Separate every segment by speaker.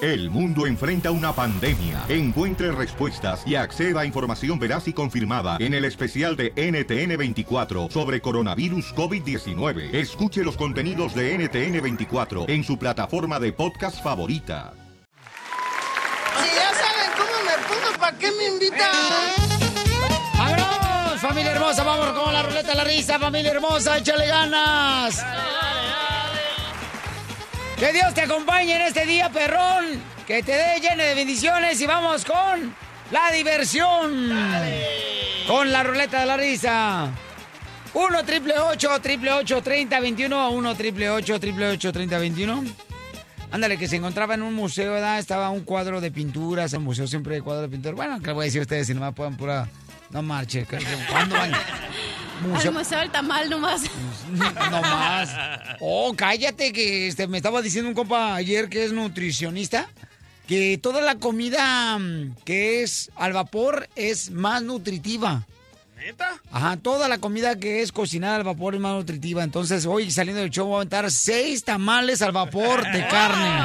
Speaker 1: El mundo enfrenta una pandemia. Encuentre respuestas y acceda a información veraz y confirmada en el especial de NTN24 sobre coronavirus COVID-19. Escuche los contenidos de NTN24 en su plataforma de podcast favorita.
Speaker 2: Si ya saben cómo me pongo, ¿para qué me invitan?
Speaker 3: ¡Vamos, familia hermosa! ¡Vamos con la ruleta de la risa, familia hermosa! ¡Échale ganas! Que Dios te acompañe en este día, perrón. Que te dé lleno de bendiciones y vamos con la diversión. Con la ruleta de la risa. 1 triple 8 triple 8 30 21 1 triple 8 triple 8 30 21. Ándale, que se encontraba en un museo, ¿verdad? Estaba un cuadro de pinturas. En el museo siempre hay cuadro de pintura. Bueno, ¿qué le voy a decir a ustedes si nomás puedan pura. No marche. ¿Cuándo van?
Speaker 4: Al museo del tamal nomás.
Speaker 3: No más. Oh, cállate, que este, me estaba diciendo un compa ayer que es nutricionista, que toda la comida mm, que es al vapor es más nutritiva.
Speaker 5: ¿Neta?
Speaker 3: Ajá, toda la comida que es cocinada al vapor es más nutritiva. Entonces, hoy saliendo del show voy a aventar seis tamales al vapor de carne.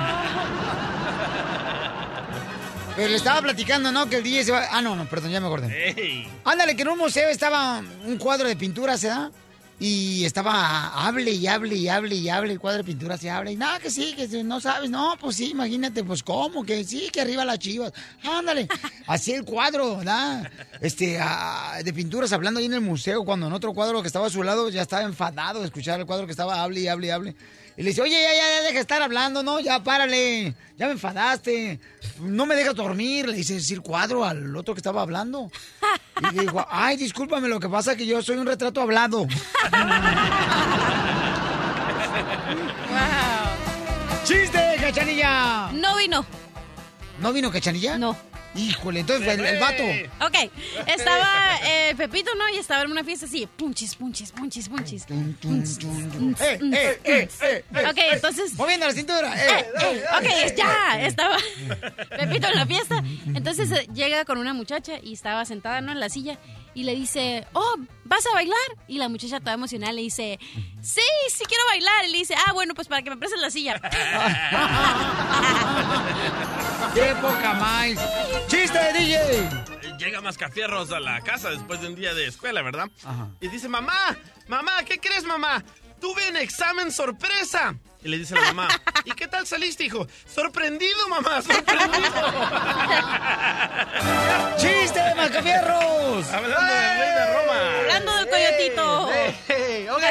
Speaker 3: Pero le estaba platicando, ¿no? Que el DJ se va... Ah, no, no, perdón, ya me acordé. Ándale, que en un museo estaba un cuadro de pintura, ¿se da? Y estaba, hable y hable y hable y hable, el cuadro de pintura se habla. Y nada, que sí, que sí, no sabes. No, pues sí, imagínate, pues cómo, que sí, que arriba las chivas. Ándale, así el cuadro, ¿verdad? Este, ah, de pinturas hablando ahí en el museo, cuando en otro cuadro que estaba a su lado ya estaba enfadado de escuchar el cuadro que estaba, hable y hable y hable. Y le dice, oye, ya, ya, ya, deja de estar hablando, no, ya, párale, ya me enfadaste, no me dejas dormir, le dice decir cuadro al otro que estaba hablando. Y le dijo, ay, discúlpame, lo que pasa es que yo soy un retrato hablado. ¡Chiste, cachanilla!
Speaker 4: No vino.
Speaker 3: ¿No vino cachanilla? No. Híjole, entonces el, el vato.
Speaker 4: Ok, estaba eh, Pepito, ¿no? Y estaba en una fiesta así, punches, punches, punches, punches.
Speaker 3: ¡Eh, eh, eh, eh! eh.
Speaker 4: Mm, Ok, entonces...
Speaker 3: Moviendo la cintura. ¡Eh, eh,
Speaker 4: Ok, ya, estaba Pepito en la fiesta. Entonces eh, llega con una muchacha y estaba sentada, ¿no? En la silla. Y le dice, oh, ¿vas a bailar? Y la muchacha toda emocionada le dice, sí, sí quiero bailar. Y le dice, ah, bueno, pues para que me prestes la silla.
Speaker 3: ¡Qué poca más! ¡Chiste, DJ!
Speaker 5: Llega Mascafierros a la casa después de un día de escuela, ¿verdad? Y dice, mamá, mamá, ¿qué crees, mamá? Tuve un examen sorpresa. Y le dice la mamá, ¿y qué tal saliste, hijo? Sorprendido, mamá, sorprendido.
Speaker 3: ¡Chiste, Mascafierros!
Speaker 5: Hablando del rey de Roma.
Speaker 4: Hablando del coyotito.
Speaker 6: Ey, ey, Eh, ok,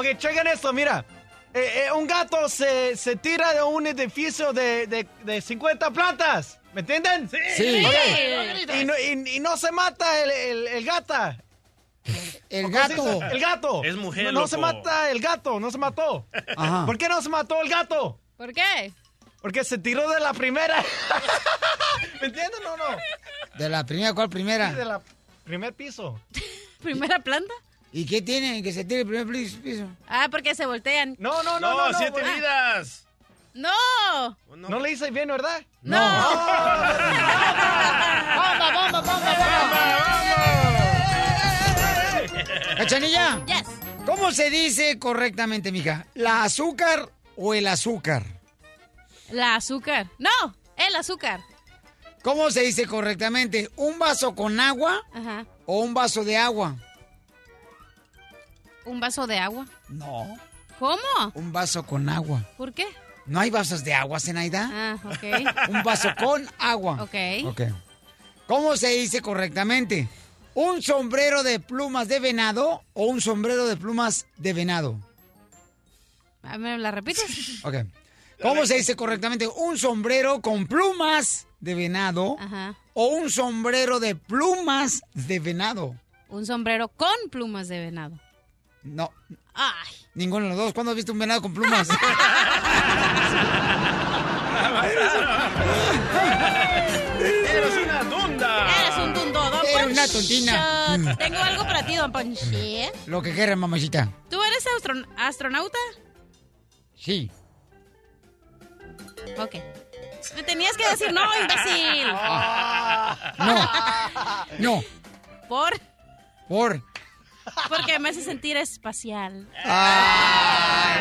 Speaker 6: ok, chequen esto, mira. Eh, eh, un gato se, se tira de un edificio de, de, de 50 plantas. ¿Me entienden? Sí.
Speaker 3: Sí.
Speaker 6: Y, no, y- y no se mata el, el- el gata.
Speaker 3: El
Speaker 6: ¿Cómo se
Speaker 3: gato.
Speaker 6: dice? El gato.
Speaker 5: Es mujer,
Speaker 6: No, no se
Speaker 5: loco.
Speaker 6: mata el gato, no se mató.
Speaker 3: Ajá.
Speaker 6: ¿Por qué no se mató el gato?
Speaker 4: ¿Por qué?
Speaker 6: Porque se tiró de la primera. ¿Me entienden o no?
Speaker 3: ¿De la primera cuál
Speaker 6: Sí, de
Speaker 3: primera?
Speaker 6: la primer piso.
Speaker 4: ¿Primera planta?
Speaker 3: ¿Y qué tiene que se tire el primer plis- piso?
Speaker 4: Ah, porque se voltean.
Speaker 6: No, no, no,
Speaker 5: No,
Speaker 6: no. Ah. No,
Speaker 5: siete
Speaker 6: no,
Speaker 5: vidas.
Speaker 4: ¡No!
Speaker 6: le hice bien, ¿verdad?
Speaker 3: No. ¡Bomba, bomba, bomba, bomba! ¡Cachanilla!
Speaker 4: Yes.
Speaker 3: ¿Cómo se dice correctamente, mija? ¿La azúcar o el azúcar?
Speaker 4: La azúcar. No, el azúcar.
Speaker 3: ¿Cómo se dice correctamente? ¿Un vaso con agua
Speaker 4: Ajá.
Speaker 3: o un vaso de agua?
Speaker 4: Un vaso de agua.
Speaker 3: No.
Speaker 4: ¿Cómo?
Speaker 3: Un vaso con agua.
Speaker 4: ¿Por qué?
Speaker 3: ¿No hay vasos de agua, Zenaida?
Speaker 4: Ah, ok.
Speaker 3: Un vaso con agua.
Speaker 4: Ok.
Speaker 3: Ok. ¿Cómo se dice correctamente? ¿Un sombrero de plumas de venado o un sombrero de plumas de venado?
Speaker 4: Ah, ¿Me la repites?
Speaker 3: Ok. ¿Cómo se dice correctamente? ¿Un sombrero con plumas de venado
Speaker 4: Ajá.
Speaker 3: o un sombrero de plumas de venado?
Speaker 4: Un sombrero con plumas de venado.
Speaker 3: No,
Speaker 4: Ay.
Speaker 3: ninguno de los dos. ¿Cuándo has visto un venado con plumas?
Speaker 5: Eres una dunda.
Speaker 4: Eres un pues. tundo, don
Speaker 3: Eres una
Speaker 4: Poncho.
Speaker 3: tontina. Mm.
Speaker 4: Tengo algo para ti, don Poncho.
Speaker 3: Lo que quieras, mamacita.
Speaker 4: ¿Tú eres astron- astronauta?
Speaker 3: Sí.
Speaker 4: Ok. Me tenías que decir no, imbécil.
Speaker 3: No. No.
Speaker 4: Por,
Speaker 3: Por.
Speaker 4: porque me hace sentir espacial.
Speaker 3: Ah.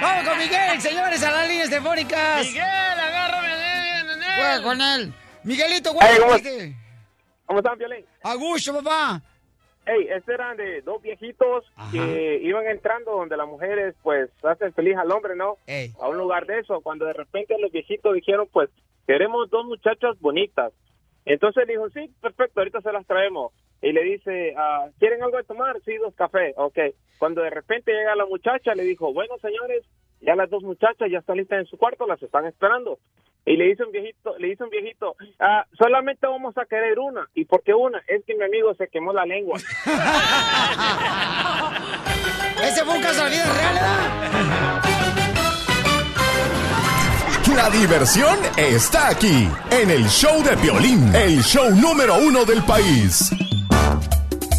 Speaker 3: Vamos con Miguel, señores, a las líneas telefónicas.
Speaker 5: Miguel, agárrame del
Speaker 3: juega con él. Miguelito, güey.
Speaker 1: Ey, ¿cómo-
Speaker 3: ¿viste?
Speaker 1: ¿Cómo están, Piolín?
Speaker 3: A gusto, papá.
Speaker 1: Ey, este eran de dos viejitos que iban entrando donde las mujeres, pues, hacen feliz al hombre, ¿no?
Speaker 3: Ey.
Speaker 1: A un lugar de eso, cuando de repente los viejitos dijeron, pues, queremos dos muchachas bonitas. Entonces le dijo, sí, perfecto, ahorita se las traemos. Y le dice, ah, ¿quieren algo de tomar? Sí, dos cafés, ok. Cuando de repente llega la muchacha, le dijo, bueno, señores, ya las dos muchachas ya están listas en su cuarto, las están esperando. Y le dice un viejito, le dice un viejito, "Ah, solamente vamos a querer una. ¿Y por qué una? Es que mi amigo se quemó la lengua.
Speaker 3: Ese fue un caso de la vida real, ¿verdad?
Speaker 7: La diversión está aquí, en el show de Piolín, el show número uno del país.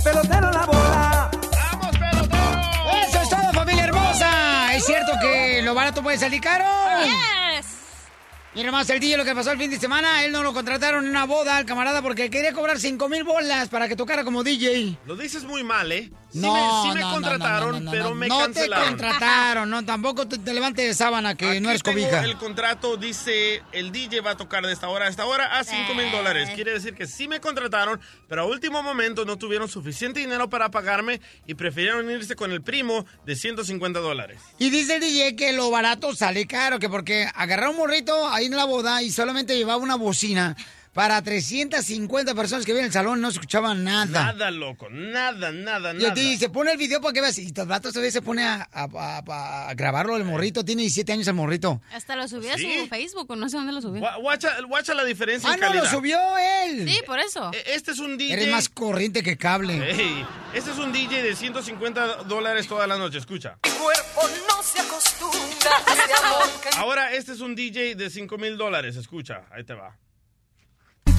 Speaker 6: Pelotero la bola.
Speaker 3: Eso es todo, familia hermosa. Es cierto que lo barato puede salir caro. Mira más el DJ lo que pasó el fin de semana. Él no lo contrataron en una boda al camarada porque quería cobrar 5 mil bolas para que tocara como DJ.
Speaker 5: Lo dices muy mal, ¿eh? Sí
Speaker 3: No,
Speaker 5: me, sí me
Speaker 3: no, no, no,
Speaker 5: contrataron,
Speaker 3: no, no,
Speaker 5: pero
Speaker 3: no.
Speaker 5: me
Speaker 3: No te
Speaker 5: cancelaron.
Speaker 3: contrataron, no, tampoco te, te levantes de sábana que no eres
Speaker 5: Tengo
Speaker 3: cobija.
Speaker 5: El contrato dice, el DJ va a tocar de esta hora a esta hora a 5 mil dólares. Quiere decir que sí me contrataron, pero a último momento no tuvieron suficiente dinero para pagarme y prefirieron irse con el primo de 150 dólares.
Speaker 3: Y dice el DJ que lo barato sale caro, que porque agarrar un morrito ahí en la boda y solamente llevaba una bocina para 350 personas que vienen al salón no escuchaban nada.
Speaker 5: Nada, loco, nada, nada,
Speaker 3: Y
Speaker 5: nada.
Speaker 3: el DJ se pone el video para que veas. Y los vatos a veces se pone a, a- a- a grabarlo el morrito. Tiene 17 años el morrito.
Speaker 4: Hasta lo subí a
Speaker 5: Sí.
Speaker 4: su Facebook, o no sé dónde lo subí.
Speaker 5: Gua- Guacha, guacha la diferencia
Speaker 3: Ah,
Speaker 5: en
Speaker 3: no,
Speaker 5: calidad.
Speaker 3: lo subió él.
Speaker 4: Sí, por eso.
Speaker 5: E- Este es un DJ...
Speaker 3: Eres más corriente que cable.
Speaker 5: Ey, este es un DJ de 150 dólares toda la noche, escucha.
Speaker 8: cuerpo no se acostumbra a ese amor que
Speaker 5: Ahora este es un DJ de 5 mil dólares, escucha, ahí te va.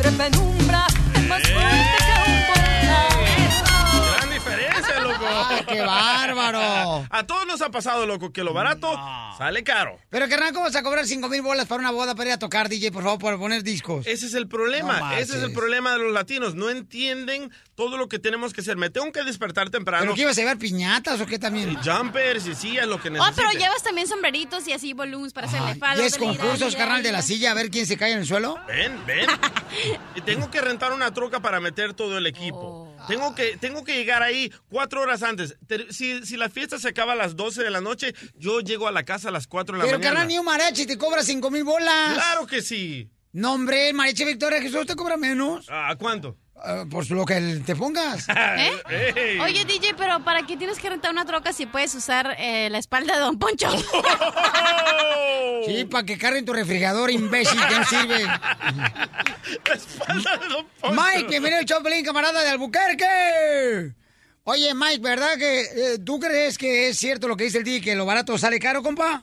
Speaker 8: entre penumbra es más fuerte que un portal.
Speaker 5: Gran diferencia, loco.
Speaker 3: ¡Ay, qué bárbaro!
Speaker 5: A todos nos ha pasado, loco, que lo barato sale caro.
Speaker 3: Pero, carnal, ¿cómo vas a cobrar 5 mil bolas para una boda para ir a tocar, DJ, por favor, para poner discos?
Speaker 5: Ese es el
Speaker 3: No
Speaker 5: problema,
Speaker 3: marches.
Speaker 5: ese es el problema de los latinos. No entienden todo lo que tenemos que hacer. Me tengo que despertar temprano.
Speaker 3: ¿Pero que ibas a llevar piñatas o qué
Speaker 5: Y
Speaker 3: también?
Speaker 5: jumpers y sillas, lo que
Speaker 4: Oh,
Speaker 5: necesiten.
Speaker 4: pero llevas también sombreritos y así volúmenes para hacerle
Speaker 3: Ay,
Speaker 4: falda.
Speaker 3: ¿Y es concursos, carnal, de la
Speaker 4: silla.
Speaker 3: silla? A ver quién se cae en el suelo.
Speaker 5: Ven, ven. Y tengo que rentar una troca para meter todo el equipo.
Speaker 4: Oh.
Speaker 5: Tengo, que, tengo que llegar ahí cuatro horas antes. Te- Si, si la fiesta se acaba a las 12 de la noche, yo llego a la casa a las 4 de la
Speaker 3: Pero,
Speaker 5: mañana.
Speaker 3: carnal, ni un mariachi te cobra 5 mil bolas.
Speaker 5: ¡Claro que sí!
Speaker 3: No, hombre, el mariachi Victoria Jesús te cobra menos.
Speaker 5: ¿A cuánto?
Speaker 3: Ah, por lo que te pongas.
Speaker 4: ¿Eh?
Speaker 5: Ey.
Speaker 4: Oye, DJ, pero ¿para qué tienes que rentar una troca si puedes usar eh, la espalda de Don Poncho?
Speaker 5: ¡Oh!
Speaker 3: Sí, para que carguen tu refrigerador, imbécil, que no sirve.
Speaker 5: La espalda de Don Poncho.
Speaker 3: Mike, bienvenido al Choplin, camarada de Albuquerque. Oye, Mike, ¿verdad que eh, tú crees que es cierto lo que dice el DJ, que lo barato sale caro, compa?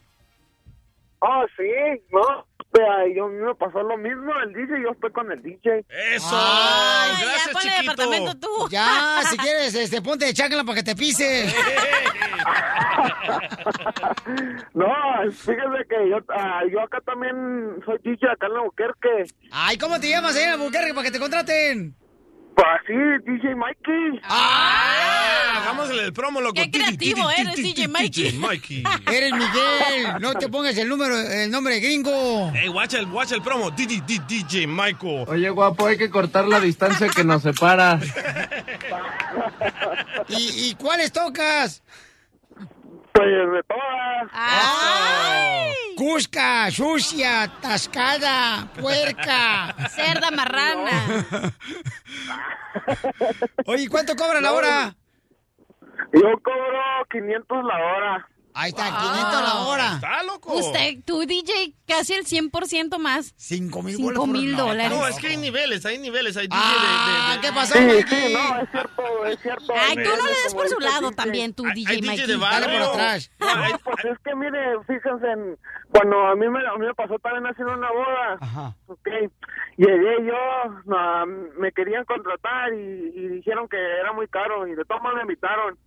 Speaker 1: Oh, sí, no. Vea, yo a mí me pasó lo mismo el DJ, yo estoy con el DJ.
Speaker 5: ¡Eso!
Speaker 3: Ay,
Speaker 4: Ay, ya
Speaker 5: ¡Gracias,
Speaker 4: ponle departamento
Speaker 5: chiquito!
Speaker 4: tú.
Speaker 3: Ya, si quieres, este, ponte de chacla para que te pise.
Speaker 1: no, fíjese que yo, ah, yo acá también Mm, soy DJ acá en la Albuquerque.
Speaker 3: Ay, ¿cómo te llamas ahí en Albuquerque para que te contraten?
Speaker 1: Pues sí, DJ Mikey.
Speaker 5: Ah, Hagámosle el promo, loco.
Speaker 4: Qué creativo eres, DJ Mikey.
Speaker 5: Mikey.
Speaker 3: Eres Miguel, no te pongas el número, el nombre gringo.
Speaker 5: Ey, watch el, watch el promo. DJ, DJ Michael.
Speaker 6: Oye, guapo, hay que cortar la distancia que nos separa.
Speaker 3: ¿Y, y cuáles tocas?
Speaker 1: Pues de todas.
Speaker 4: Ay,
Speaker 3: Cusca, sucia, tascada, puerca.
Speaker 4: cerda marrana.
Speaker 3: Oye, ¿cuánto cobra la hora?
Speaker 1: Yo cobro 500 la hora.
Speaker 3: Ahí está,
Speaker 4: Ah.
Speaker 3: 500 la hora.
Speaker 5: pues, ¿Está loco?
Speaker 4: Usted, tu DJ, casi el 100% más.
Speaker 3: 5 mil
Speaker 4: Cinco mil dólares.
Speaker 5: No, es que hay niveles, hay niveles, hay DJ de-
Speaker 3: Ah,
Speaker 5: de... de-
Speaker 3: ¿qué pasó,
Speaker 1: Sí,
Speaker 3: Mikey?
Speaker 1: sí, no, es cierto, es cierto.
Speaker 4: Ay, tú no le des
Speaker 1: Como
Speaker 4: por su
Speaker 1: dice
Speaker 4: lado
Speaker 1: DJ.
Speaker 4: también, tu
Speaker 5: Hay- hay
Speaker 4: DJ
Speaker 5: DJ
Speaker 4: Mikey.
Speaker 5: de barrio.
Speaker 3: Dale por atrás.
Speaker 5: No, hay-
Speaker 1: No, pues es que mire, fíjense, en- cuando a mí, me, a mí me pasó también haciendo una boda,
Speaker 3: Ajá.
Speaker 1: ok, llegué yo, na- me querían contratar y, y dijeron que era muy caro y de todas maneras me invitaron.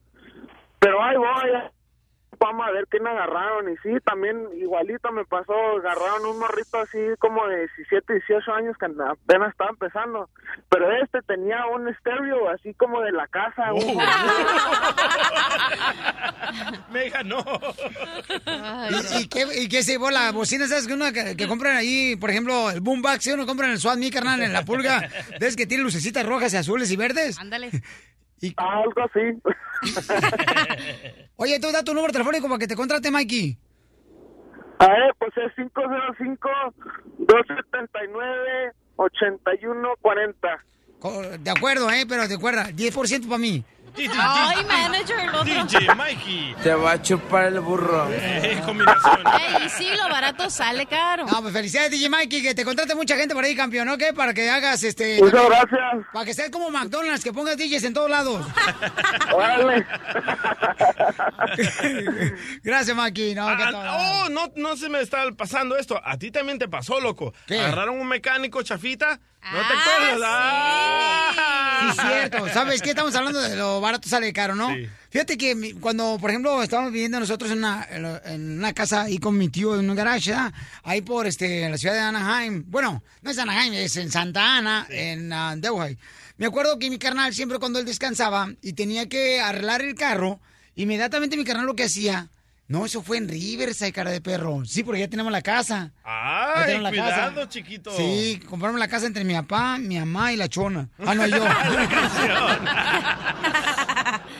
Speaker 1: Pero ahí voy,
Speaker 9: vamos a ver quién agarraron. Y sí, también igualito me pasó, agarraron un morrito así como de 17, 18 años que apenas estaba empezando. Pero este tenía un estéreo así como de la casa. un-
Speaker 5: Me ganó.
Speaker 3: ¿Y, y qué, y qué se llevó la bocina? ¿Sabes que una que, que compran ahí, por ejemplo, el boombox, si uno compra en el SWAT, mi carnal, en la pulga, ves que tiene lucecitas rojas y azules y verdes?
Speaker 4: Ándale.
Speaker 9: Algo así.
Speaker 3: Oye, tú da tu número telefónico para que te contrate, Mikey.
Speaker 9: A ver, pues es 505-279-8140.
Speaker 3: Co- De acuerdo, ¿eh? Pero de acuerdo, 10% para mí.
Speaker 4: Ay, manager, el otro.
Speaker 5: DJ Mikey.
Speaker 6: Te va a chupar el burro.
Speaker 5: Eh, combinación.
Speaker 4: Ey, y sí, lo barato sale caro.
Speaker 3: No, pues felicidades, DJ Mikey, que te contrate mucha gente por ahí, campeón, ¿ok? Para que hagas este.
Speaker 9: Muchas gracias.
Speaker 3: Para que seas como McDonald's, que pongas DJs en todos lados.
Speaker 9: Órale.
Speaker 3: Gracias, Mikey. No, que todo.
Speaker 5: Ah, oh, no, no se me está pasando esto. A ti también te pasó, loco.
Speaker 3: ¿Qué?
Speaker 5: Agarraron un mecánico chafita. No te
Speaker 4: Ah,
Speaker 5: acuerdas.
Speaker 4: sí.
Speaker 5: Ah.
Speaker 3: Sí, cierto. ¿Sabes qué? Estamos hablando de lo barato sale caro, ¿no?
Speaker 5: Sí.
Speaker 3: Fíjate que mi- cuando, por ejemplo, estábamos viviendo nosotros en una, en la- en una casa ahí con mi tío en un garage, ¿verdad? ahí por este, la ciudad de Anaheim. Bueno, no es Anaheim, es en Santa Ana, en ah, Delhi. Me acuerdo que mi carnal siempre cuando él descansaba y tenía que arreglar el carro, inmediatamente mi carnal lo que hacía, no, eso fue en Riverside, cara de perro. Sí, porque ya tenemos la casa. Ya
Speaker 5: Ay,
Speaker 3: tenemos la casa.
Speaker 5: cuidado, chiquito.
Speaker 3: Sí, compramos la casa entre mi papá, mi mamá y la chona. Ah, no, yo.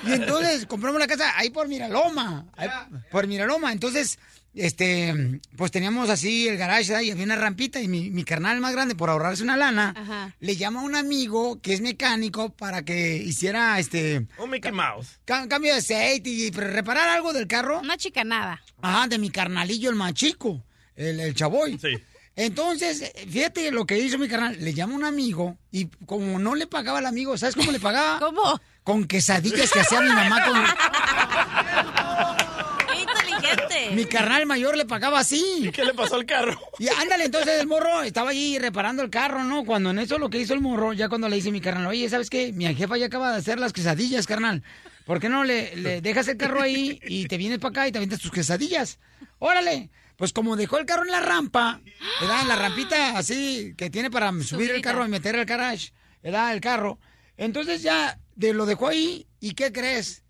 Speaker 3: y entonces compramos la casa ahí por Miraloma. ahí por Miraloma. Entonces, este, pues teníamos así el garage ¿verdad? y había una rampita. Y mi, mi carnal más grande, por ahorrarse una lana,
Speaker 4: Ajá.
Speaker 3: le llama a un amigo que es mecánico para que hiciera este
Speaker 5: Un Oh, Mickey Mouse.
Speaker 3: ca- cambio de aceite y pre- reparar algo del carro.
Speaker 4: Una chicanada.
Speaker 3: Ajá, de mi carnalillo, el más chico, el, el chaboy.
Speaker 5: Sí.
Speaker 3: Entonces, eh, fíjate lo que hizo mi carnal. Le llama un amigo y como no le pagaba al amigo, ¿sabes cómo le pagaba?
Speaker 4: ¿Cómo?
Speaker 3: Con quesadillas que hacía mi mamá con...
Speaker 4: Qué inteligente.
Speaker 3: Mi carnal mayor le pagaba así.
Speaker 5: ¿Qué le pasó al carro?
Speaker 3: Y ándale, entonces el morro estaba allí reparando el carro, ¿no? Cuando en eso lo que hizo el morro, ya cuando le dice mi carnal, oye, ¿sabes qué? Mi jefa ya acaba de hacer las quesadillas, carnal. ¿Por qué no le, le dejas el carro ahí y te vienes para acá y te avientas tus quesadillas? Órale. Pues como dejó el carro en la rampa, ¿verdad? En la rampita así que tiene para subir el
Speaker 4: Subida.
Speaker 3: carro y meter el garage, ¿verdad? El carro. Entonces ya de, lo dejó ahí y ¿qué crees?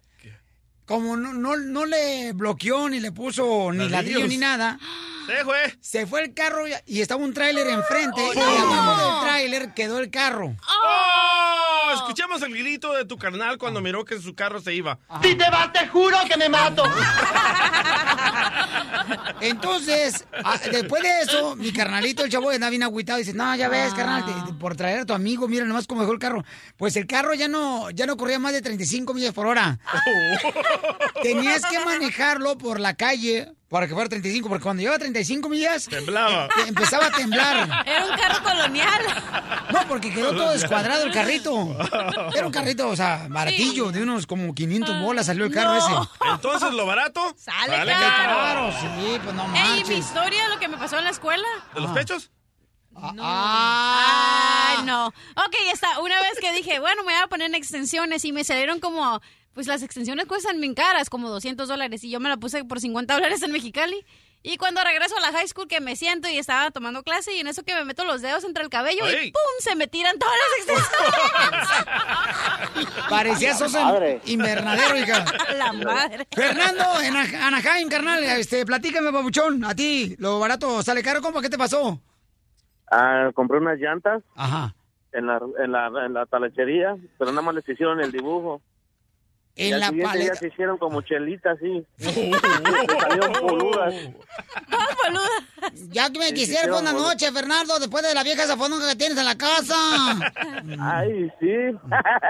Speaker 3: Como no, no, no le bloqueó ni le puso ni ladrillo
Speaker 5: Ladrillos.
Speaker 3: ni nada.
Speaker 5: Sí, güey.
Speaker 3: Se fue el carro y- y estaba un tráiler enfrente y abajo del tráiler quedó el carro.
Speaker 5: Oh, escuchamos el grito de tu carnal cuando miró que su carro se iba.
Speaker 2: Si Ah. te vas, te juro que me mato.
Speaker 3: Entonces, a- después de eso, mi carnalito, el chavo, andaba bien agüitado. Dice, no, ya ves, carnal, te- te- por traer a tu amigo, mira nomás cómo dejó el carro. Pues el carro ya no, ya no corría más de 35 millas por hora. Tenías que manejarlo por la calle para que fuera 35, porque cuando lleva 35 millas,
Speaker 5: Temblaba.
Speaker 3: te empezaba a temblar.
Speaker 4: Era un carro colonial.
Speaker 3: No, porque quedó todo descuadrado el carrito. Era un carrito, o sea, baratillo, de unos como 500 bolas salió el carro
Speaker 4: No.
Speaker 3: ese.
Speaker 5: Ah, Entonces, lo barato
Speaker 4: Sale
Speaker 5: caro.
Speaker 3: Claro, sí, pues no
Speaker 4: Ey, ¿y mi
Speaker 3: manches.
Speaker 4: historia, lo que me pasó en la escuela.
Speaker 5: ¿De los pechos?
Speaker 3: Ah,
Speaker 4: Ay, no. Ok, ya está. Una vez que dije, bueno, me voy a poner en extensiones y me salieron como, pues las extensiones cuestan bien caras, como 200 dólares. Y yo me la puse por 50 dólares en Mexicali. Y cuando regreso a la high school que me siento y estaba tomando clase y en eso que me meto los dedos entre el cabello
Speaker 5: Ay.
Speaker 4: y ¡pum! se me tiran todas las extensiones.
Speaker 3: Parecía soso
Speaker 2: Madre.
Speaker 3: invernadero, hija.
Speaker 4: la madre.
Speaker 3: Fernando, en Aj- Anaheim, carnal, este, platícame, papuchón. A ti, lo barato sale caro, compa, ¿qué te pasó?
Speaker 9: Ah, compré unas llantas
Speaker 3: Ajá.
Speaker 9: en la, en la, en la talachería, pero nada más les hicieron el dibujo. y
Speaker 3: En
Speaker 9: al
Speaker 3: la
Speaker 9: siguiente día
Speaker 3: paleta.
Speaker 9: se
Speaker 3: Oh.
Speaker 9: hicieron como chelitas, así. salieron boludas.
Speaker 4: Toda boluda.
Speaker 3: Ya que me
Speaker 9: Sí,
Speaker 3: quisiera
Speaker 9: sí,
Speaker 3: por una
Speaker 9: sí, amor.
Speaker 3: noche, Fernando, después de la vieja zafonga que tienes en la casa.
Speaker 9: Ay, sí.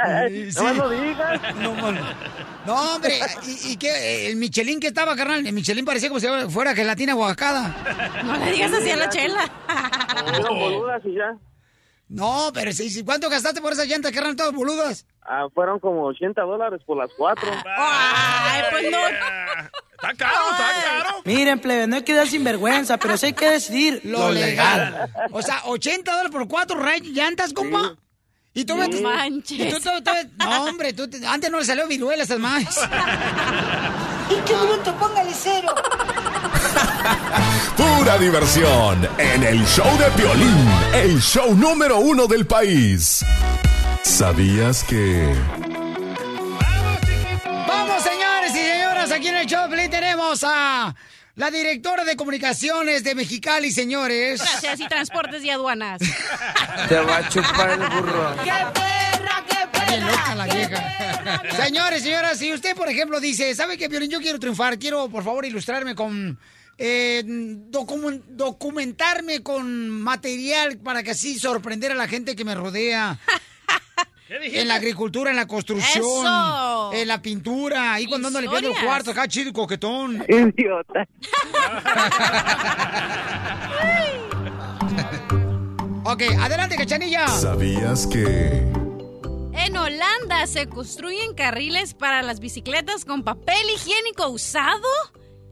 Speaker 3: Ay, sí.
Speaker 9: No me lo digas.
Speaker 3: No, mano. No, hombre, ¿y, y qué? El Michelin que estaba, carnal. El Michelin parecía como si fuera gelatina oaxacada.
Speaker 4: No le digas así a la chela.
Speaker 9: Salieron boludas y ya.
Speaker 3: No, pero sí, sí, ¿cuánto gastaste por esas llantas, carnal? Todas boludas.
Speaker 9: Ah, fueron como 80 dólares por las cuatro.
Speaker 4: Ay, pues no.
Speaker 5: Yeah. Está caro, está caro.
Speaker 10: Miren, plebe, no hay que dar sinvergüenza, pero sí hay que decidir
Speaker 3: Lo, legal. O sea, 80 dólares por cuatro ray- llantas, compa. Y tú ves-
Speaker 4: manches.
Speaker 3: y tú- tú- tú- no, hombre, tú te- antes no le salió viruela a esas más.
Speaker 11: Y qué bruto, póngale cero.
Speaker 7: Pura diversión en el show de Piolín, el show número uno del país. ¿Sabías que...
Speaker 3: Vamos, señores y señoras, aquí en el show de Piolín tenemos a la directora de comunicaciones de Mexicali, señores.
Speaker 4: Gracias y transportes y aduanas.
Speaker 12: Te va a chupar el burro.
Speaker 3: Qué loca la vieja. Señores, señoras, si usted, por ejemplo, dice, ¿sabe qué, Piolín? Yo quiero triunfar, quiero, por favor, ilustrarme con... eh, documen- documentarme con material para que así sorprender a la gente que me rodea. En la agricultura, en la construcción,
Speaker 13: Eso.
Speaker 3: en la pintura, ahí cuando ando limpiando el
Speaker 13: Historias.
Speaker 3: cuarto, acá chido y coquetón.
Speaker 13: Idiota.
Speaker 3: ok, adelante, cachanilla.
Speaker 7: ¿Sabías que...
Speaker 4: En Holanda se construyen carriles para las bicicletas con papel higiénico usado.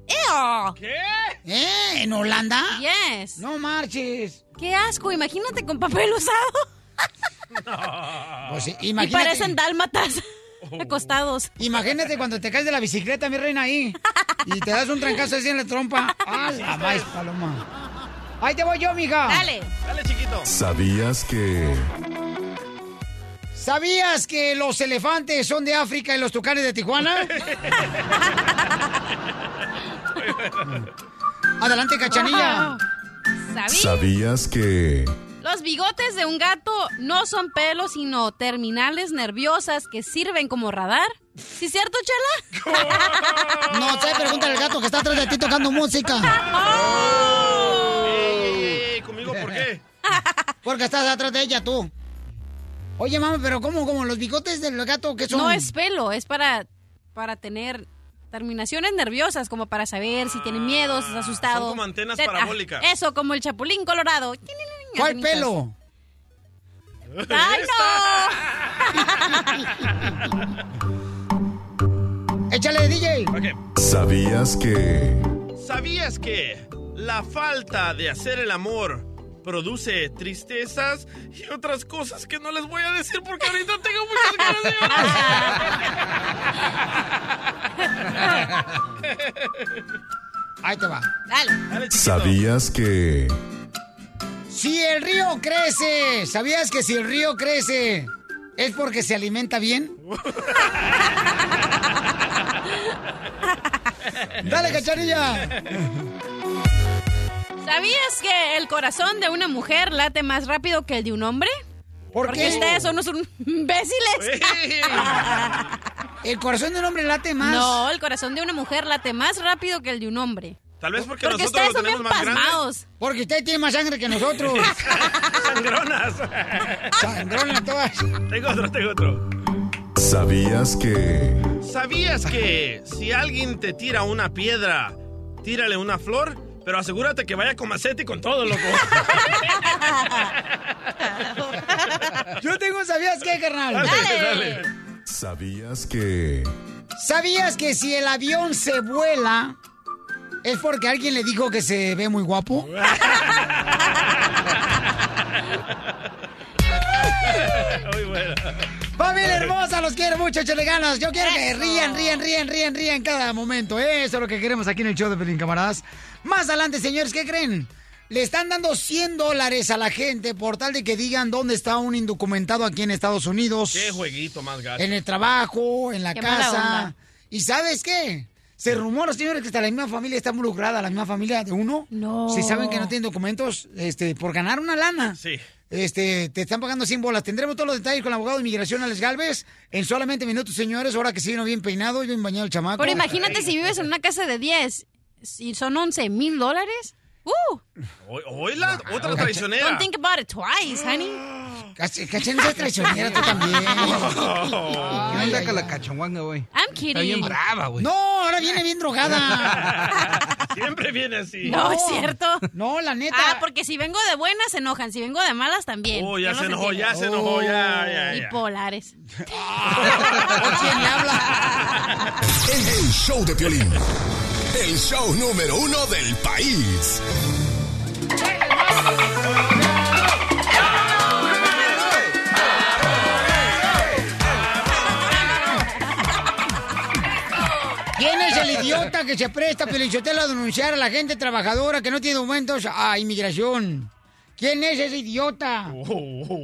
Speaker 4: ¡Eo!
Speaker 5: ¿Qué?
Speaker 3: ¿Eh? ¿En Holanda?
Speaker 4: Yes.
Speaker 3: No marches.
Speaker 4: Qué asco, imagínate con papel usado.
Speaker 3: Pues, sí,
Speaker 4: Y
Speaker 3: imagínate. Oh.
Speaker 4: parecen dálmatas acostados.
Speaker 3: Imagínate cuando te caes de la bicicleta, mi reina, ahí. Y te das un trancazo así en la trompa. ¡Ah, la más, paloma! Ahí te voy yo, mija.
Speaker 4: Dale.
Speaker 5: Dale, chiquito.
Speaker 7: ¿Sabías que...
Speaker 3: ¿Sabías que los elefantes son de África y los tucanes de Tijuana? Adelante, cachanilla.
Speaker 4: ¿Sabí?
Speaker 7: ¿Sabías que...
Speaker 4: Los bigotes de un gato no son pelos, sino terminales nerviosas que sirven como radar. ¿Sí cierto, Chela?
Speaker 3: No sé, pregúntale al gato que está atrás de ti tocando música.
Speaker 5: ¿Conmigo por qué?
Speaker 3: Porque estás atrás de ella tú. Oye, mamá, pero ¿cómo? ¿Cómo? ¿Los bigotes del gato qué son?
Speaker 4: No es pelo, es para, para tener terminaciones nerviosas, como para saber si tiene miedo,
Speaker 3: Ah,
Speaker 4: si está asustado.
Speaker 5: son como antenas
Speaker 4: Etcétera.
Speaker 5: parabólicas.
Speaker 4: ah, Eso, como el chapulín colorado.
Speaker 3: ¿Cuál
Speaker 4: Antenitas.
Speaker 3: pelo?
Speaker 4: ¡Ay, no!
Speaker 3: Échale, DJ.
Speaker 7: ¿Sabías que...
Speaker 5: ¿Sabías que la falta de hacer el amor produce tristezas y otras cosas que no les voy a decir porque ahorita tengo muchas ganas de
Speaker 3: Ahí te va.
Speaker 4: Dale.
Speaker 7: ¿Sabías que...
Speaker 3: Si el río crece, ¿sabías que si el río crece es porque se alimenta bien? Dale, cacharilla.
Speaker 4: ¿Sabías que el corazón de una mujer late más rápido que el de un hombre?
Speaker 3: ¿Por qué?
Speaker 4: Porque ustedes son unos imbéciles.
Speaker 3: ¿El corazón de un hombre late más?
Speaker 4: No, el corazón de una mujer late más rápido que el de un hombre.
Speaker 5: Tal vez porque,
Speaker 4: Porque
Speaker 5: nosotros
Speaker 4: ustedes
Speaker 5: lo
Speaker 4: son bien
Speaker 5: tenemos más grande.
Speaker 4: pasmados.
Speaker 3: Porque usted tiene más sangre que nosotros.
Speaker 5: Sangronas.
Speaker 3: Sangronas todas.
Speaker 5: Tengo otro, tengo otro.
Speaker 7: ¿Sabías que...
Speaker 5: ¿Sabías que si alguien te tira una piedra, tírale una flor? Pero asegúrate que vaya con macete y con todo, loco.
Speaker 3: Yo tengo, ¿sabías qué, carnal?
Speaker 7: ¿Sabías que...
Speaker 3: ¿Sabías que si el avión se vuela es porque alguien le dijo que se ve muy guapo?
Speaker 5: Muy bueno.
Speaker 3: Familia hermosa, los quiero mucho, échale ganas. Yo quiero que rían, rían, rían, rían, rían cada momento. Eso es lo que queremos aquí en el show de Pelín, camaradas. Más adelante, señores, ¿qué creen? Le están dando 100 dólares a la gente por tal de que digan dónde está un indocumentado aquí en Estados Unidos.
Speaker 5: Qué jueguito más gacho.
Speaker 3: Pues- En el trabajo, en la
Speaker 5: Qué mala
Speaker 3: casa.
Speaker 5: onda.
Speaker 3: ¿Y sabes qué? Se rumora, señores, que hasta la misma familia está involucrada, la misma familia de uno. No. Si saben que no tienen documentos, este, por ganar una lana.
Speaker 5: Sí.
Speaker 3: Este, te están pagando 100 bolas. Tendremos todos los detalles con el abogado de inmigración, Alex Galvez, en solamente minutos, señores. Ahora que se vino bien peinado y bien bañado el chamaco.
Speaker 4: Pero imagínate si vives en una casa de 10 y son 11 mil dólares. ¡Uh!
Speaker 5: Hoy, hoy la otra traicionera.
Speaker 4: Don't think about it twice, honey.
Speaker 3: Cachen, esa traicionera tú también.
Speaker 14: ¿Qué onda con la cachanguanga, güey?
Speaker 4: I'm
Speaker 14: Está bien
Speaker 4: kidding.
Speaker 14: brava, güey.
Speaker 3: No, ahora viene bien drogada.
Speaker 5: Siempre viene así.
Speaker 4: No, es cierto.
Speaker 3: No, la neta.
Speaker 4: Ah, porque si vengo de buenas se enojan, si vengo de malas también.
Speaker 5: Oh, ya
Speaker 4: Yo
Speaker 5: se
Speaker 4: los
Speaker 5: enojó, ya
Speaker 4: entiendo. Oh,
Speaker 5: se enojó,
Speaker 3: Oh.
Speaker 5: ya, ya, ya.
Speaker 4: Y polares.
Speaker 7: En el show de Piolín, el show número uno del país.
Speaker 3: ¿Quién es el nota que se presta, Pelichotelo, a denunciar a la gente trabajadora que no tiene documentos a inmigración. ¿Quién es ese idiota?
Speaker 12: Oh,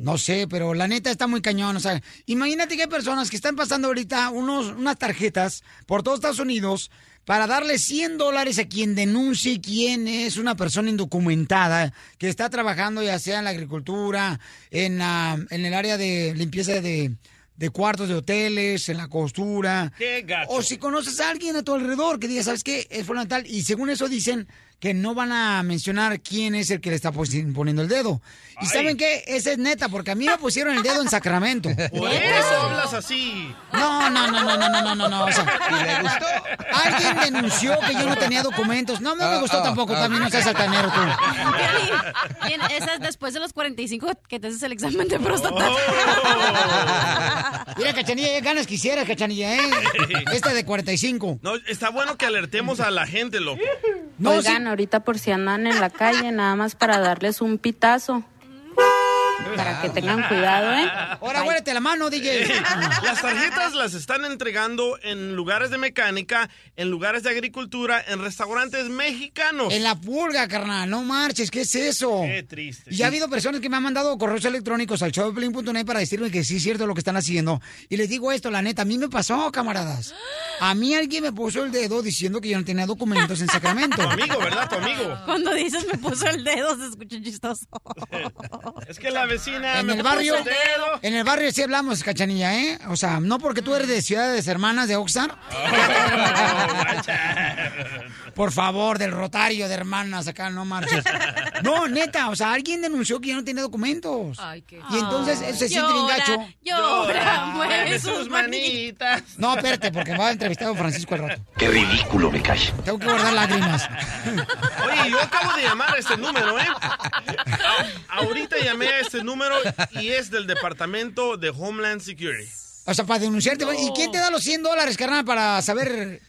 Speaker 3: No sé, pero la neta está muy cañón. O sea, imagínate que hay personas que están pasando ahorita unos, unas tarjetas por todos Estados Unidos para darle 100 dólares a quien denuncie quién es una persona indocumentada que está trabajando ya sea en la agricultura, en, la- en el área de limpieza de, de cuartos de hoteles, en la costura.
Speaker 5: ¡Qué gacho!
Speaker 3: O si conoces a alguien a tu alrededor que diga, ¿sabes qué? Es fulano de tal. Y según eso dicen que no van a mencionar quién es el que le está pos- poniendo el dedo. ¿Y saben qué? Esa es neta, porque a mí me pusieron el dedo en Sacramento.
Speaker 5: Por eso hablas así.
Speaker 3: ¿Eh? No, no, no, no, no, no, no, no, no. O sea, Alguien denunció que yo no tenía documentos. No,
Speaker 5: Ah,
Speaker 3: no me gustó tampoco, también no seas altanero tú.
Speaker 4: Bien, esa es después de los 45 que te haces el examen de próstata.
Speaker 5: Oh.
Speaker 3: Mira, Cachanilla, ya ganas quisiera, Cachanilla, ¿eh? Esta de 45.
Speaker 5: No, está bueno que alertemos a la gente, loco.
Speaker 15: Oigan, ahorita por si andan en la calle, nada más para darles un pitazo. Para que tengan cuidado, ¿eh?
Speaker 3: Ahora huérete la mano, DJ.
Speaker 5: Las tarjetas las están entregando en lugares de mecánica, en lugares de agricultura, en restaurantes mexicanos.
Speaker 3: En la pulga, carnal, no marches, ¿qué es eso?
Speaker 5: Qué triste.
Speaker 3: Y ya ha habido personas que me han mandado correos electrónicos al showdeplin.net para decirme que sí es cierto lo que están haciendo. Y les digo esto, la neta, a mí me pasó, camaradas. A mí alguien me puso el dedo diciendo que yo no tenía documentos en Sacramento.
Speaker 5: Tu amigo, ¿verdad? Tu amigo.
Speaker 4: Cuando dices me puso el dedo, se escucha chistoso.
Speaker 5: Es que la vecina
Speaker 3: En
Speaker 5: me
Speaker 3: el
Speaker 5: puso
Speaker 3: barrio,
Speaker 5: dedo.
Speaker 3: en el barrio sí hablamos, cachanilla, ¿eh? O sea, no porque tú eres de Ciudades Hermanas de Oxnard. Por favor, del rotario de hermanas acá, no marches. No, neta, o sea, alguien denunció que yo no tenía documentos. Y entonces él se siente bien
Speaker 4: Llora,
Speaker 3: gacho.
Speaker 4: Llora, mueve sus
Speaker 5: manitas.
Speaker 3: No, espérate, porque me va a entrevistar a don Francisco al rato.
Speaker 16: Qué ridículo me cae.
Speaker 3: Tengo que guardar lágrimas.
Speaker 5: Oye, yo acabo de llamar a este número, ¿eh? A- ahorita llamé a este número y es del Departamento de Homeland Security.
Speaker 3: O sea, para denunciarte.
Speaker 5: No.
Speaker 3: ¿Y quién te da los 100 dólares, carnal, para saber?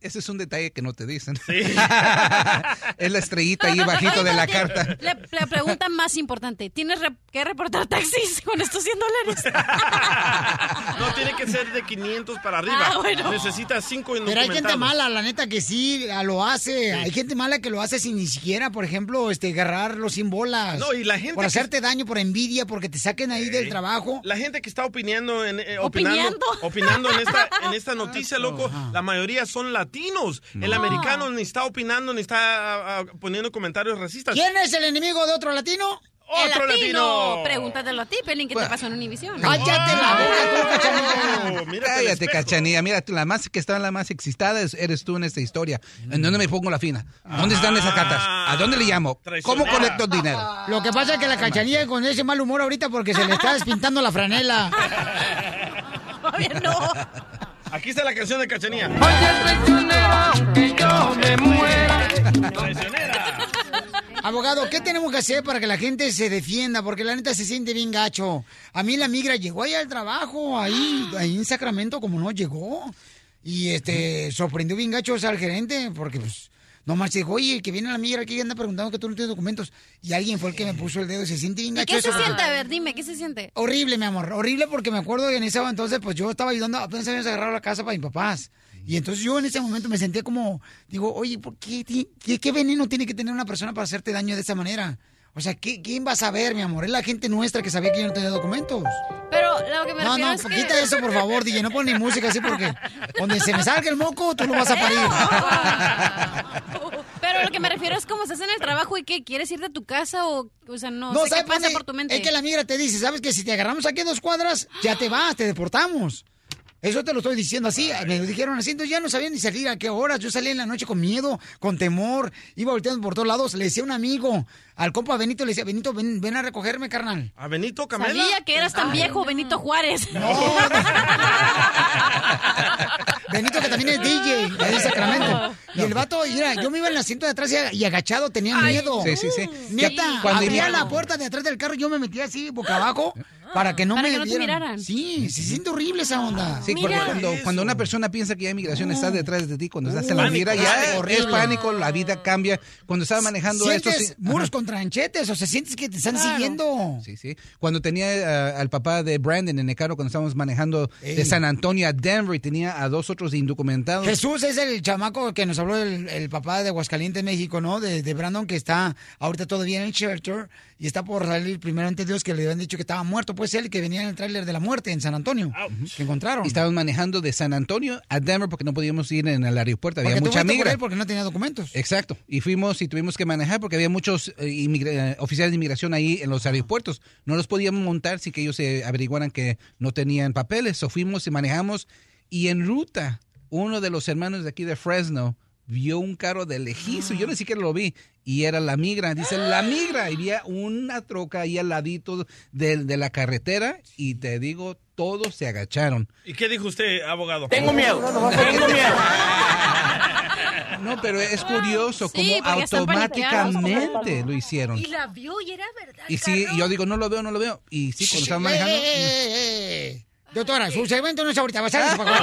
Speaker 14: Ese es un detalle que no te dicen. es la estrellita ahí bajito de la carta.
Speaker 4: La, la pregunta más importante, ¿tienes re- que reportar taxis con estos 100 dólares?
Speaker 5: No tiene que ser de 500 para arriba.
Speaker 4: Ah, bueno.
Speaker 5: Necesitas 5
Speaker 3: Pero hay
Speaker 5: indocumentados.
Speaker 3: gente mala, la neta que sí a- lo hace. Hay gente mala que lo hace sin ni siquiera, por ejemplo, este, agarrarlo sin bolas.
Speaker 5: No, y la gente
Speaker 3: Por
Speaker 5: que-
Speaker 3: hacerte daño, por envidia, porque te saquen ahí del trabajo.
Speaker 5: La gente que está opinando en, eh,
Speaker 3: Opinando.
Speaker 5: opinando, opinando en, esta, en esta noticia, loco, la mayoría son latinos. El
Speaker 3: No.
Speaker 5: americano ni está opinando ni está ah, ah, poniendo comentarios racistas.
Speaker 3: ¿Quién es el enemigo de otro latino?
Speaker 4: El
Speaker 5: Otro latino.
Speaker 4: Pregúntatelo a ti, Pelín, que te pasó en Univision.
Speaker 3: ¡Cállate la boca, tú,
Speaker 5: cachanilla!
Speaker 14: Cállate, cachanilla. Mira, tú, la más que estaba la más excitada es- eres tú en esta historia. ¿En dónde me pongo la fina? ¿Dónde están esas cartas? ¿A dónde le llamo? ¿Cómo
Speaker 3: Traicionera.
Speaker 14: conecto el dinero?
Speaker 3: Lo que pasa es
Speaker 4: Ah,
Speaker 3: que la cachanilla con ese mal humor ahorita porque se le está despintando la franela.
Speaker 5: no. Aquí está la canción de Cachanía.
Speaker 3: que yo me muera. Abogado, ¿qué tenemos que hacer para que la gente se defienda? Porque la neta se siente bien gacho. A mí la migra llegó ahí al trabajo, ahí, ahí en Sacramento, como no llegó. Y este, sorprendió bien gacho o sea, al gerente, porque pues, nomás dijo, oye, que viene la migra aquí y anda preguntando que tú no tienes documentos. Y alguien fue el que me puso el dedo y se siente bien
Speaker 4: ¿Y
Speaker 3: gacho.
Speaker 4: qué se
Speaker 3: eso.
Speaker 4: siente? A ver, dime, ¿qué se siente?
Speaker 3: Horrible, mi amor, horrible porque me acuerdo que en ese entonces, pues yo estaba ayudando, apenas habíamos agarrado la casa para mis papás. Y entonces yo en ese momento me sentía como, digo, oye, ¿por qué, ti- qué, qué veneno tiene que tener una persona para hacerte daño de esa manera? O sea, ¿qué- ¿quién va a saber, mi amor? Es la gente nuestra que sabía que yo no tenía documentos.
Speaker 4: Pero lo que me
Speaker 3: No,
Speaker 4: refiero
Speaker 3: no,
Speaker 4: es que...
Speaker 3: quita eso, por favor, DJ, no pon ni música así porque donde se me salga el moco, tú lo vas a parir.
Speaker 4: Pero lo que me refiero es como estás en el trabajo y que quieres ir de tu casa o, o sea, no, sé qué
Speaker 3: ¿sabes
Speaker 4: pasa
Speaker 3: dónde?
Speaker 4: por tu mente.
Speaker 3: Es que la migra te dice, ¿sabes que Si te agarramos aquí a dos cuadras, ya te vas, te deportamos. Eso te lo estoy diciendo así, me lo dijeron así, entonces ya no sabía ni salir a qué horas. Yo salía en la noche con miedo, con temor, iba volteando por todos lados. Le decía a un amigo, al compa Benito, le decía, Benito, ven, ven a recogerme, carnal.
Speaker 5: ¿A Benito Camela?
Speaker 4: Sabía que eras tan viejo, Benito Juárez.
Speaker 3: Benito, que también es DJ, de ahí de Sacramento. Y el vato, mira, yo me iba en el asiento de atrás y, ag- y agachado, tenía miedo.
Speaker 14: Sí, sí, sí.
Speaker 3: Neta,
Speaker 14: Cuando
Speaker 3: abría
Speaker 14: iba-
Speaker 3: la puerta de atrás del carro, yo me metía así, boca abajo, Para que no
Speaker 4: Para
Speaker 3: me
Speaker 4: que no te
Speaker 3: dieran-
Speaker 4: miraran.
Speaker 3: Sí, se siente horrible esa onda.
Speaker 14: Sí, porque cuando, cuando una persona piensa que ya inmigración está detrás de ti, cuando estás en la
Speaker 3: Pánico.
Speaker 14: mira, ya
Speaker 3: Ah,
Speaker 14: es
Speaker 3: Mm. horrible.
Speaker 14: pánico, la vida cambia. Cuando estaba manejando esto...
Speaker 3: Sientes
Speaker 14: sí-
Speaker 3: muros
Speaker 14: Ajá.
Speaker 3: con tranchetes, o sea, sientes que te están siguiendo.
Speaker 14: Sí, sí. Cuando tenía eh, al papá de Brandon en el carro, cuando estábamos manejando
Speaker 3: Ey.
Speaker 14: de San Antonio a Denver, y tenía a dos otros indocumentados.
Speaker 3: Jesús es el chamaco que nos habló el, el papá de Aguascalientes, México, ¿no? De, de Brandon, que está ahorita todavía en el shelter y está por salir primero ante Dios que le habían dicho que estaba muerto. Pues él que venía en el tráiler de la muerte en San Antonio, que encontraron.
Speaker 14: Y estábamos manejando de San Antonio a Denver porque no podíamos ir en el aeropuerto. Había
Speaker 3: Porque tú
Speaker 14: mucha
Speaker 3: fuiste por
Speaker 14: migra.
Speaker 3: él porque no tenía documentos.
Speaker 14: Exacto. Y fuimos y tuvimos que manejar porque había muchos eh, inmigra- eh, oficiales de inmigración ahí en los aeropuertos. No los podíamos montar sin que ellos se averiguaran que no tenían papeles. O fuimos y manejamos. Y en ruta, uno de los hermanos de aquí de Fresno vio un carro de lejizo. Yo ni siquiera lo vi. Y era la migra. Dice, la migra. Y había una troca ahí al ladito de, de la carretera. Y te digo, todos se agacharon.
Speaker 5: ¿Y qué dijo usted, abogado?
Speaker 14: Tengo miedo.
Speaker 5: Tengo miedo.
Speaker 14: No, pero es curioso
Speaker 16: Sí,
Speaker 14: como
Speaker 16: porque están paniqueados.
Speaker 14: automáticamente lo hicieron.
Speaker 16: Y la vio y era verdad.
Speaker 14: Y sí, yo digo, no lo veo, no lo veo. Y sí, cuando estaba
Speaker 3: ¡Eh,
Speaker 14: manejando.
Speaker 3: eh, eh, eh, eh! Doctora, su segmento no es ahorita, va a salir, por favor.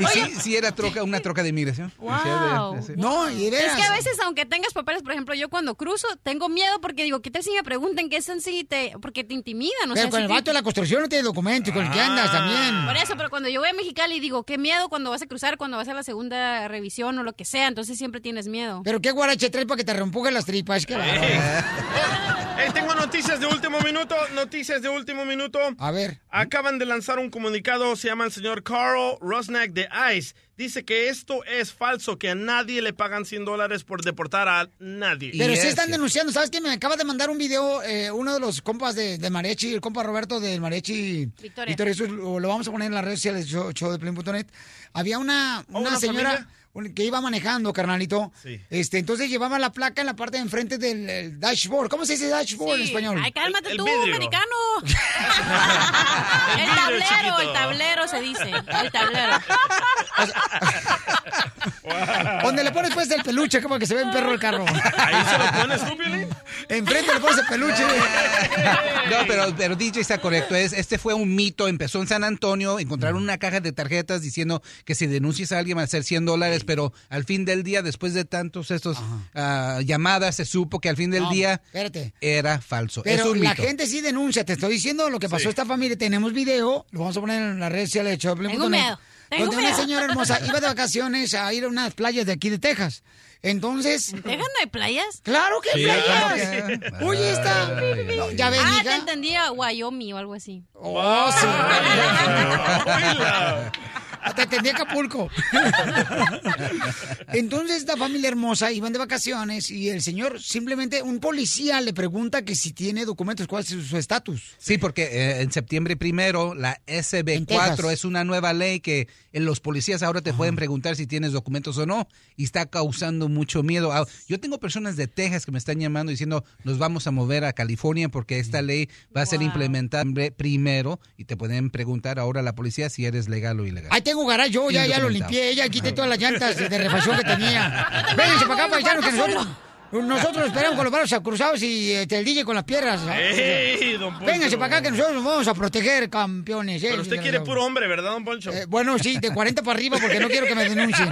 Speaker 3: eh,
Speaker 14: Y sí, sí era troca, una troca de inmigración.
Speaker 4: Wow.
Speaker 3: No, y
Speaker 4: Es que a veces, aunque tengas papeles, por ejemplo, yo cuando cruzo, tengo miedo porque digo, ¿qué tal si me preguntan qué es en sí? Te, porque te intimidan. O
Speaker 3: Pero
Speaker 4: sea,
Speaker 3: con
Speaker 4: si
Speaker 3: el
Speaker 4: te-
Speaker 3: vato de la construcción no tiene documentos, y con el que andas también.
Speaker 4: Por eso, pero cuando yo voy a Mexicali digo, qué miedo cuando vas a cruzar, cuando vas a la segunda revisión o lo que sea, entonces siempre tienes miedo.
Speaker 3: Pero qué guarache traes para que te reempuje las tripas, qué bárbaro.
Speaker 5: Eh, tengo noticias de último minuto, noticias de último minuto.
Speaker 3: A ver.
Speaker 5: Acaban de lanzar un comunicado, se llama el señor Carl Rosnack de ICE. Dice que esto es falso, que a nadie le pagan 100 dólares por deportar a nadie.
Speaker 3: Pero sí están denunciando, ¿sabes qué? Me acaba de mandar un video eh, uno de los compas de, de Mariachi, el compa Roberto del Mariachi.
Speaker 4: Victoria.
Speaker 3: Jesús, lo, lo vamos a poner en las redes sociales, show, show de Plin.net. Había una,
Speaker 4: Oh,
Speaker 3: una
Speaker 5: una
Speaker 3: señora
Speaker 5: familia?
Speaker 3: un- que iba manejando, carnalito.
Speaker 5: Sí.
Speaker 3: Este, entonces llevaba la placa en la parte de enfrente del el dashboard. ¿Cómo se dice dashboard en
Speaker 4: Sí.
Speaker 3: español?
Speaker 4: Ay, cálmate tú,
Speaker 3: vidrio.
Speaker 4: americano. el tablero, el tablero se dice. El tablero.
Speaker 3: Donde le pones pues el peluche, como que se ve un perro el carro.
Speaker 5: Ahí se lo pones tú, Piolín.
Speaker 3: Enfrente le pones el peluche.
Speaker 14: No, pero, pero DJ está correcto. Es, este fue un mito. Empezó en San Antonio. Encontraron una caja de tarjetas diciendo que si denuncias a alguien van a ser 100 dólares. Pero al fin del día, después de tantos estos ah, llamadas, se supo que al fin del
Speaker 3: No,
Speaker 14: día
Speaker 3: espérate.
Speaker 14: era falso. es
Speaker 3: Pero
Speaker 14: un
Speaker 3: la
Speaker 14: mito.
Speaker 3: gente sí denuncia, te estoy diciendo lo que pasó a esta familia. Tenemos video, lo vamos a poner en las redes sociales de Choplin.
Speaker 4: Tengo miedo, tengo
Speaker 3: Donde una
Speaker 4: miedo.
Speaker 3: señora hermosa iba de vacaciones a ir a unas playas de aquí de Texas. Entonces.
Speaker 4: ¿Texas no hay playas?
Speaker 3: ¡Claro que hay
Speaker 14: Sí,
Speaker 3: playas!
Speaker 14: claro que-
Speaker 3: Oye, está. No, ya ves,
Speaker 4: Ah,
Speaker 3: mija.
Speaker 4: te entendía Wyoming o algo así.
Speaker 3: Oh, sí. Te entendí Acapulco. Entonces esta familia hermosa iban de vacaciones y el señor simplemente, un policía le pregunta que si tiene documentos, cuál es su su estatus.
Speaker 14: Sí, porque eh, en septiembre primero la
Speaker 3: Texas.
Speaker 14: SB4 es una nueva ley que eh, los policías ahora te pueden preguntar si tienes documentos o no y está causando mucho miedo. Ah, Yo tengo personas de Texas que me están llamando diciendo nos vamos a mover a California porque esta
Speaker 3: Mm.
Speaker 14: ley va a ser implementada en bre- primero y te pueden preguntar ahora a la policía si eres legal o ilegal.
Speaker 3: Ahí tengo garage yo, ya, ya lo
Speaker 14: Indocumentado.
Speaker 3: limpié, ya quité todas las llantas de refacción que tenía. Vénganse para acá, paisanos, que nosotros, nosotros esperamos con los brazos cruzados y este, el DJ con las piernas.
Speaker 5: ¡Ey, don Poncho!
Speaker 3: Vénganse para acá que nosotros nos vamos a proteger, campeones. eh.
Speaker 5: Pero usted quiere puro hombre, ¿verdad, don Poncho?
Speaker 3: Eh, bueno, sí, de 40 para arriba porque no quiero que me denuncien.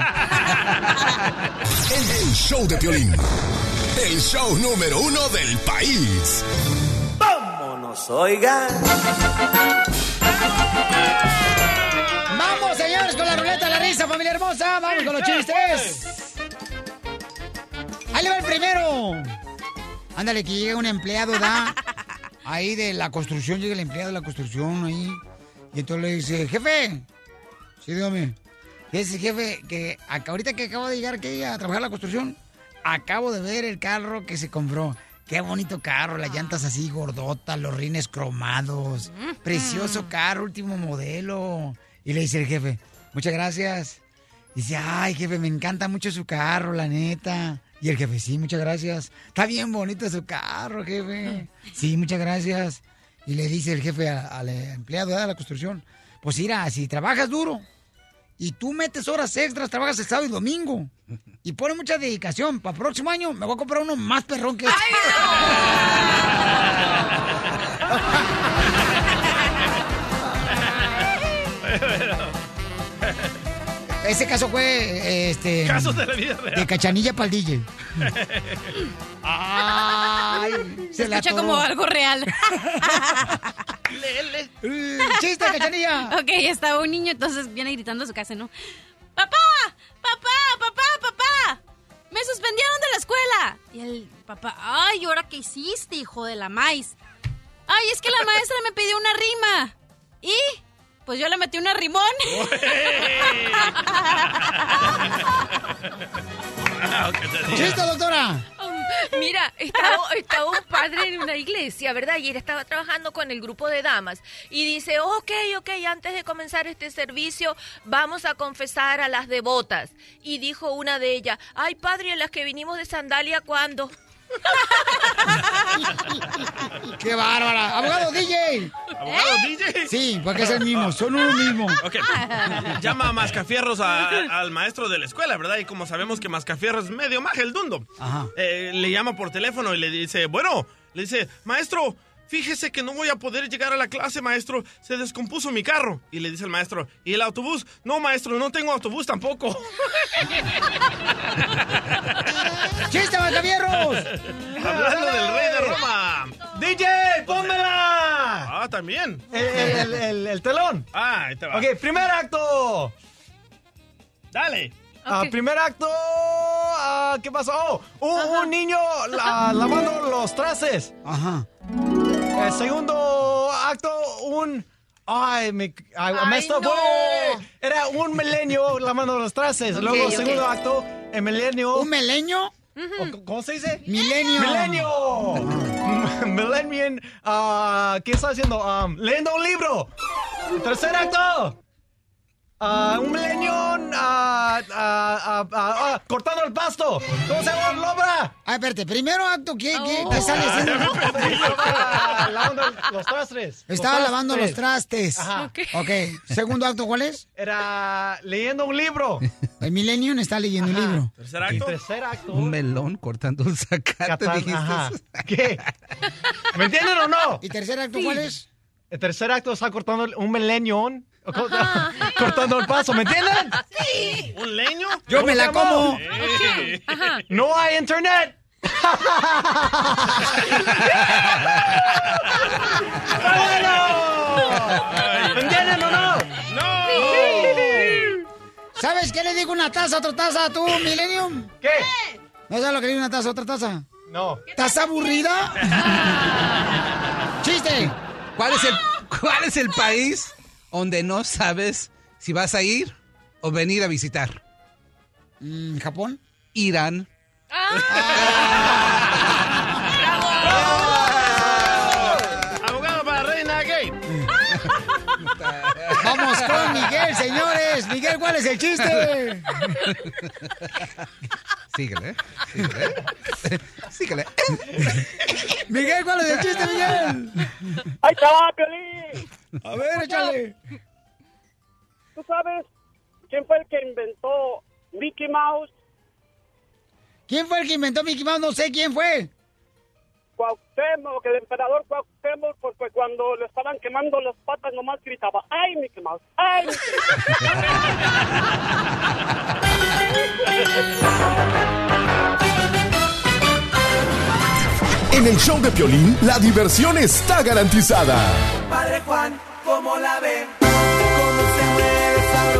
Speaker 7: El show de Piolín. El show número uno del país. Vámonos, oigan.
Speaker 3: Vamos, señores, con la ruleta de la risa, familia hermosa. Vamos con los chistes. Ahí le va el primero. Ándale, que llega un empleado, da. Ahí de la construcción, llega el empleado de la construcción ahí. Y entonces le dice, jefe. Sí, dígame. Dice, jefe, que acá- ahorita que acabo de llegar aquí a trabajar la construcción, acabo de ver el carro que se compró. Qué bonito carro, las llantas así gordotas, los rines cromados. Precioso carro, último modelo. Y le dice el jefe, muchas gracias. Dice, ay, jefe, me encanta mucho su carro, la neta. Y el jefe, sí, muchas gracias. Está bien bonito su carro, jefe. Sí, muchas gracias. Y le dice el jefe a- al empleado de la construcción, pues mira, si trabajas duro y tú metes horas extras, trabajas el sábado y domingo y pones mucha dedicación, para el próximo año me voy a comprar uno más perrón que este. Ese caso fue, este...
Speaker 5: Casos de la vida real.
Speaker 3: De cachanilla para el DJ.
Speaker 4: Se
Speaker 3: Se la
Speaker 4: escucha
Speaker 3: atoró.
Speaker 4: como algo real.
Speaker 3: Chiste, cachanilla.
Speaker 4: Ok, estaba un niño, entonces viene gritando a su casa, ¿no? ¡Papá! ¡Papá! ¡Papá! ¡Papá! ¡Me suspendieron de la escuela! Y el papá, ¡ay, ¿y ahora qué hiciste, hijo de la maíz! ¡Ay, es que la maestra me pidió una rima! ¿Y? Pues yo le metí una rimón.
Speaker 3: ¡Chiste, doctora!
Speaker 16: Um, Mira, estaba, estaba un padre en una iglesia, ¿verdad? Y él estaba trabajando con el grupo de damas. Y dice, ok, ok, antes de comenzar este servicio, vamos a confesar a las devotas. Y dijo una de ellas, ay, padre, las que vinimos de sandalia, ¿cuándo?
Speaker 3: ¡Qué bárbara! ¡Abogado DJ!
Speaker 5: ¿Abogado
Speaker 4: ¿Eh?
Speaker 5: DJ?
Speaker 3: Sí, porque es el mismo, son uno mismo.
Speaker 5: Ok.
Speaker 4: Ah.
Speaker 5: Llama a Mascafierros a- a- al maestro de la escuela, ¿verdad? Y como sabemos que Mascafierros es medio maje el dundo. Eh, le llama por teléfono y le dice, bueno, le dice, maestro, fíjese que no voy a poder llegar a la clase, maestro. Se descompuso mi carro. Y le dice el maestro, ¿y el autobús? No, maestro, no tengo autobús tampoco.
Speaker 3: ¡Chiste, Mascafierros!
Speaker 5: Hablando del rey de Roma.
Speaker 6: DJ, pónmela.
Speaker 5: Ah, también.
Speaker 6: El, el- el- el- el telón.
Speaker 5: Ah, ahí te va.
Speaker 6: Ok, primer acto.
Speaker 5: Dale.
Speaker 6: Ah,
Speaker 5: Ok.
Speaker 6: primer acto. ah, ¿Qué pasó? Oh, un, un niño la- lavando los trastes.
Speaker 3: Ajá.
Speaker 6: El segundo acto, un. Ay, me. I- I
Speaker 17: Ay,
Speaker 6: messed up,
Speaker 17: no.
Speaker 6: güey. Era un milenio lavando los trastes.
Speaker 17: Ok,
Speaker 6: Luego,
Speaker 17: ok.
Speaker 6: segundo acto, el milenio. ¿Un
Speaker 3: milenio?
Speaker 6: ¿Cómo se dice?
Speaker 3: Milenio.
Speaker 6: Milenio. Millennium. ah, ¿Qué está haciendo? Am, leyendo un libro. Tercer acto. Ah, un milenio. ah, ah, ah, ah, ah, cortando el pasto. ¿Cómo se llama la obra?
Speaker 3: Ay, Ah, espérate, primero acto, ¿qué, qué,
Speaker 6: Oh.
Speaker 3: qué sale haciendo?
Speaker 6: Ah, ya me perdí. Ah, lavando los trastes.
Speaker 3: Estaba
Speaker 6: Los
Speaker 3: lavando los trastes.
Speaker 6: Ajá.
Speaker 3: ok. Segundo acto, ¿cuál es?
Speaker 6: Era leyendo un libro.
Speaker 3: El Millennium está leyendo un libro.
Speaker 6: Tercer acto. Tercer acto.
Speaker 14: Un melón cortando un zacate,
Speaker 6: Catán,
Speaker 14: dijiste.
Speaker 6: ajá. ¿Qué? ¿Me entienden o no?
Speaker 3: ¿Y tercer acto
Speaker 6: Sí.
Speaker 3: cuál es?
Speaker 6: El tercer acto está cortando un milenión. Cortando el paso, ¿me entienden?
Speaker 5: ¿Un leño?
Speaker 6: Yo me la como.
Speaker 5: Eh.
Speaker 6: No hay internet.
Speaker 3: ¿Me entienden o no? ¡No! Oh. ¿Sabes qué le dijo una taza a otra taza tú, Millennium?
Speaker 6: ¿Qué?
Speaker 3: ¿No sabes lo que le dijo una taza a otra taza?
Speaker 6: No.
Speaker 3: ¿Estás aburrida? ¡Chiste!
Speaker 14: ¿Cuál es, el, ¿Cuál es el país donde no sabes si vas a ir o venir a visitar?
Speaker 3: Mm, ¿Japón?
Speaker 14: Irán.
Speaker 5: Abogado para Reina Gay.
Speaker 3: Vamos con Miguel, señores. Miguel, ¿cuál es el chiste? ¿Eh?
Speaker 14: Síguele, síguele. ¿eh? síguele.
Speaker 3: Miguel, ¿cuál es el chiste, Miguel?
Speaker 17: ¡Ahí está, Piolín!
Speaker 3: A ver, échale.
Speaker 17: ¿Tú sabes quién fue el que inventó Mickey Mouse?
Speaker 3: ¿Quién fue el que inventó Mickey Mouse? No sé quién fue.
Speaker 17: Cuauhtémoc, el emperador Cuauhtémoc, porque cuando le estaban quemando las patas nomás gritaba, ¡ay, Mickey Mouse! ¡ay, Mickey
Speaker 7: En el show de Piolín, la diversión está garantizada.
Speaker 10: Padre Juan, ¿cómo la ve? ¿Cómo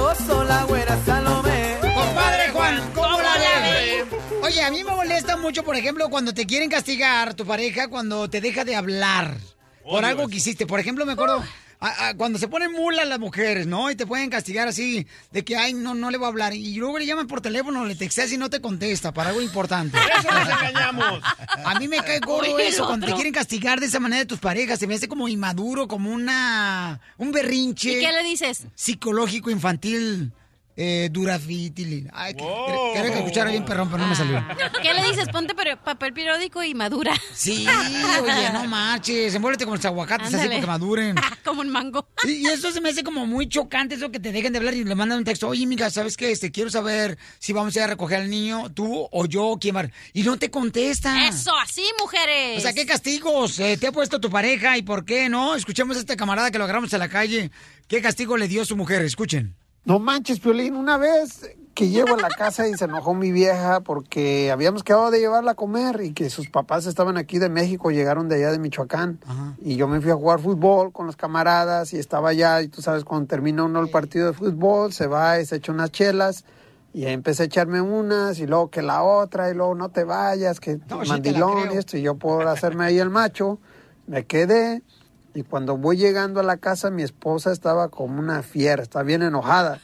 Speaker 10: se ve sabroso la güera Salomé?
Speaker 3: Compadre Juan, ¿cómo la ve? Oye, a mí me molesta mucho, por ejemplo, cuando te quieren castigar tu pareja cuando te deja de hablar por
Speaker 10: Odio
Speaker 3: algo
Speaker 10: eso.
Speaker 3: que hiciste. Por ejemplo, me acuerdo a- a- cuando se ponen mulas las mujeres, ¿no? Y te pueden castigar así, de que, ay, no, no le voy a hablar. Y luego le llaman por teléfono, le texteas y no te contesta para algo importante.
Speaker 5: Eso nos engañamos.
Speaker 3: A mí me cae gordo
Speaker 5: Oye, el
Speaker 3: eso, cuando te
Speaker 5: otro.
Speaker 3: quieren castigar de esa manera de tus parejas. Se me hace como inmaduro, como una un berrinche.
Speaker 4: ¿Y qué le dices?
Speaker 3: Psicológico, infantil. eh, durafitilina. Ay, que- Quería que escuchara bien perrón, pero no me salió.
Speaker 4: ¿Qué le dices? Ponte pero- papel periódico y madura.
Speaker 3: Sí, oye, no marches. Envuélvete con los aguacates así
Speaker 4: Ándale.
Speaker 3: porque maduren.
Speaker 4: Como un mango.
Speaker 3: Y, y eso se me hace como muy chocante, eso que te dejen de hablar y le mandan un texto. Oye, mija, ¿sabes qué? Este, quiero saber si vamos a ir a recoger al niño, tú o yo, quién va. Y no te contestan.
Speaker 4: Eso, así, mujeres.
Speaker 3: O sea, ¿qué castigos eh, te ha puesto tu pareja y por qué no? Escuchemos a este camarada que lo agarramos en la calle. ¿Qué castigo le dio su mujer? Escuchen.
Speaker 18: No manches, Piolín, una vez que llego a la casa y se enojó mi vieja porque habíamos quedado de llevarla a comer y que sus papás estaban aquí de México, llegaron de allá de Michoacán. Y yo me fui a jugar fútbol con los camaradas y estaba allá y tú sabes, cuando termina uno el partido de fútbol, se va y se echa unas chelas. Y ahí empecé a echarme unas y luego que la otra y luego no te vayas, que
Speaker 19: No, sí te la
Speaker 18: mandilón
Speaker 19: creo.
Speaker 18: y esto. Y yo por hacerme ahí el macho, me quedé. Y cuando voy llegando a la casa, mi esposa estaba como una fiera, está bien enojada.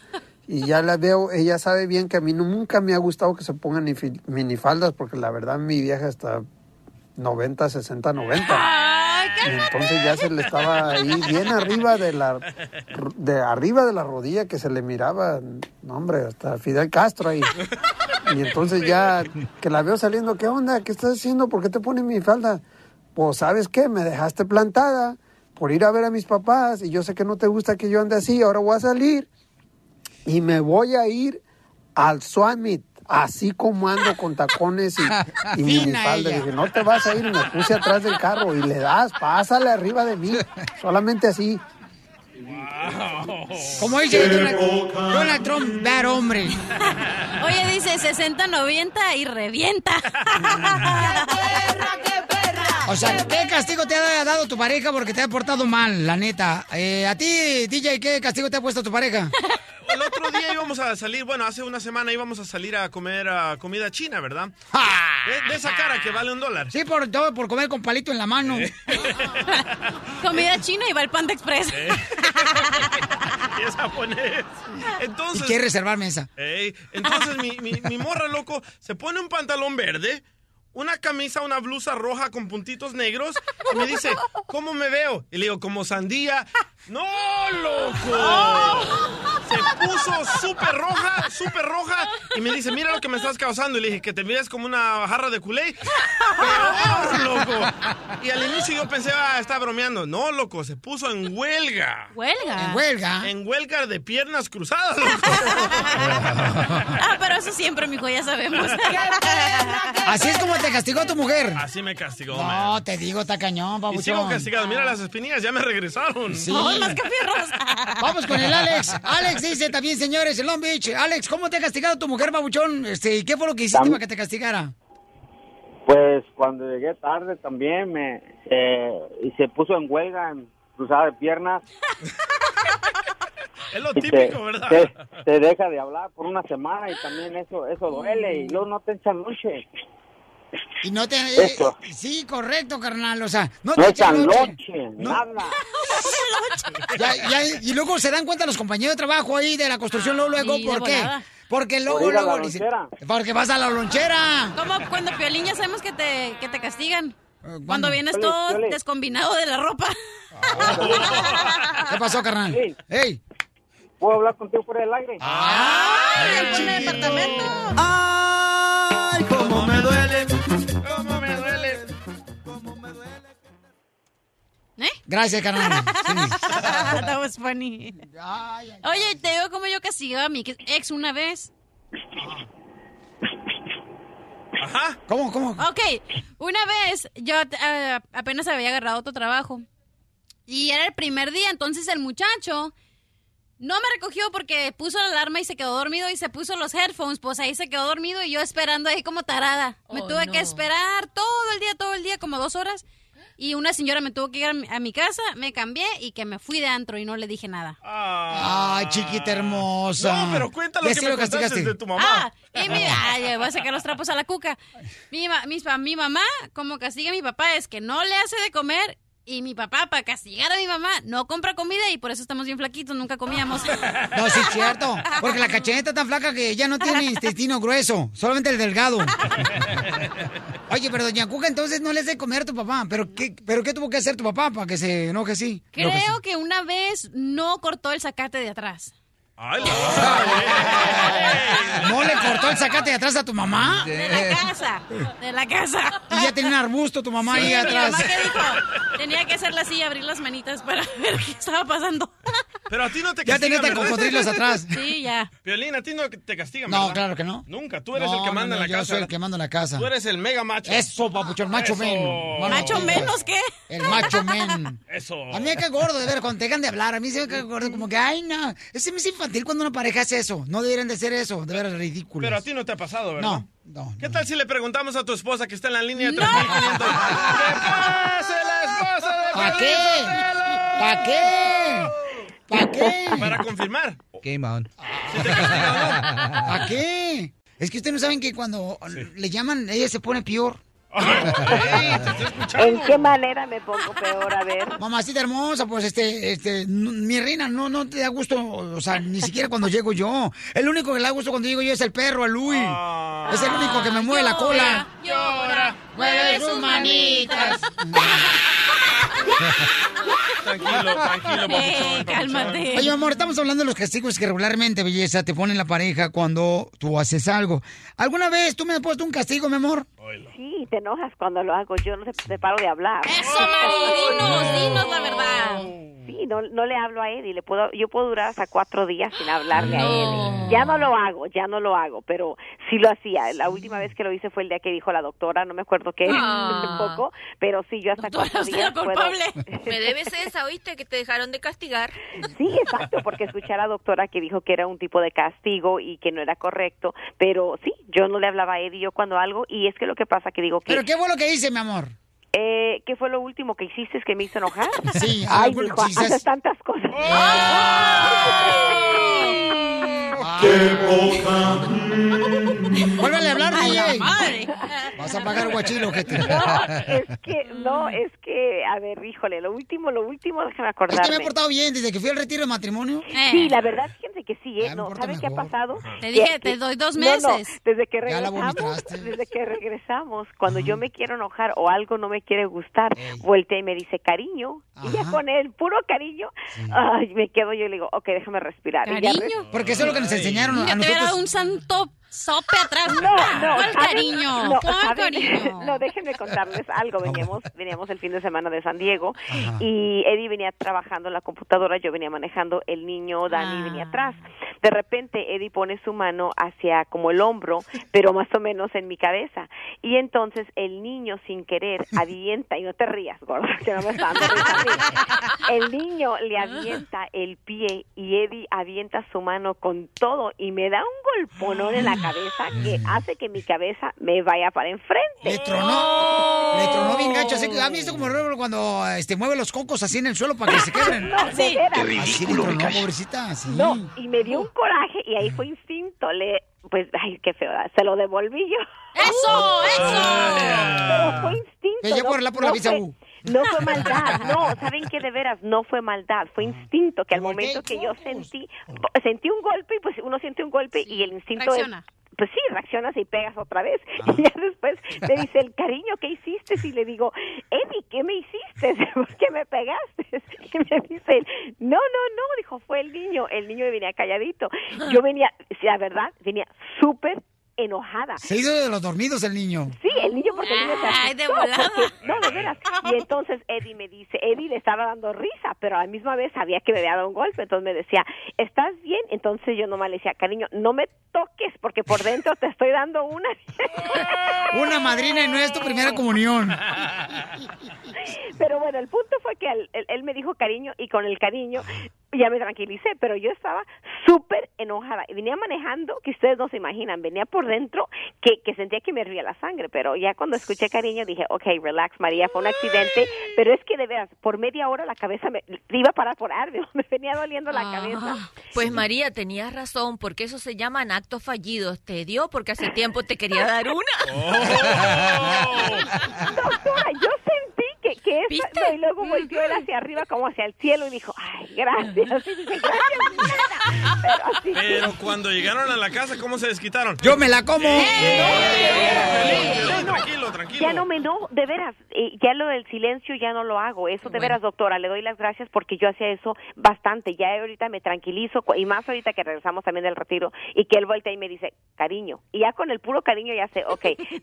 Speaker 18: Y ya la veo, ella sabe bien que a mí nu- nunca me ha gustado que se pongan ni fil- minifaldas, porque la verdad mi vieja está 90, 60, 90. Y entonces ya se le estaba ahí bien arriba de la de arriba de la rodilla que se le miraba, no hombre, hasta Fidel Castro ahí. Y entonces ya que la veo saliendo, ¿qué onda? ¿Qué estás haciendo? ¿Por qué te pones mi falda? Pues sabes qué, me dejaste plantada por ir a ver a mis papás y yo sé que no te gusta que yo ande así, ahora voy a salir y me voy a ir al Summit, así como ando con tacones y, y
Speaker 19: Fina
Speaker 18: minifalda.
Speaker 19: ella.
Speaker 18: Dije, no te vas a ir, me puse atrás del carro y le das, pásale arriba de mí, solamente así.
Speaker 3: Como dice Donald, Donald Trump, dar hombre.
Speaker 4: Oye, dice 60-90 y revienta.
Speaker 3: O sea, ¿qué castigo te ha dado tu pareja porque te ha portado mal, la neta? Eh, a ti, DJ, ¿qué castigo te ha puesto tu pareja?
Speaker 5: El otro día íbamos a salir, bueno, hace una semana íbamos a salir a comer ah, comida china, ¿verdad? De, de esa cara que vale un dólar.
Speaker 3: Sí, por todo, por comer con palito en la mano.
Speaker 4: Comida china y va el Panda Express.
Speaker 5: Y es japonés.
Speaker 3: Y
Speaker 5: Entonces.
Speaker 3: quiere reservar mesa.
Speaker 5: Ey, entonces mi, mi- mi morra, loco, se pone un pantalón verde, una camisa, una blusa roja con puntitos negros y me dice, ¿cómo me veo? Y le digo, como sandía. ¡No, loco! Se puso súper roja, súper roja y me dice, mira lo que me estás causando. Y le dije, que te miras como una jarra de culé. ¡Peor, loco! Y al inicio yo pensé, ah, está bromeando. No, loco, se puso en huelga.
Speaker 4: Huelga.
Speaker 3: En huelga.
Speaker 5: En huelga de piernas cruzadas, loco.
Speaker 4: Ah, pero eso siempre, mijo, ya sabemos.
Speaker 3: Así es como te castigó tu mujer.
Speaker 5: Así me castigó, man.
Speaker 3: No, te digo, está cañón,
Speaker 5: Y
Speaker 3: papuchón.
Speaker 5: sigo castigado. Mira las espinillas, ya me regresaron.
Speaker 3: Sí. Ay, más Vamos con el Alex. Alex dice también, señores, en Long Beach. Alex, ¿cómo te ha castigado tu mujer, babuchón? Este, ¿y ¿Qué fue lo que hiciste
Speaker 20: Tam-
Speaker 3: para que te castigara?
Speaker 20: Pues cuando llegué tarde también me eh, y se puso en huelga, en cruzada de piernas.
Speaker 5: Es lo
Speaker 20: y
Speaker 5: típico,
Speaker 20: te,
Speaker 5: ¿verdad?
Speaker 20: Te, te deja de hablar por una semana y también eso eso duele y luego no te echan lonche.
Speaker 3: Y no te...
Speaker 20: Eso.
Speaker 3: eh, sí, correcto, carnal. O sea, no
Speaker 20: No,
Speaker 3: te
Speaker 20: echan
Speaker 3: loche.
Speaker 20: lonche,
Speaker 3: No.
Speaker 20: nada.
Speaker 3: Ya, ya, y luego se dan cuenta los compañeros de trabajo ahí de la construcción, luego, luego,
Speaker 4: sí, Ah, de
Speaker 3: ¿por qué?
Speaker 4: volada.
Speaker 3: Porque
Speaker 20: Por
Speaker 3: luego,
Speaker 20: ir a la
Speaker 3: luego... le dicen,
Speaker 20: lonchera.
Speaker 3: Porque vas a la lonchera. Eh,
Speaker 4: Como cuando Piolín ya sabemos que te, que te castigan. Cuando vienes
Speaker 3: Piolín,
Speaker 4: todo
Speaker 3: Piolín.
Speaker 4: descombinado de la ropa.
Speaker 3: ¿Qué pasó, carnal? ¡Ey!
Speaker 20: ¿Puedo hablar contigo por el aire?
Speaker 3: ¡Ay,
Speaker 20: el
Speaker 4: buen departamento!
Speaker 10: Ay, cómo me duele.
Speaker 5: Cómo me duele.
Speaker 3: Gracias, carnal.
Speaker 4: ¿Eh? That was funny. Oye, te digo cómo yo castigaba a mi ex una vez.
Speaker 5: Ajá.
Speaker 3: ¿Cómo, cómo?
Speaker 4: Ok, una vez yo eh, apenas había agarrado otro trabajo. Y era el primer día, entonces el muchacho no me recogió porque puso la alarma y se quedó dormido y se puso los headphones, pues ahí se quedó dormido y yo esperando ahí como tarada. Me
Speaker 16: Oh,
Speaker 4: tuve
Speaker 16: no.
Speaker 4: que esperar todo el día, todo el día, como dos horas. Y una señora me tuvo que ir a mi, a mi casa, me cambié y que me fui de antro y no le dije nada.
Speaker 3: Ay, chiquita hermosa.
Speaker 5: No, pero cuéntalo
Speaker 3: Ya
Speaker 5: que
Speaker 3: sé
Speaker 5: me contaste de tu mamá.
Speaker 4: Ah, y mi, ay, voy a sacar los trapos a la cuca. Mi, ma- mis pa- mi mamá, como castiga a mi papá, es que no le hace de comer. Y mi papá, para castigar a mi mamá, no compra comida y por eso estamos bien flaquitos, nunca comíamos.
Speaker 3: No, sí es cierto. Porque la cachaneta está tan flaca que ya no tiene intestino grueso, solamente el delgado. Oye, pero doña Cuca entonces no le hace comer a tu papá. ¿Pero qué, pero qué tuvo que hacer tu
Speaker 5: pues
Speaker 3: papá para que se enoje así? Lo que sí.
Speaker 4: Creo que una vez no cortó el zacate de atrás.
Speaker 5: ¡Ay, la-
Speaker 3: pues, ¿No le cortó el sacate de atrás a tu mamá?
Speaker 4: De la casa, de la casa.
Speaker 3: Y ya tenía un arbusto tu mamá
Speaker 4: Sí,
Speaker 3: ahí
Speaker 4: mi
Speaker 3: atrás.
Speaker 4: mamá que dijo, tenía que hacerla así, abrir las manitas para ver qué estaba pasando.
Speaker 5: Pero a ti no te
Speaker 3: Ya tenía
Speaker 5: castigan,
Speaker 3: hasta
Speaker 5: ¿verdad?
Speaker 3: cocodrilos atrás.
Speaker 4: Sí, ya.
Speaker 5: Violín, a ti no te castigan,
Speaker 3: No,
Speaker 5: ¿verdad?
Speaker 3: claro que no.
Speaker 5: Nunca, tú eres
Speaker 3: No,
Speaker 5: el que
Speaker 3: no,
Speaker 5: manda
Speaker 3: no,
Speaker 5: en la
Speaker 3: yo
Speaker 5: casa.
Speaker 3: soy el que manda en la casa.
Speaker 5: Tú eres el mega macho.
Speaker 3: Eso, papuchón, macho
Speaker 5: Eso.
Speaker 3: men. Mano,
Speaker 4: Macho
Speaker 3: sí.
Speaker 4: menos, ¿qué?
Speaker 3: El macho men.
Speaker 5: Eso.
Speaker 3: A mí me cae gordo, de ver, cuando te dejan de hablar, a mí se me cae gordo, como que, ay, no. Ese me es infantil cuando una pareja hace eso. No deberían de hacer eso, de ver, es ridículo.
Speaker 5: Pero a ti no te ha pasado, ¿verdad?
Speaker 3: No, no.
Speaker 5: ¿Qué tal si le preguntamos a tu esposa que está en la línea de 3500? ¿Qué pase la esposa de
Speaker 3: ¿Para qué? ¿Para qué? ¿Para qué?
Speaker 5: Para confirmar.
Speaker 14: Game on.
Speaker 3: ¿Para qué? Es que ustedes no saben que cuando le llaman, ella se pone peor.
Speaker 19: ¿En qué manera me pongo peor? A ver.
Speaker 3: Mamacita hermosa, pues este, este, n- mi reina, no, no te da gusto, o sea, ni siquiera cuando llego yo. El único que le da gusto cuando llego yo es el perro, a Luis.
Speaker 5: Ah.
Speaker 3: es el único que me mueve la cola.
Speaker 4: Llora,
Speaker 3: mueve sus manitas.
Speaker 5: Tranquilo, tranquilo, papuchón.
Speaker 4: Eh, cálmate.
Speaker 3: Oye, amor, estamos hablando de los castigos que regularmente, belleza, te pone la pareja cuando tú haces algo. ¿Alguna vez tú me has puesto un castigo, mi amor?
Speaker 19: Sí, te enojas cuando lo hago. Yo no te, te paro de hablar.
Speaker 4: Eso, Mari, dinos, dinos la verdad.
Speaker 19: Sí, no, no le hablo a Eddie. Le puedo, yo puedo durar hasta cuatro días sin hablarle a Eddie. Ya no lo hago, ya no lo hago, pero sí lo hacía. La última vez que lo hice fue el día que dijo la doctora, no me acuerdo qué,
Speaker 16: Ah.
Speaker 19: tampoco, pero sí, yo hasta cuatro
Speaker 16: usted la
Speaker 19: días puedo...
Speaker 16: culpable. Me debes esa, ¿oíste? Que te dejaron de castigar.
Speaker 19: Sí, exacto, porque escuché a la doctora que dijo que era un tipo de castigo y que no era correcto, pero sí, yo no le hablaba a Eddie yo cuando algo, y es que lo que pasa que digo que...
Speaker 3: ¿Pero qué fue lo que hice, mi amor?
Speaker 19: Eh, ¿Qué fue lo último que hiciste que me hizo enojar?
Speaker 3: Sí,
Speaker 19: Ay,
Speaker 3: algo
Speaker 19: mijo,
Speaker 3: hiciste.
Speaker 19: haces tantas cosas.
Speaker 3: Vuélvele a hablar,
Speaker 19: Ay, la
Speaker 3: DJ.
Speaker 19: madre.
Speaker 3: Vas a pagar guachilo, gente.
Speaker 19: Es que, no, es que, a ver, híjole, lo último, lo último, déjame
Speaker 3: Es
Speaker 19: acordarme.
Speaker 3: que me he portado bien desde que fui al retiro de matrimonio.
Speaker 19: Eh. Sí, la verdad, fíjense que sí, ¿eh?
Speaker 3: me
Speaker 19: No,
Speaker 3: porto
Speaker 19: ¿Saben qué ha
Speaker 3: mejor.
Speaker 19: pasado?
Speaker 3: Eh. Te dije, te doy dos meses.
Speaker 19: desde que
Speaker 3: Ya la
Speaker 19: regresamos,
Speaker 3: vomitaste.
Speaker 19: desde que regresamos, cuando yo me quiero enojar o algo no me quiere gustar, voltea y me dice cariño, y ya con el puro cariño, ay, me quedo yo y le digo, ok, déjame respirar. y ya res-
Speaker 4: Cariño.
Speaker 3: Porque eso es lo que nos enseñaron
Speaker 4: Mira,
Speaker 3: a
Speaker 4: te hubiera dado
Speaker 3: nosotros.
Speaker 4: un santo sope atrás.
Speaker 19: No, no,
Speaker 4: ¿Cuál
Speaker 19: ¿saben?
Speaker 4: cariño?
Speaker 19: No,
Speaker 4: ¿Cuál
Speaker 19: ¿saben?
Speaker 4: cariño?
Speaker 19: No, déjenme contarles algo. Veníamos, veníamos el fin de semana de San Diego y Eddie venía trabajando en la computadora, yo venía manejando, el niño
Speaker 4: Ah.
Speaker 19: Dani venía atrás. De repente Eddie pone su mano hacia como el hombro, pero más o menos en mi cabeza. Y entonces el niño sin querer avienta, y no te rías, gordo, que no me está dando risa a mí. El niño le
Speaker 4: Ah.
Speaker 19: avienta el pie y Eddie avienta su mano con todo y me da un golponón en la cabeza que hace que mi cabeza me vaya para enfrente.
Speaker 3: Le
Speaker 19: Oh.
Speaker 3: tronó. Le tronó bien gacho. Así que, ¿han visto como Rolo cuando este, mueve los cocos así en el suelo para que se quebren?
Speaker 19: No, de veras. Qué
Speaker 3: Así le
Speaker 19: ridículo,
Speaker 3: tronó,
Speaker 19: Picasso.
Speaker 3: pobrecita. Sí.
Speaker 19: No, y me dio un coraje y ahí fue instinto. Le, pues, ay, qué feo, ¿verdad? se lo devolví yo.
Speaker 4: ¡Eso,
Speaker 19: Pero fue instinto.
Speaker 3: Ella
Speaker 19: no-
Speaker 3: por la- por la
Speaker 19: no
Speaker 3: visa
Speaker 19: fue-
Speaker 3: U.
Speaker 19: No fue maldad, no, ¿saben qué? De veras, no fue maldad, fue instinto, que al momento que yo sentí, sentí un golpe y pues uno siente un golpe y el instinto es,
Speaker 4: Reacciona.
Speaker 19: pues sí, reaccionas y pegas otra vez.
Speaker 3: Ah.
Speaker 19: Y ya después me dice el cariño, ¿qué hiciste? Y le digo, Eddie, ¿qué me hiciste? ¿Por qué me pegaste? Y me dice, él, no, no, no, dijo, fue el niño. El niño venía calladito. Yo venía, si la verdad, venía súper enojada.
Speaker 3: Se hizo de los dormidos el niño.
Speaker 19: Sí, el niño porque el niño se
Speaker 4: Ay, de
Speaker 19: asustó,
Speaker 4: volada.
Speaker 19: porque- no, de veras. Y entonces Eddie me dice, Eddie le estaba dando risa, pero a la misma vez sabía que me había dado un golpe, entonces me decía, ¿estás bien? Entonces yo nomás le decía, cariño, no me toques porque por dentro te estoy dando una.
Speaker 3: Una madrina y no es tu primera comunión.
Speaker 19: Pero bueno, el punto fue que él, él- él me dijo cariño y con el cariño ya me tranquilicé, pero yo estaba súper enojada. Y venía manejando, que ustedes no se imaginan, venía por dentro que, que sentía que me hervía la sangre, pero ya cuando escuché cariño dije, ok, relax María, fue un accidente, pero es que de veras, por media hora la cabeza me iba para por algo, me venía doliendo la cabeza.
Speaker 16: Ah, Pues María, tenías razón, porque eso se llaman actos fallidos. Te dio porque hace tiempo te quería dar una.
Speaker 19: Doctora, yo sentí que, que esa- no, y luego volteó él hacia arriba como hacia el cielo y dijo, ay, gracias. Y dije, gracias, nada.
Speaker 5: Pero cuando llegaron a la casa, ¿cómo se desquitaron?
Speaker 3: Yo me la como.
Speaker 5: Tranquilo, tranquilo, tranquilo.
Speaker 19: Ya no me no, de veras, eh, ya lo del silencio ya no lo hago. Eso de veras, doctora, le doy las gracias porque yo hacía eso bastante. Ya ahorita me tranquilizo cu- y más ahorita que regresamos también del retiro y que él vuelta y me dice, cariño. Y ya con el puro cariño ya sé, ok,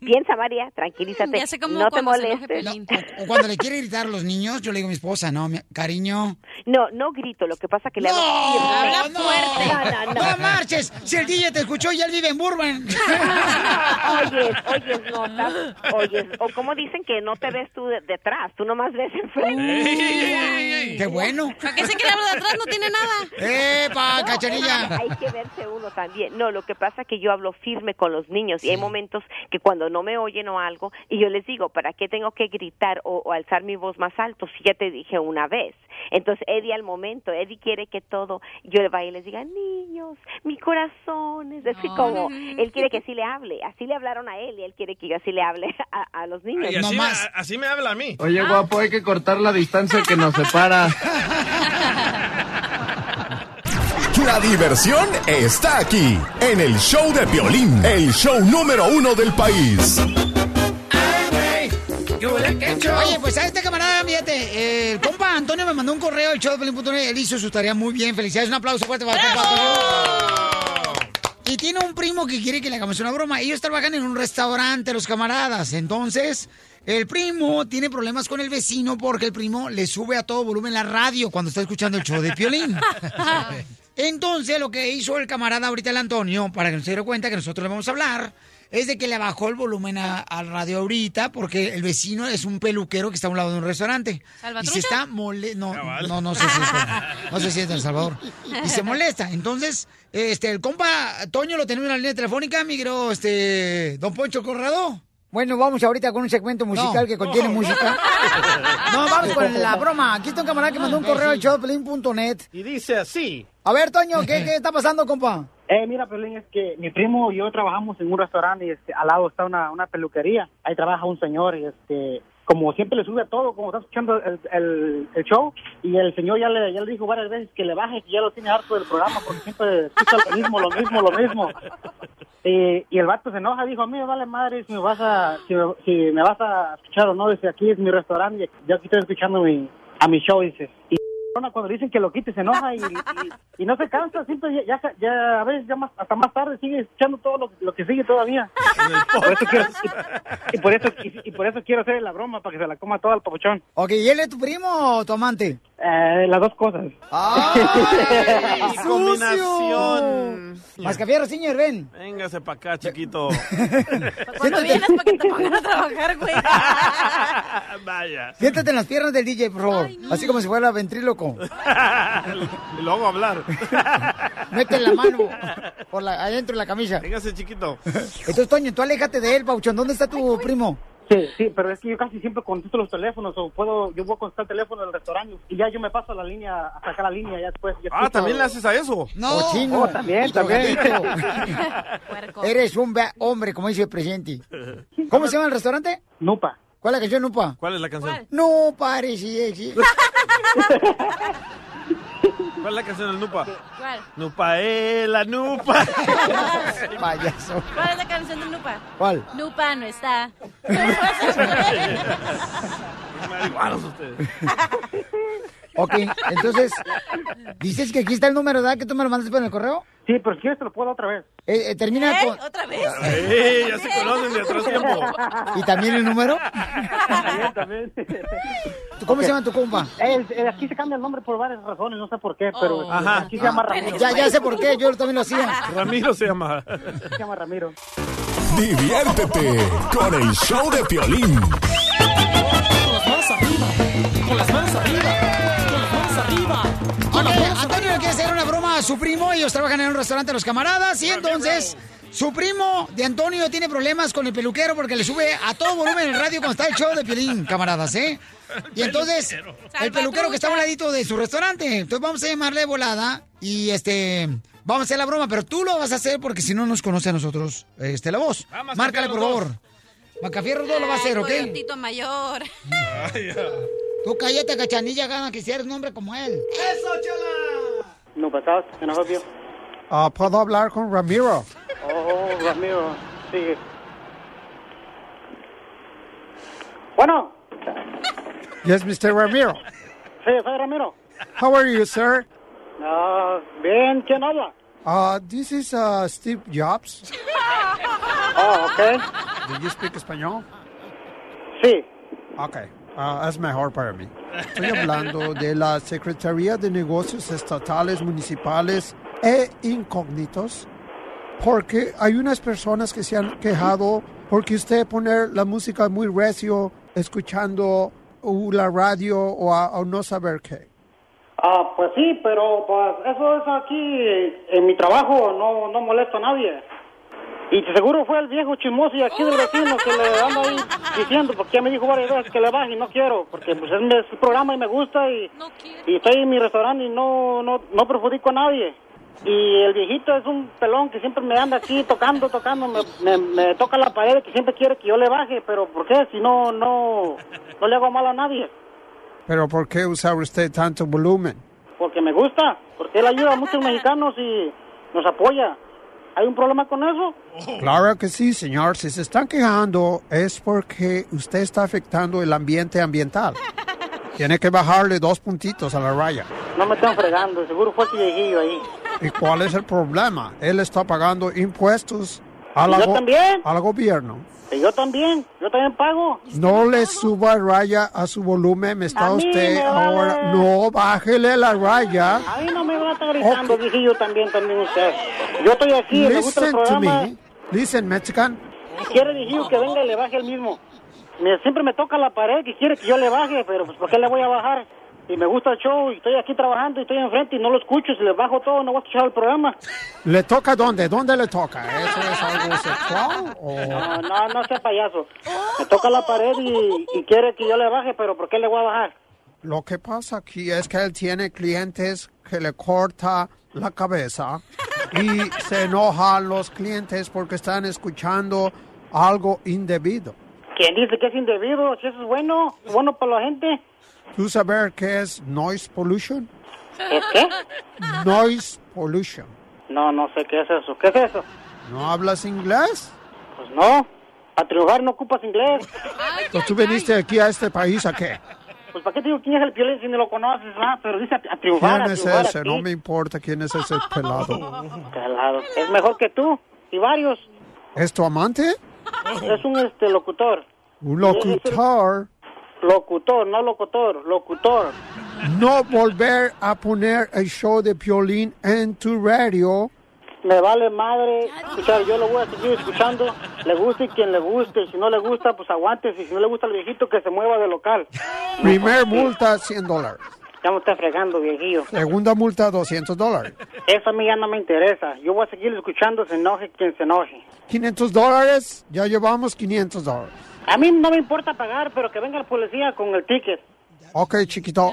Speaker 19: piensa María, tranquilízate,
Speaker 4: Ya sé cómo
Speaker 19: no te
Speaker 4: cuando se enoje
Speaker 19: molestes.
Speaker 4: Pelín.
Speaker 3: O cuando le quiere gritar a los niños, yo le digo a mi esposa, no, mi- cariño.
Speaker 19: No, no grito, lo que pasa que le
Speaker 3: no,
Speaker 19: hago irte.
Speaker 3: no, no,
Speaker 19: No, no, no.
Speaker 3: marches. Si el DJ te escuchó y él vive en Burbank.
Speaker 19: Oyes, oyes notas, oyes, o como dicen que no te ves tú de- detrás, tú nomás ves enfrente.
Speaker 3: ¡Qué bueno!
Speaker 4: ¿Para qué se quiere hablar de atrás? No tiene nada.
Speaker 3: Eh.
Speaker 19: No, Hay que verse uno también. No, lo que pasa es que yo hablo firme con los niños y hay momentos que cuando no me oyen o algo, y yo les digo, ¿para qué tengo que gritar o, o alzar mi voz más alto si ya te dije una vez? Entonces, Eddie al momento, Eddie quiere que todo, yo le vaya y les diga, niños, mi corazón, es así
Speaker 4: No.
Speaker 19: como, él quiere que así le hable, así le hablaron a él y él quiere que yo así le hable a, a los niños.
Speaker 5: Y así, me, así me habla a mí.
Speaker 12: Oye, guapo, hay que cortar la distancia que nos separa.
Speaker 7: La diversión está aquí, en el show de Piolín, el show número uno del país.
Speaker 3: Oye, pues a este camarada, fíjate, eh, el compa Antonio me mandó un correo, el show de Pelín.net, él hizo su tarea muy bien, felicidades, un aplauso fuerte para el compa Antonio. Y tiene un primo que quiere que le hagamos una broma, ellos trabajan en un restaurante, los camaradas, entonces... El primo tiene problemas con el vecino porque el primo le sube a todo volumen la radio cuando está escuchando el show de Piolín. Entonces, lo que hizo el camarada ahorita, el Antonio, para que no se diera cuenta que nosotros le vamos a hablar, es de que le bajó el volumen a- al radio ahorita porque el vecino es un peluquero que está a un lado de un restaurante. Y
Speaker 4: ¿Salvatrucha?
Speaker 3: se está mole... No, no, no sé si es eso. No sé si es de El Salvador. Y se molesta. Entonces, este, el compa Toño lo tenemos en la línea telefónica, migró, este, don Poncho Corrado.
Speaker 21: Bueno, vamos ahorita con un segmento
Speaker 3: musical
Speaker 21: que contiene música.
Speaker 3: No, vamos con la broma. Aquí está un camarada que mandó un correo al showpelín.net.
Speaker 21: Y dice así.
Speaker 3: A ver, Toño, ¿qué, qué está pasando, compa?
Speaker 22: Eh, mira, Piolín, es que mi primo y yo trabajamos en un restaurante y este, al lado está una, una peluquería. Ahí trabaja un señor y este, como siempre le sube a todo, como está escuchando el, el- el show, y el señor ya le, ya le dijo varias veces que le baje, que ya lo tiene harto del programa porque siempre escucha lo mismo, lo mismo, lo mismo. Y, y el vato se enoja, dijo, a mí me vale madre si me vas a, si me, si me vas a escuchar o no, dice, aquí es mi restaurante y yo aquí estoy escuchando mi, a mi show, dice. Y cuando le dicen que lo quite se enoja y, y- y no se cansa, siempre ya, ya, ya- a veces ya más, hasta más tarde sigue escuchando todo lo, lo que sigue todavía. Por eso quiero, y, y por eso, y, y por eso quiero hacer la broma, para que se la coma toda el papuchón.
Speaker 21: Ok, ¿y él es tu primo o tu amante?
Speaker 22: Eh, las dos cosas.
Speaker 21: ¡Ay, sucio!
Speaker 5: Combinación.
Speaker 21: Mascafierro, señor, ven.
Speaker 5: Véngase para acá, chiquito.
Speaker 21: Siéntate.
Speaker 5: Vaya.
Speaker 21: Siéntate en las piernas del DJ, por favor. Así como si fuera ventríloco.
Speaker 5: Y luego hablar.
Speaker 21: Mete la mano por la, adentro de la camisa.
Speaker 5: Véngase, chiquito.
Speaker 21: Entonces, Toño, tú aléjate de él, Pauchón. ¿Dónde está tu primo?
Speaker 22: Sí, sí, pero es que yo casi siempre contesto los teléfonos o puedo, yo voy a contestar el teléfono del restaurante y ya yo me paso a la línea, a sacar la línea ya después. yo
Speaker 5: Ah,
Speaker 22: escucho-
Speaker 5: ¿también le haces a eso?
Speaker 21: Cochino.
Speaker 22: Oh, también, también.
Speaker 21: Drogadicto. Eres un ba- hombre, como dice el presidente. ¿Cómo se llama el restaurante?
Speaker 22: Nupa.
Speaker 21: ¿Cuál es la canción Nupa?
Speaker 5: ¿Cuál es la canción?
Speaker 21: No eh, pares y exi-
Speaker 5: ¿Cuál es la canción del Nupa?
Speaker 4: ¿Cuál?
Speaker 5: Nupa, eh, la Nupa.
Speaker 21: Payaso.
Speaker 4: ¿Cuál es la canción de Nupa?
Speaker 21: ¿Cuál?
Speaker 4: Nupa no está.
Speaker 5: Marihuanos ustedes.
Speaker 21: Ok, entonces, dices que aquí está el número, ¿verdad? Que tú me lo mandas por el correo.
Speaker 22: Sí, pero si quieres te lo puedo otra vez.
Speaker 21: Eh, eh, termina con...
Speaker 4: ¿Otra vez?
Speaker 5: Eh, ya se conocen de atrás tiempo.
Speaker 21: ¿Y también el número? ¿Tú
Speaker 22: Ok.
Speaker 21: ¿Cómo se llama tu compa?
Speaker 22: Eh, eh, aquí se cambia el nombre por varias razones, no sé por qué, pero eh,
Speaker 5: Oh. Ajá.
Speaker 22: aquí se llama Ramiro.
Speaker 21: Ya, ya sé por qué, yo también lo hacía.
Speaker 5: Ramiro se llama.
Speaker 22: Se llama Ramiro.
Speaker 7: Diviértete con el show de Piolín.
Speaker 3: Ok, Antonio le quiere hacer una broma a su primo, ellos trabajan en un restaurante los camaradas y entonces su primo de Antonio tiene problemas con el peluquero porque le sube a todo volumen el radio cuando está el show de Piolín, camaradas, ¿eh? Y entonces el peluquero que está a un ladito de su restaurante, entonces vamos a llamarle de volada y este vamos a hacer la broma, pero tú lo vas a hacer porque si no nos conoce a nosotros este la voz.
Speaker 4: Vamos,
Speaker 3: Márcale por
Speaker 4: Macafierro dos.
Speaker 3: favor. Macafierro 2 lo va a hacer, ¿ok?
Speaker 4: Ay, coyotito mayor.
Speaker 3: Tú cállate, cachanilla, gana que si eres un hombre como él.
Speaker 22: No pasabas, no obvio.
Speaker 18: Ah, ¿Puedo hablar con Ramiro?
Speaker 22: Oh, Ramiro, sí. Bueno,
Speaker 18: Yes, Mr. Ramiro.
Speaker 22: sí, soy Ramiro.
Speaker 18: How are you, sir?
Speaker 22: Ah, bien, ¿quién habla?
Speaker 18: Uh, this is uh, Steve Jobs.
Speaker 22: Oh, ok.
Speaker 18: Do you speak español?
Speaker 22: Sí.
Speaker 18: Ok. Ah, es mejor para mí. Estoy hablando de la Secretaría de Negocios Estatales, Municipales e Incógnitos, porque hay unas personas que se han quejado porque usted poner la música muy recio, escuchando uh, la radio o, a- o no saber qué.
Speaker 22: Ah, pues sí, pero pues eso es aquí en mi trabajo, no, no molesto a nadie. Y seguro fue el viejo chismoso y aquí del vecino que le ando ahí diciendo, porque ya me dijo varias veces que le baje y no quiero, porque pues es mi es el programa y me gusta y, y estoy en mi restaurante y no, no, no perjudico a nadie. Y el viejito es un pelón que siempre me anda aquí tocando, tocando, me, me, me toca la pared que siempre quiere que yo le baje, pero ¿por qué? Si no, no, no le hago mal a nadie.
Speaker 18: Pero ¿por qué usar usted tanto volumen?
Speaker 22: Porque me gusta, porque él ayuda a muchos mexicanos y nos apoya. ¿Hay un problema con eso?
Speaker 18: Claro que sí, señor. Si se están quejando es porque usted está afectando el ambiente ambiental. Tiene que bajarle dos puntitos a la raya.
Speaker 22: No me están fregando, seguro fue ese viejillo ahí.
Speaker 18: ¿Y cuál es el problema? Él está pagando impuestos a la
Speaker 22: Yo
Speaker 18: go-
Speaker 22: también.
Speaker 18: al gobierno.
Speaker 22: Y yo también, yo también pago.
Speaker 18: No le suba raya a su volumen, está
Speaker 22: A mí
Speaker 18: usted
Speaker 22: me
Speaker 18: ahora.
Speaker 22: vale.
Speaker 18: No, bájele la raya.
Speaker 22: A mí no me va a estar gritando, viejillo, también, también usted. Yo estoy aquí, me gusta el
Speaker 18: Listen to
Speaker 22: programa.
Speaker 18: me. Listen, Mexican.
Speaker 22: Quiere viejillo que venga y le baje el mismo. Me- siempre me toca la pared y quiere que yo le baje, pero pues ¿por qué le voy a bajar? Y me gusta el show y estoy aquí trabajando y estoy enfrente y no lo escucho. Si le bajo todo, no voy a escuchar el programa.
Speaker 18: ¿Le toca dónde? ¿Dónde le toca? ¿Eso es algo sexual?
Speaker 22: No, no, no sea payaso. Me toca la pared y, y quiere que yo le baje, pero ¿por qué le voy a bajar?
Speaker 18: Lo que pasa aquí es que él tiene clientes que le corta la cabeza y se enoja a los clientes porque están escuchando algo indebido.
Speaker 22: ¿Quién dice que es indebido? Si eso es bueno, bueno para la gente.
Speaker 18: ¿Tú saber qué es noise pollution?
Speaker 22: ¿Es qué?
Speaker 18: Noise pollution.
Speaker 22: No, no sé qué es eso. ¿Qué es eso?
Speaker 18: ¿No hablas inglés?
Speaker 22: Pues no. Para triunfar no ocupas inglés.
Speaker 18: Pues tú viniste aquí a este país a qué?
Speaker 22: Pues ¿para qué te digo quién es el piolín si no lo conoces? Ah, pero dice a, a triunfar,
Speaker 18: ¿Quién
Speaker 22: a
Speaker 18: es
Speaker 22: triunfar
Speaker 18: ese?
Speaker 22: aquí.
Speaker 18: No me importa quién es ese pelado.
Speaker 22: Calado. Es mejor que tú y varios.
Speaker 18: ¿Es tu amante?
Speaker 22: Es un este locutor.
Speaker 18: Un locutor.
Speaker 22: Locutor, no locutor, locutor.
Speaker 18: No volver a poner el show de Piolín en tu radio.
Speaker 22: Me vale madre escuchar, yo lo voy a seguir escuchando, le guste quien le guste, si no le gusta, pues aguante, si no le gusta el viejito, que se mueva de local.
Speaker 18: Primer multa, 100 dólares.
Speaker 22: Ya me está fregando, viejillo.
Speaker 18: Segunda multa, 200 dólares.
Speaker 22: Eso a mí ya no me interesa, yo voy a seguir escuchando, se enoje quien se enoje.
Speaker 18: 500 dólares, ya llevamos 500 dólares.
Speaker 22: A mí no me importa pagar, pero que venga el policía con el ticket.
Speaker 18: Ok, chiquito.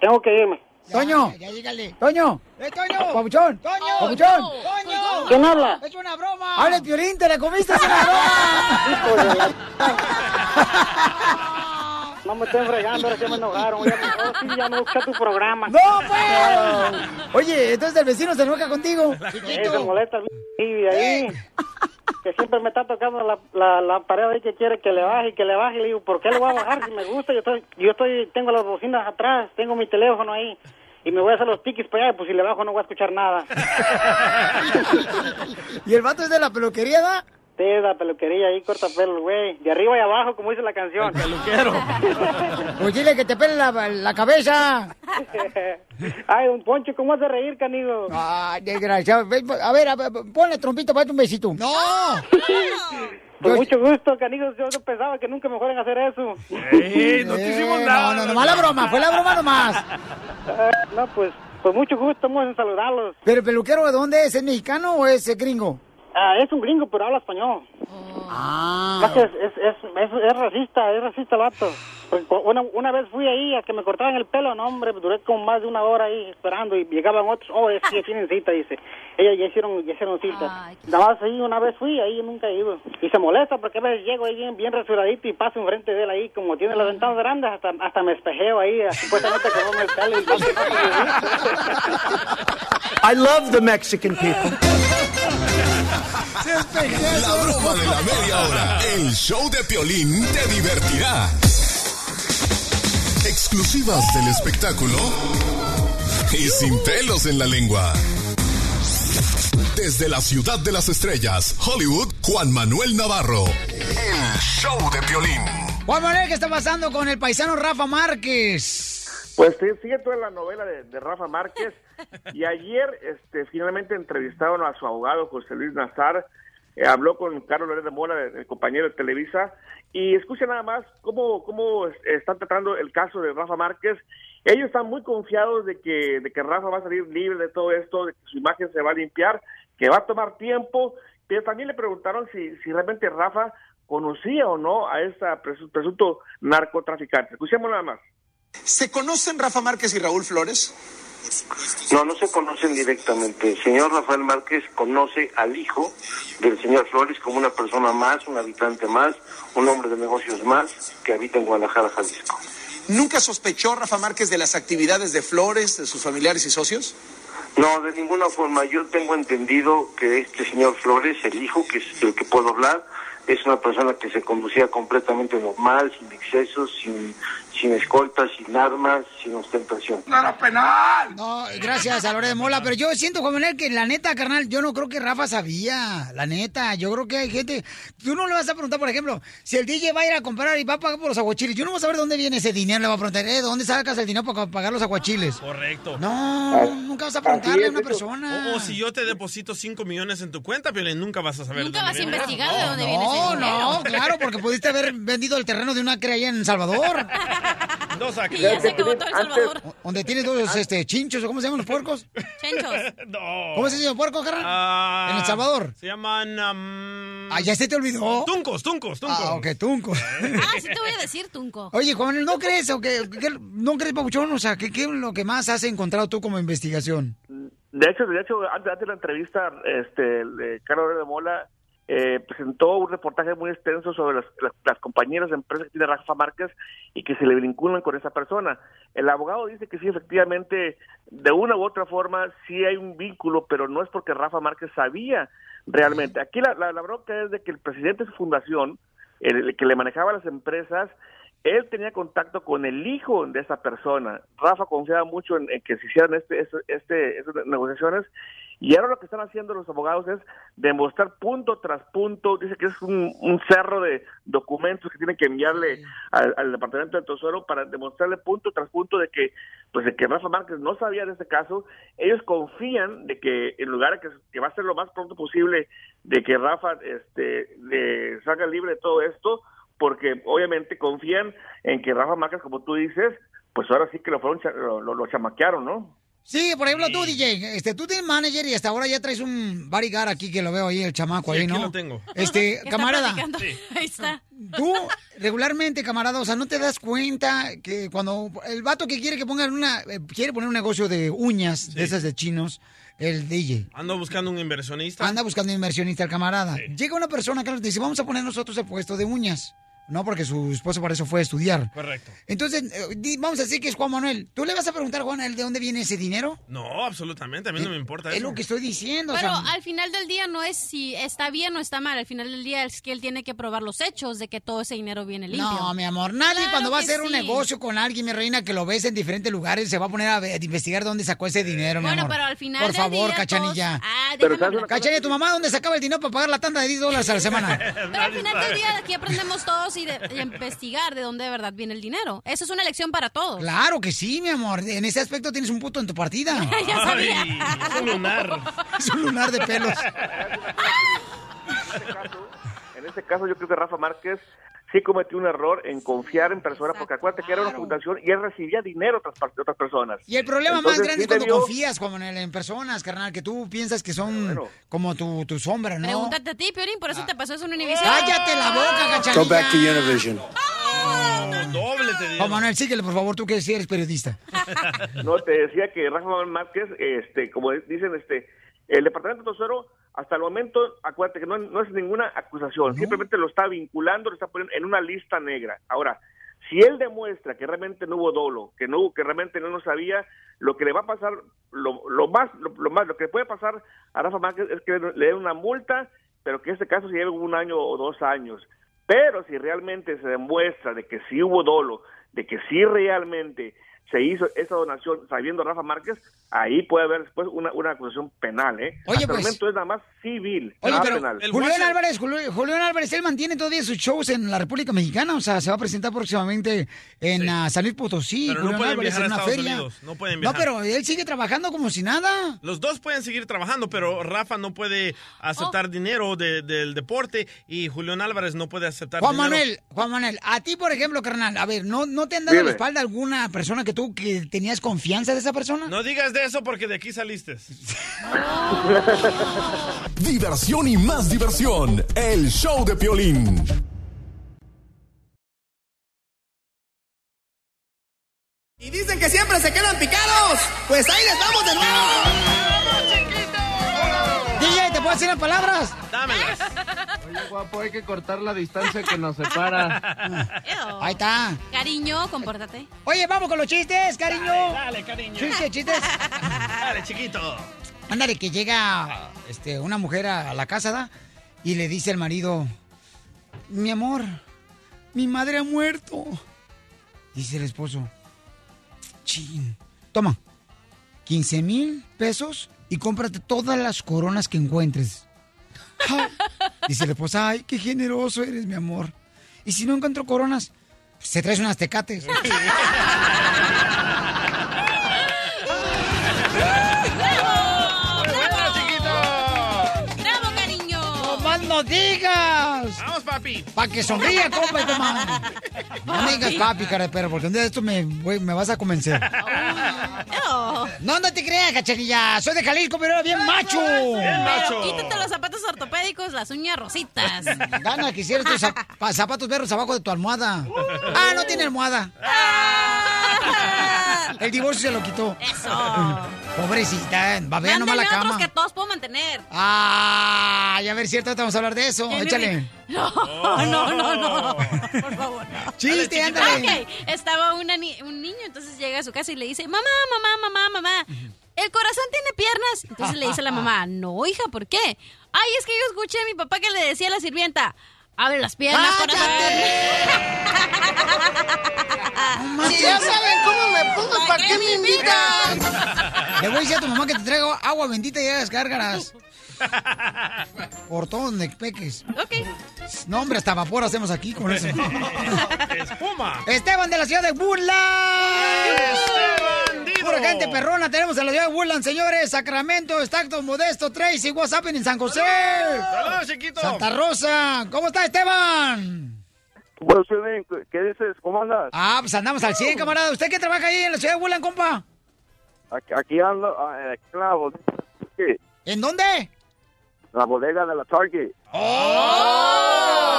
Speaker 22: Tengo que irme.
Speaker 21: Toño.
Speaker 3: Ya, llégale.
Speaker 21: Toño.
Speaker 3: ¡Eh, Toño!
Speaker 21: Pabuchón.
Speaker 3: ¡Toño!
Speaker 21: Pabuchón.
Speaker 3: ¡Toño!
Speaker 21: ¿Quién habla?
Speaker 3: ¡Es una broma!
Speaker 21: Habla el Piolín, te la comiste, es una broma.
Speaker 22: No me estén fregando, ahora que me enojaron, ya, ahora sí ya no escuché tu programa.
Speaker 21: ¡No, pues! Oye, entonces el vecino se enoja contigo.
Speaker 22: Eh, se molesta el viejillo de ahí. Que siempre me está tocando la, la, la pared ahí que quiere que le baje y que le baje. Y le digo, ¿por qué le voy a bajar si me gusta? Yo estoy, yo estoy, tengo las bocinas atrás, tengo mi teléfono ahí. Y me voy a hacer los tiquis para allá, y pues si le bajo no voy a escuchar nada.
Speaker 21: ¿Y el vato es de la peluquería, da?
Speaker 22: Sí, la peluquería ahí, corta pelo, güey. De arriba y abajo, como dice la canción. peluquero.
Speaker 21: Pues dile que te pele la, la cabeza.
Speaker 22: Ay, don Poncho, ¿cómo hace reír, canigo?
Speaker 21: Ay, desgraciado. Ven, A ver, a ver, ponle trompito, para un besito. ¡Ah! ¡No!
Speaker 22: Con mucho gusto, canigos. Yo no pensaba que nunca me fueran a hacer eso.
Speaker 5: ¡Ey, no te hicimos nada!
Speaker 21: Eh, No, no, nomás la broma, fue la broma nomás.
Speaker 22: Eh, no, pues, pues mucho gusto, vamos a saludarlos.
Speaker 21: ¿Pero el peluquero de dónde es? ¿Es mexicano o es eh, gringo?
Speaker 17: Ah, es un gringo, pero habla español.
Speaker 21: Ah.
Speaker 17: Más que Es, es, es, es- es racista, es racista el vato. Pues, cu- Una, una vez fui ahí a que me cortaban el pelo, no hombre, duré como más de una hora ahí esperando y llegaban otros, oh, es que ya tienen cita, dice. Ellas ya hicieron, ya hicieron cita. Nada más ahí una vez fui, ahí nunca he ido. Y se molesta porque a veces llego ahí bien, bien rasuradito y paso enfrente de él ahí, como tiene las ventanas grandes, hasta, hasta me espejeo ahí, supuestamente que no me sale el vato.
Speaker 10: I love the Mexican people.
Speaker 7: La broma de la media hora. El show de Piolín te divertirá. Exclusivas del espectáculo y sin pelos en la lengua. Desde la ciudad de las estrellas, Hollywood, Juan Manuel Navarro. El show de Piolín.
Speaker 3: Juan Manuel, ¿qué está pasando con el paisano Rafa Márquez?
Speaker 1: Pues sí, sigue toda la novela de, de Rafa Márquez y ayer este, finalmente entrevistaron a su abogado José Luis Nazar, eh, habló con Carlos Loret de Mola, el, el compañero de Televisa, y escucha nada más cómo, cómo es- están tratando el caso de Rafa Márquez. Ellos están muy confiados de que, de que Rafa va a salir libre de todo esto, de que su imagen se va a limpiar, que va a tomar tiempo, pero también le preguntaron si, si realmente Rafa conocía o no a esta presu- presunto narcotraficante. Escuchemos nada más.
Speaker 23: ¿Se conocen Rafa Márquez y Raúl Flores?
Speaker 24: No, no se conocen directamente. El señor Rafael Márquez conoce al hijo del señor Flores como una persona más, un habitante más, un hombre de negocios más que habita en Guadalajara, Jalisco.
Speaker 23: ¿Nunca sospechó Rafa Márquez de las actividades de Flores, de sus familiares y socios?
Speaker 24: No, de ninguna forma. Yo tengo entendido que este señor Flores, el hijo, que es del que puedo hablar, es una persona que se conducía completamente normal, sin excesos, sin, sin escoltas, sin armas, sin ostentación.
Speaker 3: No, gracias a Lore de Mola, pero yo siento, Juan Manuel, que la neta, carnal, yo no creo que Rafa sabía, la neta, yo creo que hay gente, tú no le vas a preguntar, por ejemplo, si el DJ va a ir a comprar y va a pagar por los aguachiles, yo no voy a saber dónde viene ese dinero, le voy a preguntar, eh, ¿de dónde sacas el dinero para pagar los aguachiles?
Speaker 5: Correcto.
Speaker 3: No, nunca vas a preguntarle a una persona.
Speaker 5: O, o si yo te deposito 5 millones en tu cuenta, Piolín, nunca vas a saber.
Speaker 4: Nunca
Speaker 5: dónde
Speaker 4: vas a
Speaker 5: viene.
Speaker 4: investigar de dónde viene ese
Speaker 3: No,
Speaker 4: dinero.
Speaker 3: no, claro, porque pudiste haber vendido el terreno de una que hay en Salvador.
Speaker 5: Dos aquí.
Speaker 3: Donde tienes dos este, chinchos, ¿o ¿cómo se llaman los puercos?
Speaker 5: No.
Speaker 3: ¿Cómo se llama puerco, carnal?
Speaker 5: Ah,
Speaker 3: en El Salvador.
Speaker 5: Se llaman... am,
Speaker 3: Ah, ya se te olvidó.
Speaker 5: Tuncos, tuncos, tuncos.
Speaker 3: Ah, ok, tuncos.
Speaker 4: Ah, sí te voy a decir, Tunco.
Speaker 3: Oye, Juan, ¿no crees o qué, qué- no crees, Pabuchón? O sea, ¿qué, ¿qué es lo que más has encontrado tú como investigación?
Speaker 1: De hecho, de hecho, antes, antes de la entrevista, este, el, eh, Carlos Loret de Mola eh, presentó un reportaje muy extenso sobre las, las, las compañeras de empresa que tiene Rafa Márquez y que se le vinculan con esa persona. El abogado dice que sí, efectivamente, de una u otra forma, sí hay un vínculo, pero no es porque Rafa Márquez sabía realmente. Aquí la, la, la bronca es de que el presidente de su fundación, el, el que le manejaba las empresas, él tenía contacto con el hijo de esa persona. Rafa confiaba mucho en, en que se hicieran este, este, este- estas negociaciones y ahora lo que están haciendo los abogados es demostrar punto tras punto, dice que es un, un cerro de documentos que tienen que enviarle al, al Departamento del Tesoro para demostrarle punto tras punto de que pues de que Rafa Márquez no sabía de este caso, ellos confían de que en lugar de que, que va a ser lo más pronto posible de que Rafa este de- salga libre de todo esto, porque obviamente confían en que Rafa Márquez, como tú dices, pues ahora sí que lo fueron cha- lo, lo- lo chamaquearon, ¿no?
Speaker 3: Sí, por ejemplo, tú, DJ, este, tú tienes manager y hasta ahora ya traes un bodyguard aquí que lo veo ahí, el chamaco Pues
Speaker 5: Sí,
Speaker 3: ahí,
Speaker 5: aquí
Speaker 3: ¿no?
Speaker 5: lo tengo.
Speaker 4: ¿Qué
Speaker 3: Este,
Speaker 4: está
Speaker 3: camarada,
Speaker 4: platicando? Ahí está.
Speaker 3: tú regularmente, camarada, o sea, no te das cuenta que cuando el vato que quiere que pongan una, eh, quiere poner un negocio de uñas, de esas de chinos, el DJ.
Speaker 5: Ando buscando un inversionista.
Speaker 3: Anda buscando inversionista el camarada. Llega una persona que nos dice, vamos a poner nosotros el puesto de uñas. No, porque su esposo para eso fue a estudiar.
Speaker 5: Correcto.
Speaker 3: Entonces, eh, di- vamos a decir que es Juan Manuel. ¿Tú le vas a preguntar, Juan, a él de dónde viene ese dinero?
Speaker 5: No, absolutamente. A mí no me importa
Speaker 3: Es
Speaker 5: eso.
Speaker 3: lo que estoy diciendo. o
Speaker 4: Pero ah,
Speaker 3: sea,
Speaker 4: al final del día no es si está bien o está mal. Al final del día es que él tiene que probar los hechos de que todo ese dinero viene limpio.
Speaker 3: no, mi amor, nadie
Speaker 4: Claro
Speaker 3: cuando va a
Speaker 4: que
Speaker 3: hacer un
Speaker 4: sí.
Speaker 3: negocio con alguien, mi reina, que lo ves en diferentes lugares, se va a poner a, ver- a investigar dónde sacó ese dinero, mi
Speaker 4: Bueno,
Speaker 3: amor.
Speaker 4: pero al final
Speaker 3: Por
Speaker 4: del
Speaker 3: favor,
Speaker 4: día
Speaker 3: cachanilla.
Speaker 4: todos- Ah, Pero déjame ¿sabes una hablar. cosa?
Speaker 3: Cachanilla, ¿tu mamá dónde sacaba el dinero para pagar la tanda de 10 dólares a la semana?
Speaker 4: Pero al final del día aquí aprendemos todos y, de, y investigar de dónde de verdad viene el dinero. Eso es una lección para todos.
Speaker 3: Claro que sí, mi amor. En ese aspecto tienes un puto en tu partida.
Speaker 4: Ya sabía.
Speaker 5: es un lunar.
Speaker 3: Es un lunar de pelos.
Speaker 1: En este caso, yo creo que Rafa Márquez sí cometió un error en confiar en personas, porque acuérdate que era una fundación y él recibía dinero de otras, par- de otras personas.
Speaker 3: Y el problema
Speaker 1: Entonces,
Speaker 3: más grande
Speaker 1: sí
Speaker 3: es cuando
Speaker 1: debió-
Speaker 3: confías como en, el- en personas, carnal, que tú piensas que son como tu, tu sombra, ¿no?
Speaker 4: Pregúntate a ti, Piorín, por eso te pasó eso en Univision.
Speaker 3: ¡Cállate la boca, cachanilla!
Speaker 12: Go back to Univision.
Speaker 4: Ah,
Speaker 5: Doble te
Speaker 3: Juan Manuel, síguele, por favor, tú que sí eres periodista.
Speaker 1: No, te decía que Rafa Márquez, este, como dicen, este, el Departamento de Tesoro, hasta el momento, acuérdate que no, no es ninguna acusación, simplemente lo está vinculando, lo está poniendo en una lista negra. Ahora, si él demuestra que realmente no hubo dolo, que no hubo- que realmente no lo sabía, lo que le va a pasar, lo, lo más, lo, lo más, lo que puede pasar a Rafa Márquez es que le den una multa, pero que este caso se lleve un año o dos años. Pero si realmente se demuestra de que sí hubo dolo, de que sí realmente se hizo esa donación sabiendo Rafa Márquez, ahí puede haber después una, una acusación penal, ¿eh?
Speaker 3: Oye,
Speaker 1: Hasta
Speaker 3: pues.
Speaker 1: el momento es nada más civil,
Speaker 3: Oye,
Speaker 1: nada
Speaker 3: pero
Speaker 1: penal.
Speaker 3: Julián Álvarez, Juli- Julián Álvarez, él mantiene todavía sus shows en la República Mexicana, o sea, se va a presentar próximamente en ah, San Luis Potosí,
Speaker 5: Pero no
Speaker 3: Julián
Speaker 5: pueden
Speaker 3: Álvarez
Speaker 5: viajar
Speaker 3: en
Speaker 5: a
Speaker 3: una
Speaker 5: Estados
Speaker 3: feria.
Speaker 5: Unidos, no pueden
Speaker 3: No,
Speaker 5: viajar.
Speaker 3: pero él sigue trabajando como si nada.
Speaker 5: Los dos pueden seguir trabajando, pero Rafa no
Speaker 4: Oh.
Speaker 5: puede aceptar dinero de- del deporte y Julián Álvarez no puede aceptar
Speaker 3: Juan
Speaker 5: dinero.
Speaker 3: Manuel, Juan Manuel, a ti por ejemplo, carnal, a ver, ¿no, no te han dado
Speaker 5: Dime.
Speaker 3: la espalda alguna persona que tú que tenías confianza de esa persona?
Speaker 5: No digas de eso porque de aquí saliste.
Speaker 7: Diversión y más diversión. El show de Piolín.
Speaker 10: Y dicen que siempre se quedan picados. Pues ahí les vamos de nuevo.
Speaker 3: DJ, ¿te puedo decir las palabras?
Speaker 5: Dámelas.
Speaker 12: Oye, guapo, hay que cortar la distancia que nos separa.
Speaker 3: Ahí está.
Speaker 4: Cariño, compórtate.
Speaker 3: Oye, vamos con los chistes, cariño.
Speaker 4: Dale, dale, cariño.
Speaker 3: Chistes, chistes.
Speaker 5: Dale, chiquito.
Speaker 3: Ándale, que llega este, una mujer a, a la casa ¿da? y le dice al marido, mi amor, mi madre ha muerto. Dice el esposo, chin, toma, 15 mil pesos y cómprate todas las coronas que encuentres. Ay, Dice la esposa, ay, qué generoso eres, mi amor. Y si no encuentro coronas, pues se traes unas tecates.
Speaker 4: ¡Bravo, cariño!
Speaker 3: ¡No más no digas!
Speaker 5: ¡Vamos, papi!
Speaker 3: ¡Para que sonría, compa, y toma! No me digas papi, cara de perro, porque un día de esto me, voy- me vas a convencer. No, no te creas, cachanilla. Soy de Jalisco, pero era bien macho.
Speaker 4: Pero Quítate los zapatos ortopédicos, las uñas rositas.
Speaker 3: Dana, quisiera tus zap- zapatos verros abajo de tu almohada.
Speaker 4: Uh.
Speaker 3: Ah, no tiene almohada. El divorcio se lo quitó.
Speaker 4: Eso.
Speaker 3: Pobrecita, babea nomás la
Speaker 4: Mándenme otros
Speaker 3: cama.
Speaker 4: que todos puedo mantener.
Speaker 3: Ah, ya ver, cierto, ahorita vamos a hablar de eso.
Speaker 4: Ya,
Speaker 3: Échale.
Speaker 4: Mimi. No, no, no, no. Por favor.
Speaker 3: Chiste, ándale.
Speaker 4: Ok, estaba una ni- un niño, entonces llega a su casa y le dice, mamá, mamá, mamá, mamá, el corazón tiene piernas. Entonces le dice a la mamá, no, hija, ¿por qué? Ay, es que yo escuché a mi papá que le decía a la sirvienta, abre las piernas, corazón.
Speaker 10: Si ah. ya saben cómo me pongo, ¿para qué me invitan?
Speaker 3: Le voy a decir a tu mamá que te traigo agua bendita y hagas gárgaras. Por todo donde peques. No, hombre, hasta vapor hacemos aquí con eso.
Speaker 5: ¡Espuma!
Speaker 3: Esteban de la ciudad de Woodland. Pura gente perrona tenemos en la ciudad de Woodland, señores. Sacramento, Stacto, Modesto, Tracy, WhatsApp en San José.
Speaker 5: ¡Saludos, chiquito!
Speaker 3: Santa Rosa. ¿Cómo está Esteban?
Speaker 2: ¿qué dices? ¿Cómo andas?
Speaker 3: Ah, pues andamos al 100, camarada. ¿Usted qué trabaja ahí en la ciudad de Woodland, compa?
Speaker 2: Aquí, aquí ando, ah, aquí en la bodega. ¿Qué?
Speaker 3: ¿En dónde?
Speaker 2: La bodega de la Target.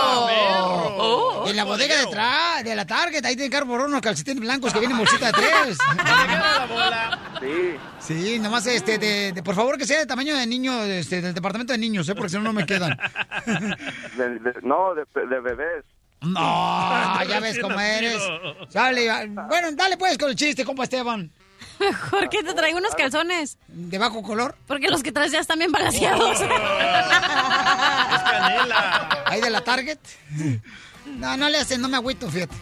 Speaker 3: Oh, en la bodega de, tra- de la Target, ahí tienen carborón unos calcetines blancos que vienen en bolsita de tres. Ah,
Speaker 2: Sí.
Speaker 3: Sí, nomás este, de, de- por favor que sea de tamaño de niño, este, del departamento de niños, ¿eh? porque si no, no me quedan.
Speaker 2: De- de- no, de, de bebés.
Speaker 3: No, ya ves cómo eres. Sale, ah, bueno, dale pues con el chiste, compa Esteban.
Speaker 4: Mejor que te traigo unos calzones.
Speaker 3: ¿De bajo color?
Speaker 4: Porque los que traes ya están bien balanceados.
Speaker 3: Ahí de la Target. No, no le hacen, no me agüito, fíjate.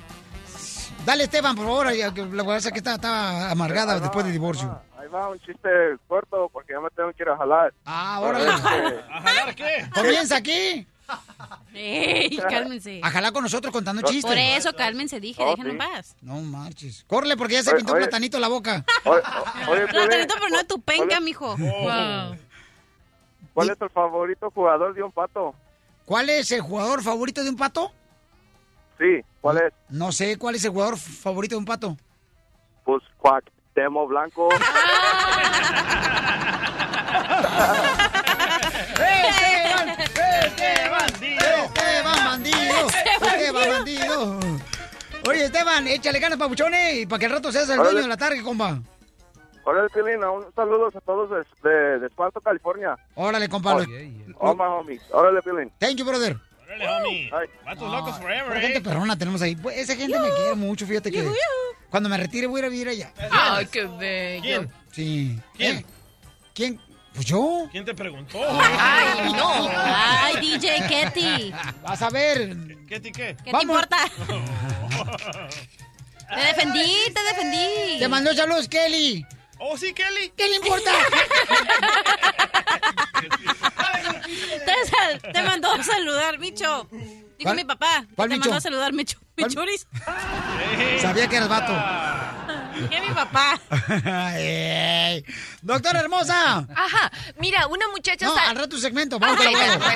Speaker 3: Dale, Esteban, por favor, ya que la guarda que está, está amargada después del divorcio.
Speaker 2: Ahí va un chiste corto porque ya me tengo que ir a jalar. este,
Speaker 3: Ah,
Speaker 2: órale.
Speaker 3: Comienza aquí.
Speaker 4: Ey, cálmense.
Speaker 3: Ojalá con nosotros contando
Speaker 2: Por-
Speaker 3: chistes.
Speaker 4: Por eso, cálmense, dije,
Speaker 3: Oh,
Speaker 4: déjenlo en
Speaker 3: sí.
Speaker 4: paz.
Speaker 3: No marches. Córrele, porque ya se
Speaker 2: Oye,
Speaker 3: pintó
Speaker 2: oye.
Speaker 3: platanito la boca.
Speaker 4: Platanito, pero no de tu penca, mijo. Wow.
Speaker 2: ¿Cuál es tu favorito jugador de un pato?
Speaker 3: ¿Cuál es el jugador favorito de un pato?
Speaker 2: Sí, ¿cuál es?
Speaker 3: No sé cuál es el jugador favorito de un pato. Ah,
Speaker 2: Pues Cuauhtémoc Blanco.
Speaker 3: ¡Esteban! ¡Esteban! ¡Esteban bandido! ¡Esteban bandido! Oye, Esteban, échale ganas, papuchones, y para que el rato seas el
Speaker 2: Órale.
Speaker 3: dueño de la tarde, compa.
Speaker 2: Hola, Celina, un saludo a todos de, de, de Esparto, California.
Speaker 3: Órale, compa. lo-
Speaker 2: Oma, homies. Oh, Órale, Pilín.
Speaker 3: Thank you, brother. Ah.
Speaker 5: Órale, homie. Vatos locos
Speaker 3: Ay,
Speaker 5: forever,
Speaker 3: pura
Speaker 5: eh.
Speaker 3: gente perrona tenemos ahí. Pues, Esa gente me quiere mucho, fíjate que cuando me retire voy a ir a vivir allá.
Speaker 16: Ay, qué bello.
Speaker 3: Sí. ¿Quién? ¿Quién? Pues yo.
Speaker 5: ¿Quién te preguntó?
Speaker 16: Ay, no.
Speaker 4: Ay, DJ Ketty.
Speaker 3: Vas a ver.
Speaker 5: ¿Ketty qué?
Speaker 4: ¿Qué te importa? Te defendí, te defendí.
Speaker 3: Te mandó saludos, Kelly.
Speaker 5: Oh, sí, Kelly.
Speaker 3: ¿Qué le importa?
Speaker 4: te, sal- te mandó a saludar, Micho. Dijo
Speaker 3: ¿Cuál-
Speaker 4: mi papá. que
Speaker 3: cuál
Speaker 4: te
Speaker 3: Micho?
Speaker 4: mandó a saludar, Micho. Michuris.
Speaker 3: Sabía que eras vato.
Speaker 4: ¿Qué mi papá?
Speaker 3: Ay, Doctora hermosa.
Speaker 16: Ajá, mira, una muchacha...
Speaker 3: No,
Speaker 16: sa-
Speaker 3: al rato tu segmento. Vamos con la
Speaker 16: Ay,
Speaker 3: abogada.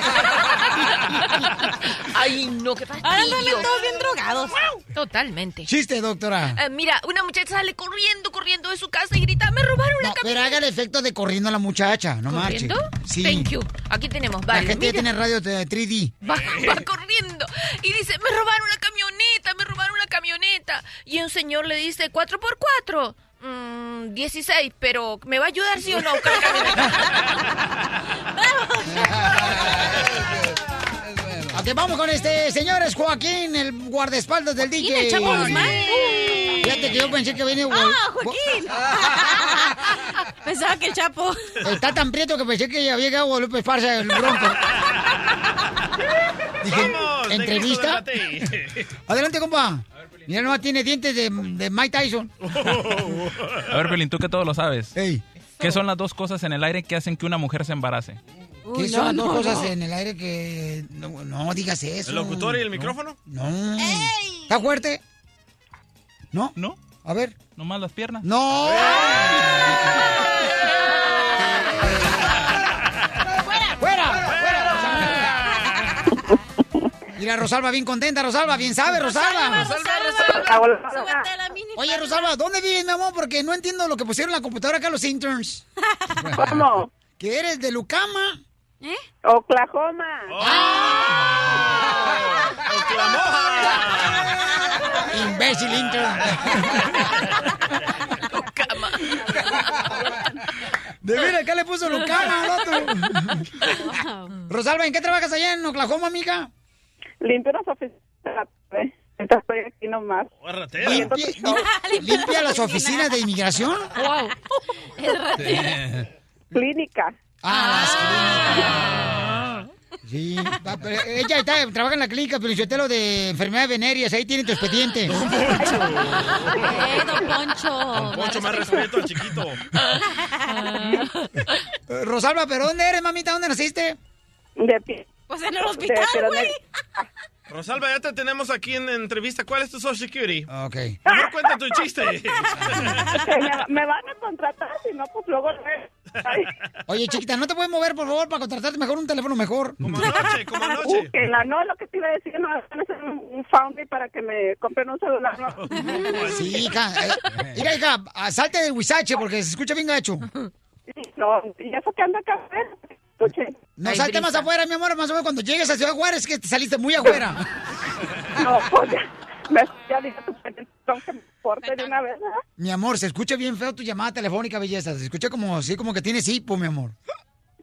Speaker 16: Ay, no, qué fastidio.
Speaker 4: Ahora andan todos bien drogados.
Speaker 16: Totalmente.
Speaker 3: Chiste, doctora.
Speaker 16: Eh, mira, una muchacha sale corriendo, corriendo de su casa y grita, me robaron la camioneta.
Speaker 3: Pero haga el efecto de corriendo a la muchacha, no marche.
Speaker 16: ¿Corriendo?
Speaker 3: Sí.
Speaker 16: Thank you. Aquí tenemos
Speaker 3: La
Speaker 16: varios.
Speaker 3: gente ya
Speaker 16: mira.
Speaker 3: tiene radio de 3D.
Speaker 16: Va, va corriendo y dice, me robaron la camioneta, me robaron la camioneta. Y un señor le dice, ¿cuatro por cuatro? Mm, 16, pero ¿me va a ayudar sí o no? a buscar la
Speaker 3: Ok, vamos con este, señores, Joaquín, el guardaespaldas del DJ.
Speaker 4: el Chapo Guzmán.
Speaker 3: Fíjate que yo pensé que venía...
Speaker 4: ¡Ah, Joaquín! Pensaba que el Chapo.
Speaker 3: Está tan prieto que pensé que había llegado Guadalupe Esparza el bronco. Dije,
Speaker 5: Vamos,
Speaker 3: ¿entrevista?
Speaker 5: Negrito, debate.
Speaker 3: Adelante, compa. Mira, nomás tiene dientes de, de Mike Tyson.
Speaker 9: A ver, Pelín, tú que todo lo sabes.
Speaker 3: ¿Qué
Speaker 9: son las dos cosas en el aire que hacen que una mujer se embarace?
Speaker 3: ¿Qué son las dos cosas en el aire que... No, no digas eso.
Speaker 9: ¿El locutor y el
Speaker 3: No.
Speaker 9: micrófono?
Speaker 3: No. ¿Está fuerte? ¿No? ¿No? A ver.
Speaker 9: Nomás las piernas.
Speaker 3: ¡No! ¡Fuera! ¡Fuera! Mira, Rosalba bien contenta, Rosalba, bien sabe, Rosalba. Oye, Rosalba, ¿dónde vives, mi amor? Porque no entiendo lo que pusieron en la computadora acá los interns.
Speaker 19: ¿Cómo?
Speaker 3: ¿Que eres de Lucama?
Speaker 4: ¿Eh?
Speaker 19: Oklahoma.
Speaker 3: Imbécil intern. De veras, acá le puso Lucama, al otro. Rosalba, ¿en qué trabajas allá en Oklahoma, amiga?
Speaker 13: Limpio las oficinas. ¿eh? Entonces, Estoy aquí nomás.
Speaker 3: Limpia, lim- limpia las oficinas de inmigración.
Speaker 13: Wow. Clínica.
Speaker 3: Ah, Sí. va, pero Ella está, trabaja en la clínica Pelichotelo de enfermedades venerias, ahí tiene tu expediente.
Speaker 4: Eh, don Poncho.
Speaker 5: Don Poncho, más respeto al chiquito.
Speaker 3: Eh, Rosalba, ¿pero dónde eres, mamita? ¿Dónde naciste?
Speaker 13: De pie.
Speaker 4: Pues en el hospital, güey.
Speaker 5: Rosalba, ya te tenemos aquí en entrevista. ¿Cuál es tu Social Security?
Speaker 3: Ok.
Speaker 5: No cuenta tu chiste.
Speaker 13: Que me, me van a contratar, si no, pues luego. re- Ay,
Speaker 3: Oye, chiquita, ¿no te puedes mover, por favor, para contratarte mejor un teléfono mejor?
Speaker 13: uh, que la no, lo que te iba a decir, no, van a hacer un, un foundry para que me compren un celular. ¿no?
Speaker 3: Sí, hija. eh, mira, hija, ah, salte del huizache porque se escucha bien gacho.
Speaker 13: No, Oh, y eso que anda acá afuera. Escuche.
Speaker 3: No salte más afuera, mi amor, más o menos cuando llegues a Ciudad Juárez, que te saliste muy afuera.
Speaker 13: No, pues ya, me, ya dije tu petición que me porte de una vez, ¿verdad?
Speaker 3: Mi amor, se escucha bien feo tu llamada telefónica, belleza. Se escucha como así, como que tienes hipo, mi amor.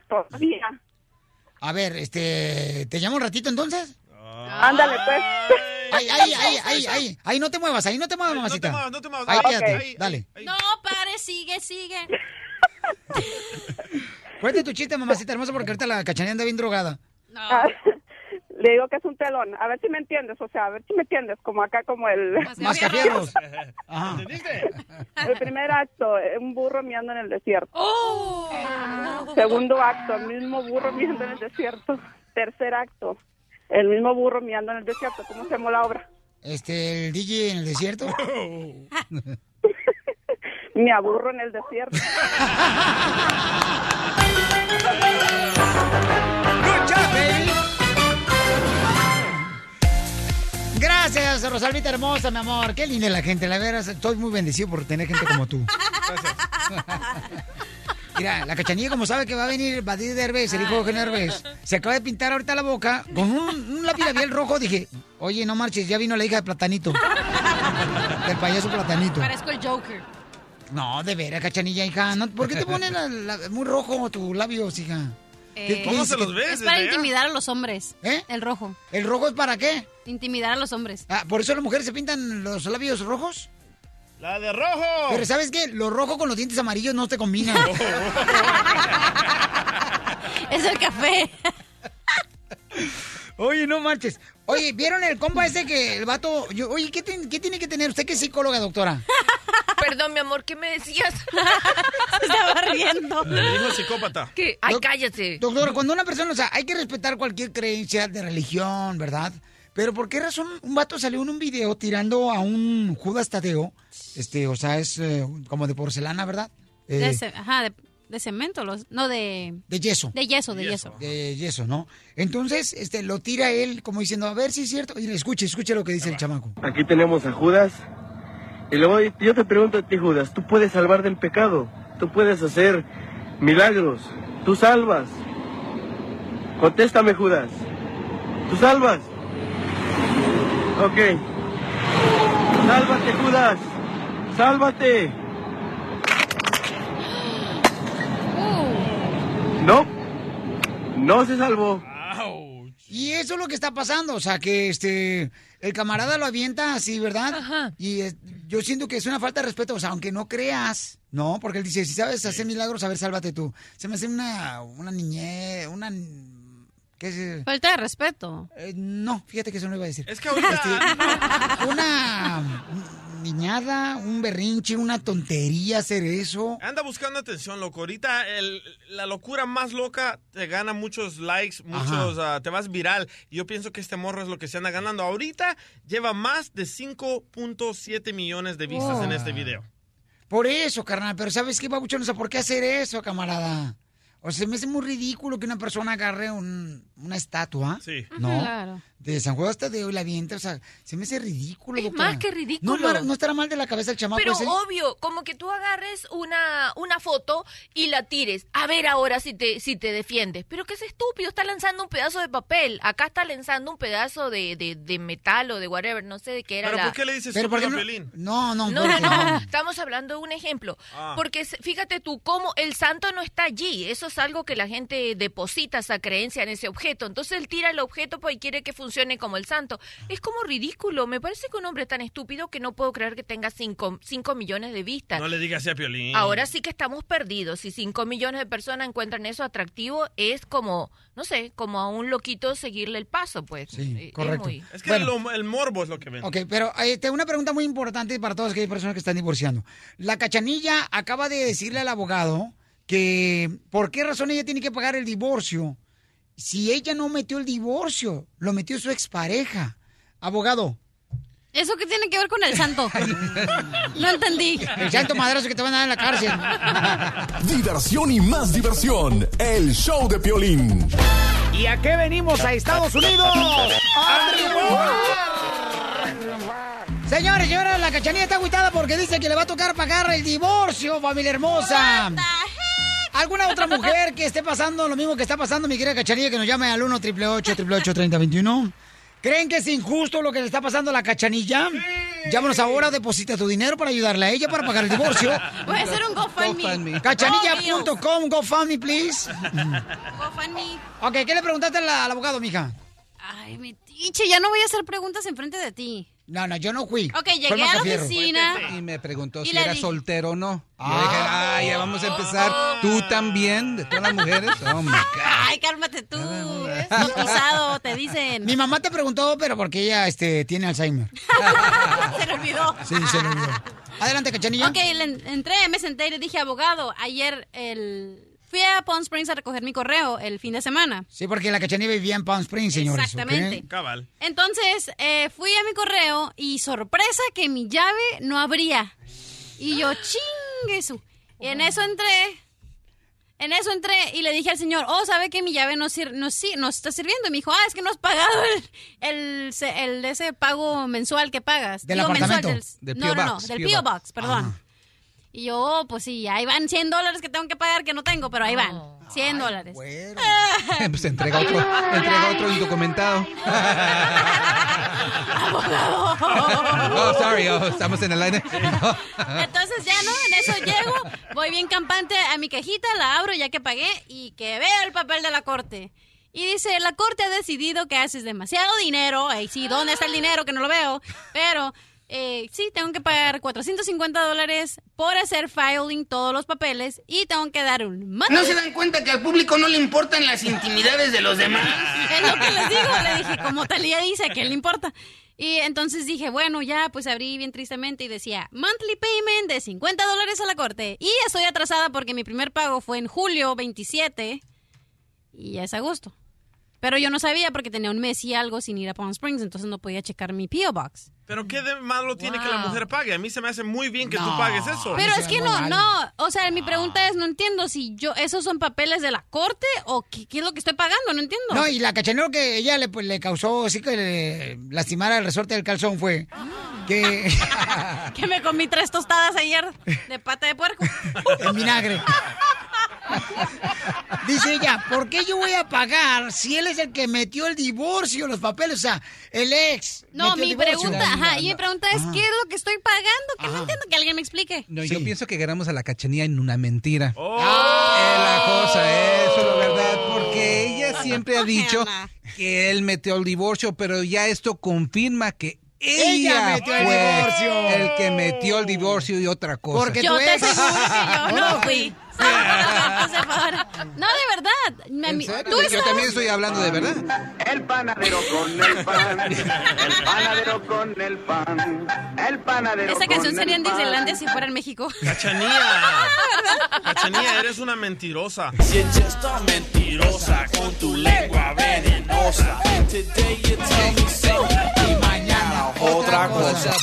Speaker 13: Todavía.
Speaker 3: A ver, este, ¿te llamo un ratito entonces?
Speaker 13: Ándale, pues.
Speaker 3: Ahí, ahí, ahí, ahí, ahí, ahí, no te muevas, ahí no te muevas, mamacita.
Speaker 5: muevas, no te muevas.
Speaker 3: Ahí
Speaker 5: Ah,
Speaker 3: quédate,
Speaker 5: ok. Ahí,
Speaker 3: dale.
Speaker 4: No, pare, sigue, sigue.
Speaker 3: Cuéntame tu chiste, mamacita hermosa, porque ahorita la cachanilla anda bien drogada.
Speaker 13: Ah, Le digo que es un telón. A ver si me entiendes, o sea, a ver si me entiendes, como acá, como el...
Speaker 3: Mascafierros. Ajá.
Speaker 13: El primer acto, eh, un burro miando en el desierto. Segundo acto, el mismo burro miando en el desierto. Tercer acto, el mismo burro miando en el desierto. ¿Cómo se llama la obra?
Speaker 3: Este, el DJ en el desierto.
Speaker 13: Me aburro en el desierto.
Speaker 3: Gracias, Rosalvita hermosa, mi amor. Qué linda la gente, la verdad. Estoy muy bendecido por tener gente como tú. Mira, la cachanilla, como sabe que va a venir Badir Derbez, el hijo de Eugenio Derbez, se acaba de pintar ahorita la boca con un, un lápiz labial rojo. Dije, oye, no marches, ya vino la hija de Platanito. Del payaso Platanito.
Speaker 4: Parezco el Joker.
Speaker 3: No, de veras, cachanilla, hija. No, ¿Por qué te pones la- la- muy rojo tus labios, hija? ¿Qué-
Speaker 4: Eh,
Speaker 3: qué dices que-
Speaker 4: Es para intimidar a los hombres. El rojo.
Speaker 3: ¿El rojo es para qué?
Speaker 4: Intimidar a los hombres.
Speaker 3: Ah, ¿Por eso las mujeres se pintan los labios rojos?
Speaker 5: ¡La de rojo!
Speaker 3: Pero ¿sabes qué? Lo rojo con los dientes amarillos no te combina.
Speaker 4: es el café.
Speaker 3: Oye, no marches. Oye, ¿vieron el compa ese que el vato... yo- oye, ¿qué, ten- qué tiene que tener usted que es psicóloga, doctora?
Speaker 16: Perdón, mi amor, ¿qué me decías?
Speaker 3: estaba riendo.
Speaker 5: Le dijo psicópata.
Speaker 16: ¿Qué? Ay, cállate.
Speaker 3: Doctora, cuando una persona... O sea, hay que respetar cualquier creencia de religión, ¿verdad? Pero ¿por qué razón un vato salió en un video tirando a un Judas Tadeo? Este, o sea, es eh, como de porcelana, ¿verdad? Eh,
Speaker 4: De ce- ajá, de, de cemento. Los, no, de...
Speaker 3: De yeso.
Speaker 4: De yeso, de yeso.
Speaker 3: De yeso, ¿no? Entonces, este, lo tira él como diciendo, a ver si es cierto. Y escuche, escuche lo que dice el chamaco.
Speaker 6: Aquí tenemos a Judas. Y luego yo te pregunto a ti, Judas, tú puedes salvar del pecado, tú puedes hacer milagros, tú salvas. Contéstame, Judas, tú salvas. Ok. Sálvate, Judas, sálvate. No, no se salvó.
Speaker 3: Y eso es lo que está pasando, o sea, que este el camarada lo avienta así, ¿verdad? Y es- yo siento que es una falta de respeto, o sea, aunque no creas, ¿no? Porque él dice, si sabes hacer milagros, a ver, sálvate tú. Se me hace una, una niñez, una... ¿Qué es?
Speaker 4: Falta de respeto.
Speaker 3: no, fíjate que eso no iba a decir.
Speaker 4: Es
Speaker 5: que
Speaker 3: ahorita... una niñada, un berrinche, una tontería hacer eso.
Speaker 5: Anda buscando atención, loco. Ahorita el- la locura más loca te gana muchos likes, muchos, ah, te vas viral. Y Yo pienso que este morro es lo que se anda ganando. Ahorita lleva más de 5.7 millones de vistas
Speaker 3: Wow.
Speaker 5: en este video.
Speaker 3: Por eso, carnal, pero ¿sabes qué, babuchón? O sea, ¿por qué hacer eso, camarada? O sea, me hace muy ridículo que una persona agarre un- una estatua,
Speaker 5: Sí.
Speaker 3: ¿no?
Speaker 4: Claro.
Speaker 3: De San Juan hasta de hoy la avienta, o sea, se me hace ridículo,
Speaker 16: Es
Speaker 3: doctora.
Speaker 16: más que ridículo.
Speaker 3: No, mar- no pues estará mal de la cabeza el chamaco
Speaker 16: Pero
Speaker 3: ese.
Speaker 16: obvio, como que tú agarres una, una foto y la tires. A ver ahora si te, si te defiendes. Pero que es estúpido, está lanzando un pedazo de papel. Acá está lanzando un pedazo de, de, de metal o de whatever, no sé de qué era la...
Speaker 3: Pero ¿por qué no- No, no,
Speaker 16: No,
Speaker 3: porque-
Speaker 16: no, estamos hablando de un ejemplo.
Speaker 3: Ah.
Speaker 16: Porque se- fíjate tú, cómo el santo no está allí. Eso es algo que la gente deposita esa creencia en ese objeto. Entonces él tira el objeto pues, y quiere que funcione como el santo. Es como ridículo. Me parece que un hombre tan estúpido que no puedo creer que tenga 5 millones de vistas.
Speaker 5: No le digas así a Piolín.
Speaker 16: Ahora sí que estamos perdidos. Si 5 millones de personas encuentran eso atractivo, es como, no sé, como a un loquito seguirle el paso, pues. Eh, es
Speaker 3: correcto.
Speaker 16: muy-
Speaker 5: Es que
Speaker 3: Bueno.
Speaker 5: lo- el morbo es lo que ven.
Speaker 3: Ok, pero eh, tengo una pregunta muy importante para todas aquellas personas que están divorciando. La cachanilla acaba de decirle al abogado que por qué razón ella tiene que pagar el divorcio si ella no metió el divorcio, lo metió su expareja. Abogado,
Speaker 4: ¿Eso qué tiene que ver con el santo? no entendí.
Speaker 3: el santo madrazo que te van a dar en la cárcel.
Speaker 7: Diversión y más diversión. El show de Piolín.
Speaker 3: ¿Y a qué venimos a Estados Unidos? ¡A Señores, señora, la cachanilla está agüitada porque dice que le va a tocar pagar el divorcio, familia hermosa. ¿Alguna otra mujer que esté pasando lo mismo que está pasando, mi querida cachanilla, que nos llame al 1 888 888 3021 ¿Creen que es injusto lo que le está pasando a la cachanilla? Llámanos ahora, deposita tu dinero para ayudarle a ella para pagar el divorcio.
Speaker 4: Voy a hacer un GoFundMe. GoFundMe.
Speaker 3: Cachanilla.com, GoFundMe, please.
Speaker 4: Oh, GoFundMe.
Speaker 3: Ok, ¿qué le preguntaste al, al abogado, mija?
Speaker 4: Ay, mi tiche, ya no voy a hacer preguntas enfrente de ti.
Speaker 3: No, no, yo no fui.
Speaker 4: Ok, llegué
Speaker 14: Fue
Speaker 4: a la
Speaker 14: Macafierro.
Speaker 4: oficina.
Speaker 14: Y me preguntó
Speaker 4: Y
Speaker 14: si
Speaker 4: le
Speaker 14: era
Speaker 4: dije-
Speaker 14: soltero o no. Y yo dije, ah, ya vamos a empezar.
Speaker 4: Oh.
Speaker 14: Tú también, de todas las mujeres. Oh, my God.
Speaker 4: Ay, cálmate tú. Es bautizado, te dicen.
Speaker 3: Mi mamá te preguntó, pero porque ella este, tiene Alzheimer.
Speaker 4: Se le olvidó.
Speaker 3: Sí, se lo olvidó. Adelante, cachanilla.
Speaker 4: Ok, le en- entré, me senté y le dije, abogado, ayer el... fui a Palm Springs a recoger mi correo el fin de semana.
Speaker 3: Sí, porque la cachanilla vivía en Palm Springs, señores. ¿ok?
Speaker 4: Exactamente.
Speaker 5: Cabal.
Speaker 4: Entonces eh, fui a mi correo y sorpresa que mi llave no abría. Y yo, chingue su. Y en eso entré En eso entré y le dije al señor, oh, ¿sabe que mi llave no, sir no, sí, no está sirviendo? Y me dijo, ah, es que no has pagado el, el, se- el- ese pago mensual que pagas.
Speaker 10: ¿Del
Speaker 4: Digo, mensual,
Speaker 10: apartamento?
Speaker 4: del-
Speaker 10: Del P.O.
Speaker 4: no, no, no,
Speaker 10: Box,
Speaker 4: del
Speaker 10: P.O.
Speaker 4: P.O. Box,
Speaker 10: Box.
Speaker 4: perdón. Y yo, oh, pues sí, ahí van 100 dólares que tengo que pagar que no tengo, pero ahí van, 100 dólares.
Speaker 14: pues entrega otro, entrega otro indocumentado. oh, sorry, oh, estamos en el aire.
Speaker 4: Entonces ya no, en eso llego, voy bien campante a mi cajita, la abro ya que pagué y que veo el papel de la corte. Y dice, la corte ha decidido que haces demasiado dinero, ahí sí, ¿dónde está el dinero? Que no lo veo, pero eh, sí, tengo que pagar 450 dólares por hacer filing todos los papeles y tengo que dar un...
Speaker 11: ¿No se dan cuenta que al público no le importan las intimidades de los demás?
Speaker 4: Es lo que les digo, le dije, como Talía dice, ¿a qué le importa? Y entonces dije, bueno, ya, pues abrí bien tristemente y decía, monthly payment de 50 dólares a la corte. Y estoy atrasada porque mi primer pago fue en julio 27 y ya es agosto. Pero yo no sabía porque tenía un mes y algo sin ir a Palm Springs, entonces no podía checar mi P.O. Box.
Speaker 5: Pero qué de malo tiene que la mujer pague. A mí se me hace muy bien que tú pagues eso.
Speaker 4: Pero es que no, no, o sea, mi pregunta es, no entiendo si yo, esos son papeles de la corte o qué, qué es lo que estoy pagando, no entiendo.
Speaker 3: No, y la cachanero que ella le, pues, le causó así que le lastimara el resorte del calzón fue que...
Speaker 4: que me comí tres tostadas ayer de pata de puerco.
Speaker 3: en vinagre. Dice ella, ¿por qué yo voy a pagar si él es el que metió el divorcio, los papeles? O sea, el ex.
Speaker 4: No,
Speaker 3: metió el
Speaker 4: mi
Speaker 3: divorcio. Ah.
Speaker 4: pregunta, ajá, y mi pregunta es,
Speaker 14: Ajá.
Speaker 4: ¿qué es lo que estoy pagando? Que no
Speaker 14: Ajá.
Speaker 4: entiendo que alguien me explique.
Speaker 14: No, yo pienso que ganamos a la cachanía en una mentira.
Speaker 4: Oh. Ah.
Speaker 14: Es la cosa, eso, la verdad, porque ella siempre ha dicho que él metió el divorcio, pero ya esto confirma que
Speaker 3: Ella
Speaker 14: ella,
Speaker 3: metió el
Speaker 14: fue
Speaker 3: divorcio.
Speaker 14: el que metió el divorcio y otra cosa.
Speaker 3: Porque Yo tu te ex- aseguro que
Speaker 4: Yo no fui. No, de verdad. me-
Speaker 14: Ah. ¿En
Speaker 4: mi-
Speaker 14: serio?
Speaker 4: tú
Speaker 14: Yo
Speaker 4: estabas-
Speaker 14: también estoy hablando de verdad.
Speaker 10: El panadero con el pan, el panadero con el pan, el panadero
Speaker 4: Esa canción sería en Disneylandia si fuera en México.
Speaker 5: Cachanía. Cachanía, eres una mentirosa. Si esta mentirosa con tu lengua venenosa.
Speaker 10: Y mañana otra cosa.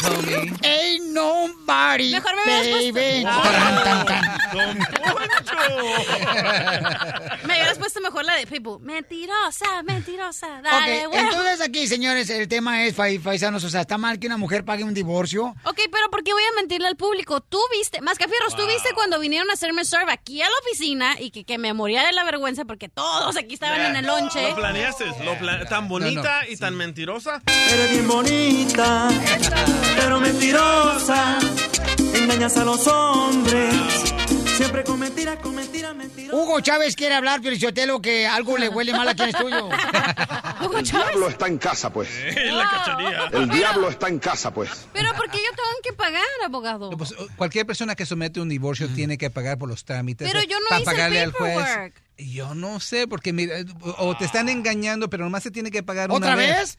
Speaker 3: Ain't nobody,
Speaker 10: Mejor me
Speaker 3: baby.
Speaker 10: puesto-
Speaker 3: Taran, tan, tan.
Speaker 4: Me hubieras puesto mejor la de Pitbull. Mentirosa, mentirosa,
Speaker 3: Ok,
Speaker 4: dale, güey.
Speaker 3: entonces aquí, señores, el tema es, pai- paisanos, o sea, ¿está mal que una mujer pague un divorcio?
Speaker 4: Ok, pero ¿por qué voy a mentirle al público? Tú viste, Mascafierros, tú viste cuando vinieron a hacerme serve aquí a la oficina y que, que me moría de la vergüenza porque todos aquí estaban en el lonche.
Speaker 5: Lo planeaste, lo pla- tan bonita y tan mentirosa.
Speaker 10: Eres bien bonita, pero mentirosa. Engañas a los hombres, siempre con mentiras, con mentiras, mentiras.
Speaker 3: Hugo Chávez quiere hablar, Pirichotelo, que algo le huele mal a quien es tuyo.
Speaker 4: Hugo
Speaker 15: El diablo está en casa, pues.
Speaker 3: Ah,
Speaker 4: la cachanilla.
Speaker 15: El diablo está en casa, pues.
Speaker 4: Pero ¿por qué yo tengo que pagar, abogado?
Speaker 14: pues, Cualquier persona que somete un divorcio tiene que pagar por los trámites.
Speaker 4: Pero
Speaker 14: o
Speaker 4: yo no
Speaker 14: pa'
Speaker 4: hice el
Speaker 14: pagarle al juez.
Speaker 4: paperwork.
Speaker 14: Yo no sé, porque mira, o o te están engañando, pero nomás se tiene que pagar
Speaker 3: ¿Otra
Speaker 14: una vez.
Speaker 3: vez?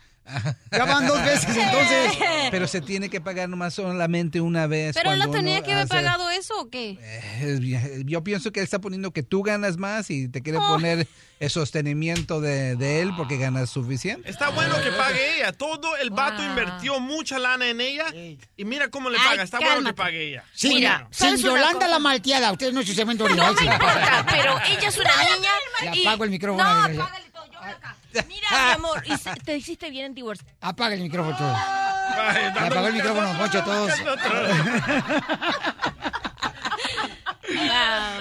Speaker 3: Ya van dos veces, entonces.
Speaker 14: Pero se tiene que pagar nomás solamente una vez.
Speaker 4: ¿Pero él
Speaker 14: cuando
Speaker 4: no tenía
Speaker 14: uno
Speaker 4: que haber
Speaker 14: hace-
Speaker 4: pagado eso o qué?
Speaker 14: Eh, Yo pienso que él está poniendo que tú ganas más y te quiere
Speaker 4: Oh.
Speaker 14: poner el sostenimiento de, de él porque ganas suficiente.
Speaker 5: Está bueno que pague ella. Todo el vato invirtió mucha lana en ella. Y mira cómo le paga. Está bueno que
Speaker 4: cálmate.
Speaker 5: pague ella.
Speaker 3: Sí,
Speaker 5: Mira,
Speaker 3: sin Yolanda la malteada, usted no es su segmento original.
Speaker 5: me
Speaker 3: sí.
Speaker 5: importa,
Speaker 16: Pero ella es una niña
Speaker 3: Le
Speaker 16: y...
Speaker 3: apago el micrófono.
Speaker 16: No,
Speaker 3: a la desgraciada.
Speaker 16: apágale todo, yo voy acá. Mira, mi amor, y se- te hiciste bien en divorcio.
Speaker 3: Apaga el micrófono. todo. Le apagó el micrófono, Poncho, a todos.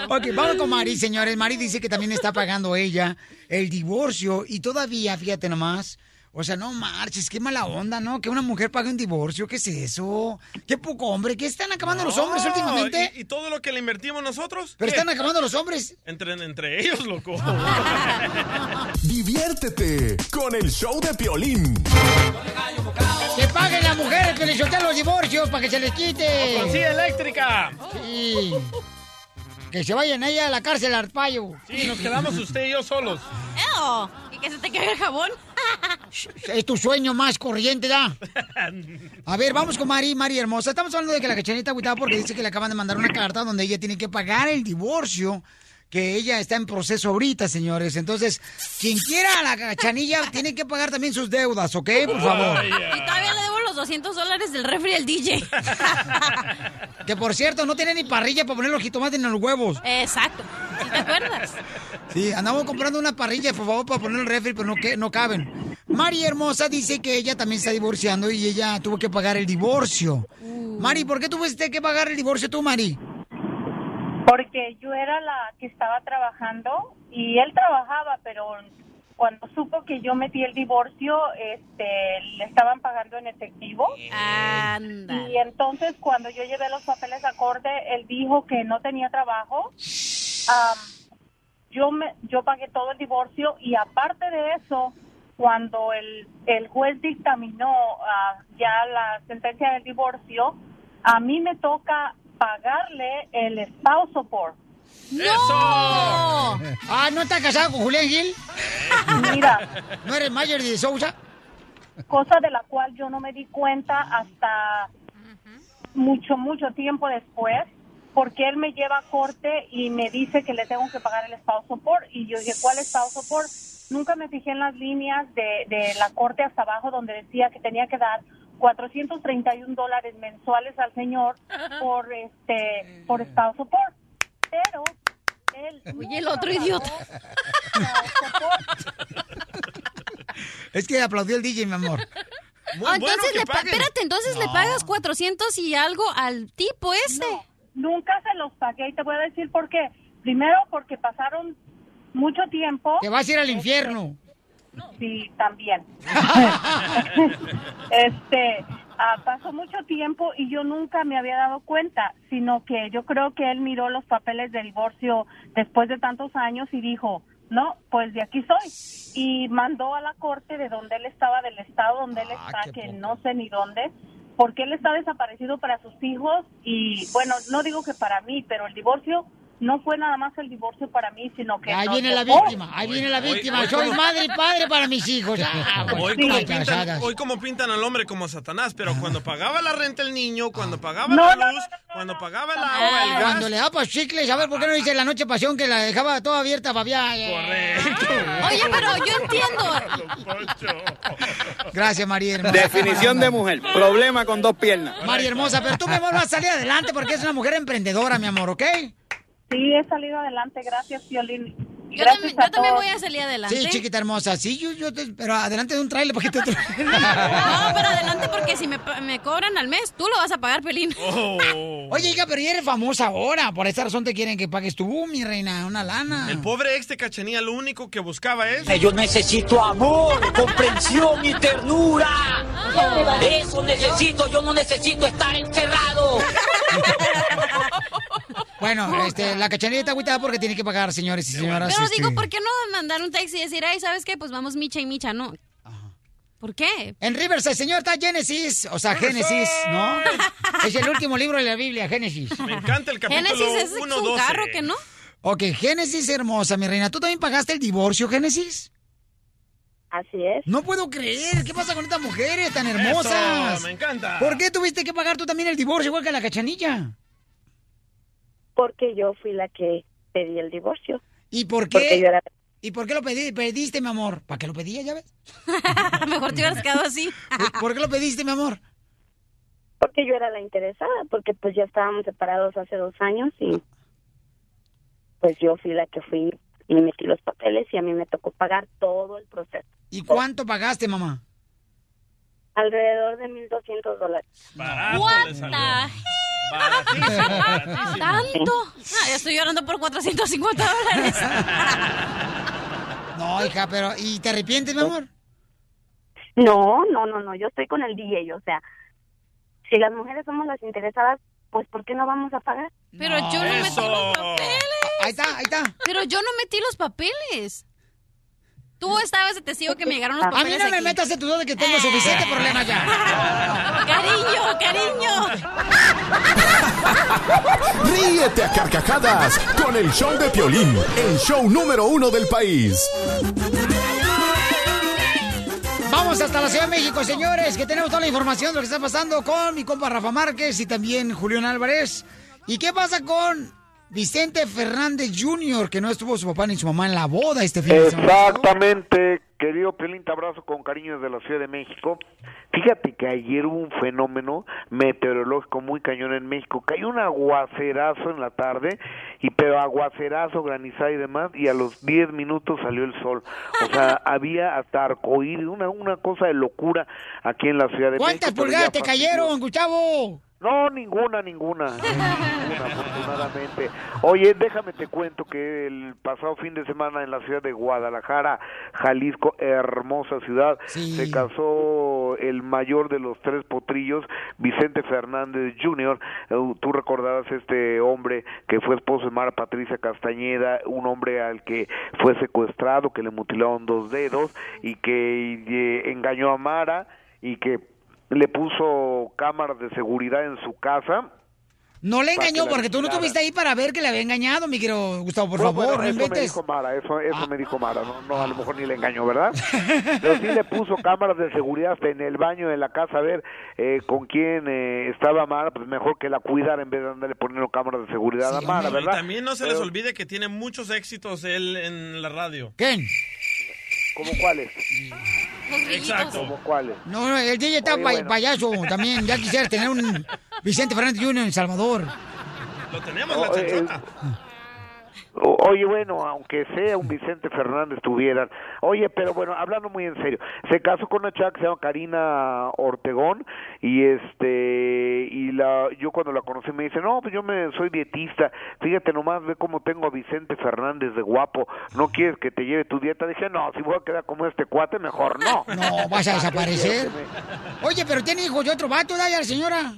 Speaker 3: Ok, vamos con Mari, señores. Mari dice que también está pagando ella el divorcio y todavía, fíjate nomás. O sea, no marches, qué mala onda, ¿no? Que una mujer pague un divorcio, ¿qué es eso? Qué poco hombre, ¿qué están acabando los hombres
Speaker 5: No,
Speaker 3: últimamente?
Speaker 5: Y, y todo lo que le invertimos nosotros?
Speaker 3: Pero
Speaker 5: ¿Qué?
Speaker 3: están acabando los hombres.
Speaker 5: Entre, entre ellos, loco.
Speaker 7: Diviértete con el show de Piolín.
Speaker 3: Que paguen las mujeres que les soltan los divorcios para que se les quite.
Speaker 5: Con silla eléctrica.
Speaker 3: Sí. Que se vayan ella a la cárcel, arpayo.
Speaker 5: Sí, nos quedamos usted y yo solos.
Speaker 4: ¡Eo! ¿Y que se te caiga el jabón?
Speaker 3: Es tu sueño más corriente, ¿da? A ver, vamos con Mari, Mari hermosa. Estamos hablando de que la cachanita agüitada porque dice que le acaban de mandar una carta donde ella tiene que pagar el divorcio, que ella está en proceso ahorita, señores. Entonces,
Speaker 4: Oh,
Speaker 3: quien quiera a la cachanilla tiene que pagar también sus deudas, ¿ok? Por favor.
Speaker 4: Y todavía le debo los los 200 dólares del refri del DJ.
Speaker 3: Que por cierto, no tenía ni parrilla para poner los jitomates en los huevos.
Speaker 4: Exacto. ¿Sí te acuerdas?
Speaker 3: Sí, andamos comprando una parrilla, por favor, para poner el refri, pero no, que, no caben. Mari Hermosa dice que ella también está divorciando y ella tuvo que pagar el divorcio. Mari, ¿por qué tuviste que pagar el divorcio tú, Mari?
Speaker 12: Porque yo era la que estaba trabajando y él trabajaba, pero cuando supo que yo metí el divorcio, este, le estaban pagando en efectivo. Y entonces cuando yo llevé los papeles a corte, él dijo que no tenía trabajo. Am, yo me, yo pagué todo el divorcio y aparte de eso, cuando el, el juez dictaminó ah, ya la sentencia del divorcio, a mí me toca pagarle el spouse support.
Speaker 3: ¡No! Ah, ¿no estás casado con Julián Gil?
Speaker 12: Mira.
Speaker 3: ¿No eres mayor de Sousa?
Speaker 12: cosa de la cual yo no me di cuenta hasta mucho, mucho tiempo después, porque él me lleva a corte y me dice que le tengo que pagar el spouse support, y yo dije, ¿cuál spouse support? Nunca me fijé en las líneas de, de la corte hasta abajo donde decía que tenía que dar 431 dólares mensuales al señor por este por spouse support, pero él...
Speaker 4: Oye, el otro idiota.
Speaker 3: Es que aplaudió el DJ, mi amor. Muy
Speaker 4: Ah,
Speaker 3: bueno
Speaker 4: entonces
Speaker 3: que
Speaker 4: le pa-
Speaker 3: paguen.
Speaker 4: espérate, entonces le
Speaker 3: No.
Speaker 4: pagas 400 y algo al tipo este. ese.
Speaker 12: nunca se los pagué y te voy a decir por qué. Primero porque pasaron mucho tiempo. Este,
Speaker 3: Te vas a ir al infierno.
Speaker 12: Sí, también. este, ah, pasó mucho tiempo y yo nunca me había dado cuenta, sino que yo creo que él miró los papeles de divorcio después de tantos años y dijo, no, pues de aquí soy. Y mandó a la corte de donde él estaba, del estado donde él está, que no sé ni dónde, porque él está desaparecido para sus hijos y bueno, no digo que para mí, pero el divorcio no fue nada más el divorcio para mí, sino que...
Speaker 3: Ahí
Speaker 12: nos
Speaker 3: viene la
Speaker 12: tocó.
Speaker 3: víctima, ahí viene la
Speaker 12: hoy-
Speaker 3: víctima.
Speaker 12: hoy-
Speaker 3: Soy
Speaker 12: hoy-
Speaker 3: madre y padre para mis hijos. Ah, bueno,
Speaker 5: Hoy como,
Speaker 3: las
Speaker 5: pintan,
Speaker 3: casadas.
Speaker 5: hoy como pintan al hombre como Satanás, pero cuando pagaba la renta el niño, cuando pagaba
Speaker 3: No,
Speaker 5: la
Speaker 3: no, no,
Speaker 5: luz, cuando pagaba el agua, el
Speaker 3: Ah,
Speaker 5: gas.
Speaker 3: Cuando le daba chicles, a ver, ¿por qué no dice la noche pasión que la dejaba toda abierta eh? para
Speaker 5: Correcto.
Speaker 4: Oye, pero yo entiendo.
Speaker 3: Gracias, María hermosa.
Speaker 25: Definición de mujer. Problema con dos piernas.
Speaker 3: María hermosa, pero tú, mi amor, vas a salir adelante porque es una mujer emprendedora, mi amor, ¿ok?
Speaker 12: Sí, he salido adelante, gracias, Violín.
Speaker 4: Yo también, yo también voy a salir adelante. ¿eh?
Speaker 3: Sí, chiquita hermosa, sí, yo, yo te- pero adelante de un trailer porque te
Speaker 4: No, pero adelante porque si me, pa- me cobran al mes, tú lo vas a pagar, Pelín.
Speaker 3: Oh, Oye, hija, pero ya eres famosa ahora, por esa razón te quieren que pagues tú, mi reina, una lana.
Speaker 5: El pobre ex de Cachanía lo único que buscaba es...
Speaker 6: Yo necesito amor, comprensión y ternura. Eso necesito, yo no necesito estar encerrado.
Speaker 3: Bueno, este, la cachanilla está agüitada porque tiene que pagar, señores y señoras.
Speaker 4: Pero
Speaker 3: este,
Speaker 4: digo, ¿por qué no mandar un texto y decir, ay, ¿sabes qué? Pues vamos micha y micha, ¿no? ¿Por qué?
Speaker 3: En Riverside, señor, está Génesis, o sea, Génesis, ¿no? Es el último libro de la Biblia, Génesis.
Speaker 5: Me encanta el capítulo
Speaker 4: Génesis es
Speaker 5: 1,
Speaker 4: un
Speaker 5: 12.
Speaker 4: carro que no.
Speaker 3: Ok, Génesis hermosa, mi reina, ¿tú también pagaste el divorcio, Génesis?
Speaker 12: Así es.
Speaker 3: No puedo creer, ¿qué pasa con estas mujeres tan
Speaker 5: Eso,
Speaker 3: hermosas?
Speaker 5: me encanta.
Speaker 3: ¿Por qué tuviste que pagar tú también el divorcio, igual que la cachanilla?
Speaker 12: Porque yo fui la que pedí el divorcio.
Speaker 3: ¿Y por qué?
Speaker 12: Porque yo era-
Speaker 3: ¿Y por qué lo pedí- pediste, mi amor? ¿Para qué lo pedía, ya ves?
Speaker 4: Mejor te hubieras quedado así.
Speaker 3: ¿Por, por qué lo pediste, mi amor?
Speaker 12: Porque yo era la interesada, porque pues ya estábamos separados hace dos años y pues yo fui la que fui y metí los papeles y a mí me tocó pagar todo el proceso.
Speaker 3: ¿Y cuánto pagaste, mamá?
Speaker 12: Alrededor de 1.200 dólares.
Speaker 4: What the heck? ¿Tanto? Ah, yo estoy llorando por 450 dólares.
Speaker 3: No, hija, pero ¿y te arrepientes, mi amor?
Speaker 12: No, no, no, no, yo estoy con el DJ, o sea, si las mujeres somos las interesadas, pues ¿por qué no vamos a pagar?
Speaker 4: Pero yo no metí
Speaker 3: Oh.
Speaker 4: los papeles.
Speaker 3: Ahí está, ahí está.
Speaker 4: Pero yo no metí los papeles. Tú estabas de testigo que me llegaron los
Speaker 3: A mí
Speaker 4: papeles.
Speaker 3: no me metas en tu duda que tengo suficiente problema ya.
Speaker 4: Cariño, cariño.
Speaker 7: Ríete a carcajadas con el show de Piolín, el show número uno del país.
Speaker 3: Vamos hasta la Ciudad de México, señores, que tenemos toda la información de lo que está pasando con mi compa Rafa Márquez y también Julián Álvarez. ¿Y qué pasa con Vicente Fernández Jr., que no estuvo su papá ni su mamá en la boda este fin de semana?
Speaker 17: Exactamente, Querido Pelín, te abrazo con cariño desde la Ciudad de México. Fíjate que ayer hubo un fenómeno meteorológico muy cañón en México. Cayó un aguacerazo en la tarde, y pero aguacerazo, granizada y demás, y a los 10 minutos salió el sol. O sea, había hasta arcoíris, una, una cosa de locura aquí en la Ciudad de
Speaker 3: ¿Cuántas
Speaker 17: México. pero
Speaker 3: pulgadas
Speaker 17: ya
Speaker 3: te
Speaker 17: fastidió.
Speaker 3: cayeron, Gustavo?
Speaker 17: No, ninguna, ninguna. Ninguna, afortunadamente. Oye, déjame te cuento que el pasado fin de semana en la ciudad de Guadalajara, Jalisco, hermosa ciudad, se casó el mayor de los tres potrillos, Vicente Fernández Jr. Eh, Tú recordarás este hombre que fue esposo de Mara Patricia Castañeda, un hombre al que fue secuestrado, que le mutilaron dos dedos y que eh, engañó a Mara y que le puso cámaras de seguridad en su casa.
Speaker 3: No le
Speaker 17: Para
Speaker 3: engañó
Speaker 17: que la
Speaker 3: porque tú no
Speaker 17: miraran.
Speaker 3: estuviste ahí para ver que le había engañado, mi querido Gustavo, por
Speaker 17: Bueno,
Speaker 3: favor,
Speaker 17: bueno,
Speaker 3: no
Speaker 17: eso me
Speaker 3: inventes.
Speaker 17: dijo Mara, eso, eso me dijo Mara, no, no,
Speaker 5: Ah.
Speaker 17: a lo mejor ni le engañó, ¿verdad? Pero sí le puso cámaras de seguridad hasta en el baño de la casa a ver eh, con quién eh, estaba Mara, pues mejor que la cuidara en vez de andarle poniendo cámaras de seguridad a Mara,
Speaker 5: Pero
Speaker 17: ¿verdad?
Speaker 5: también no se les
Speaker 17: Pero,
Speaker 5: olvide que tiene muchos éxitos él en la radio.
Speaker 3: ¿Quién?
Speaker 17: ¿Cómo cuáles?
Speaker 5: Exacto.
Speaker 17: ¿Cómo cuáles?
Speaker 3: No, no, el DJ está
Speaker 17: Oye,
Speaker 3: pa-
Speaker 17: bueno.
Speaker 3: payaso también. Ya quisiera tener un Vicente Fernández Jr. en El Salvador.
Speaker 5: Lo tenemos,
Speaker 17: No,
Speaker 5: la
Speaker 17: eh,
Speaker 5: chanchota.
Speaker 17: O- Oye, bueno, aunque sea un Vicente Fernández tuvieran. Oye, pero bueno, hablando muy en serio, se casó con una chava que se llama Karina Ortegón y este y la yo cuando la conocí me dice, "No, pues yo me soy dietista. Fíjate nomás ve cómo tengo a Vicente Fernández de guapo. ¿No quieres que te lleve tu dieta?" Dije, "No, si voy a quedar como este cuate, mejor no."
Speaker 3: No, vas a desaparecer. Oye, pero tiene hijos de otro vato, dale a la señora.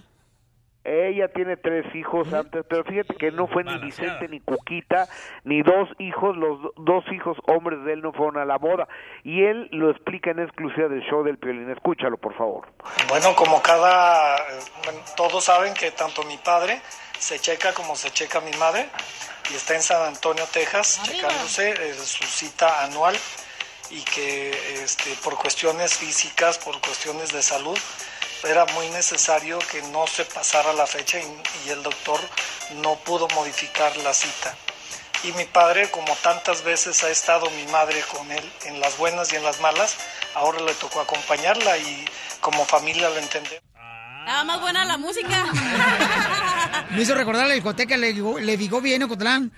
Speaker 17: Ella tiene tres hijos antes, pero fíjate que no fue ni Vicente ni Cuquita, ni dos hijos, los do- dos hijos hombres de él no fueron a la boda. Y él lo explica en exclusiva del show del Piolín. Escúchalo, por favor.
Speaker 21: Bueno, como cada, bueno, todos saben que tanto mi padre se checa como se checa mi madre y está en San Antonio, Texas, checándose eh, su cita anual y que este, por cuestiones físicas, por cuestiones de salud, era muy necesario que no se pasara la fecha y, y el doctor no pudo modificar la cita. Y mi padre, como tantas veces ha estado mi madre con él en las buenas y en las malas, ahora le tocó acompañarla y como familia lo entendemos.
Speaker 4: Estaba más buena la música.
Speaker 3: Me hizo recordar la discoteca, le, digo- le digo bien Ocotlán.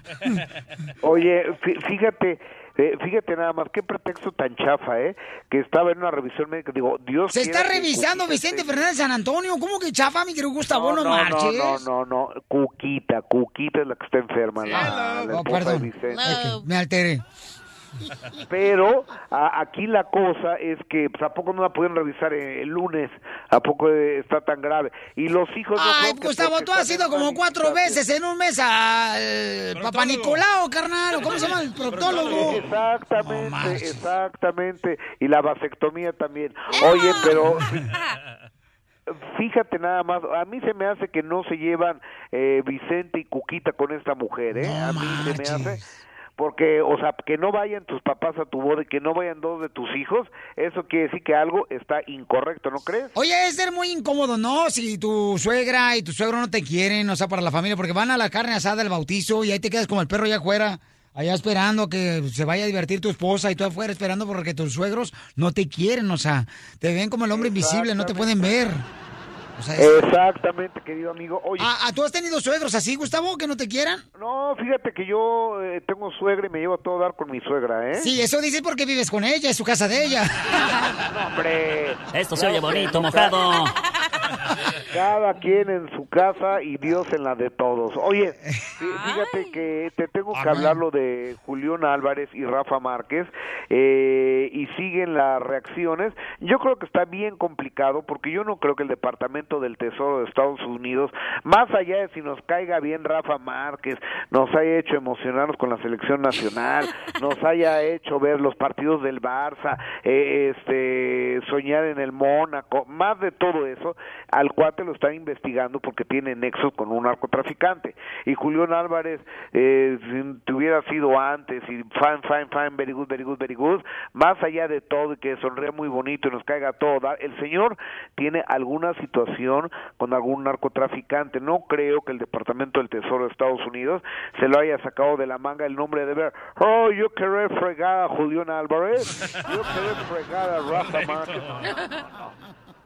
Speaker 17: Oye, fí- fíjate. eh, fíjate nada más, qué pretexto tan chafa, ¿eh? Que estaba en una revisión médica. Digo, Dios
Speaker 3: Se está
Speaker 17: quiera que
Speaker 3: revisando
Speaker 17: Cuquita
Speaker 3: Vicente
Speaker 17: esté-
Speaker 3: Fernández San Antonio. ¿Cómo que chafa, mi querido Gustavo? No,
Speaker 17: no, no,
Speaker 3: marches.
Speaker 17: no, no, no, Cuquita, Cuquita es la que está enferma. La, la
Speaker 3: Oh,
Speaker 17: esposa de
Speaker 3: perdón.
Speaker 17: Vicente. Pues
Speaker 3: Ok, me alteré.
Speaker 17: Pero a- aquí la cosa es que pues, a poco no la pudieron revisar eh, el, el lunes, a poco eh, está tan grave. Y los hijos no
Speaker 3: Ay,
Speaker 17: creo que
Speaker 3: Gustavo,
Speaker 17: porque
Speaker 3: tú has
Speaker 17: están
Speaker 3: ido
Speaker 17: en
Speaker 3: como
Speaker 17: una
Speaker 3: cuatro
Speaker 17: visita-
Speaker 3: veces en un mes al Papá Nicolau, carnal. ¿o ¿Cómo se llama el proctólogo?
Speaker 17: Exactamente, exactamente. Y la vasectomía también. Oye, pero fíjate nada más, a mí se me hace que no se llevan eh, Vicente y Cuquita con esta mujer, ¿eh? a mí se me hace. Porque, o sea, que no vayan tus papás a tu boda y que no vayan dos de tus hijos, eso quiere decir que algo está incorrecto, ¿no crees?
Speaker 3: Oye, es ser muy incómodo, ¿no? Si tu suegra y tu suegro no te quieren, o sea, para la familia, porque van a la carne asada, el bautizo, y ahí te quedas como el perro allá afuera, allá esperando que se vaya a divertir tu esposa y tú afuera esperando porque tus suegros no te quieren, o sea, te ven como el hombre invisible, no te pueden ver. O sea, es-
Speaker 17: Exactamente, querido amigo. Oye,
Speaker 3: Ah, ah, ¿Tú has tenido suegros así, Gustavo, que no te quieran?
Speaker 17: no, fíjate que yo eh, tengo suegra y me llevo a todo dar con mi suegra, ¿eh?
Speaker 3: Sí, eso dices porque vives con ella, es su casa de ella.
Speaker 17: Hombre.
Speaker 3: Esto se oye bonito,
Speaker 17: mojado. Cada quien en su casa y Dios en la de todos. Oye, fí- fíjate que te tengo que hablar lo de Julián Álvarez y Rafa Márquez eh, y siguen las reacciones. Yo creo que está bien complicado porque yo no creo que el Departamento del Tesoro de Estados Unidos, más allá de si nos caiga bien Rafa Márquez, nos haya hecho emocionarnos con la selección nacional, nos haya hecho ver los partidos del Barça, eh, este, soñar en el Mónaco, más de todo eso, al cuate lo están investigando porque tiene nexos con un narcotraficante. Y Julián Álvarez, eh, si hubiera sido antes, y fan, fan, fan, very good, very good, very good, más allá de todo y que sonría muy bonito y nos caiga toda, el señor tiene alguna situación con algún narcotraficante. No creo que el Departamento del Tesoro de Estados Unidos se lo haya sacado de la manga el nombre de ver. Oh, yo quería fregar a Julián Álvarez. Yo quería fregar a Rafa Márquez.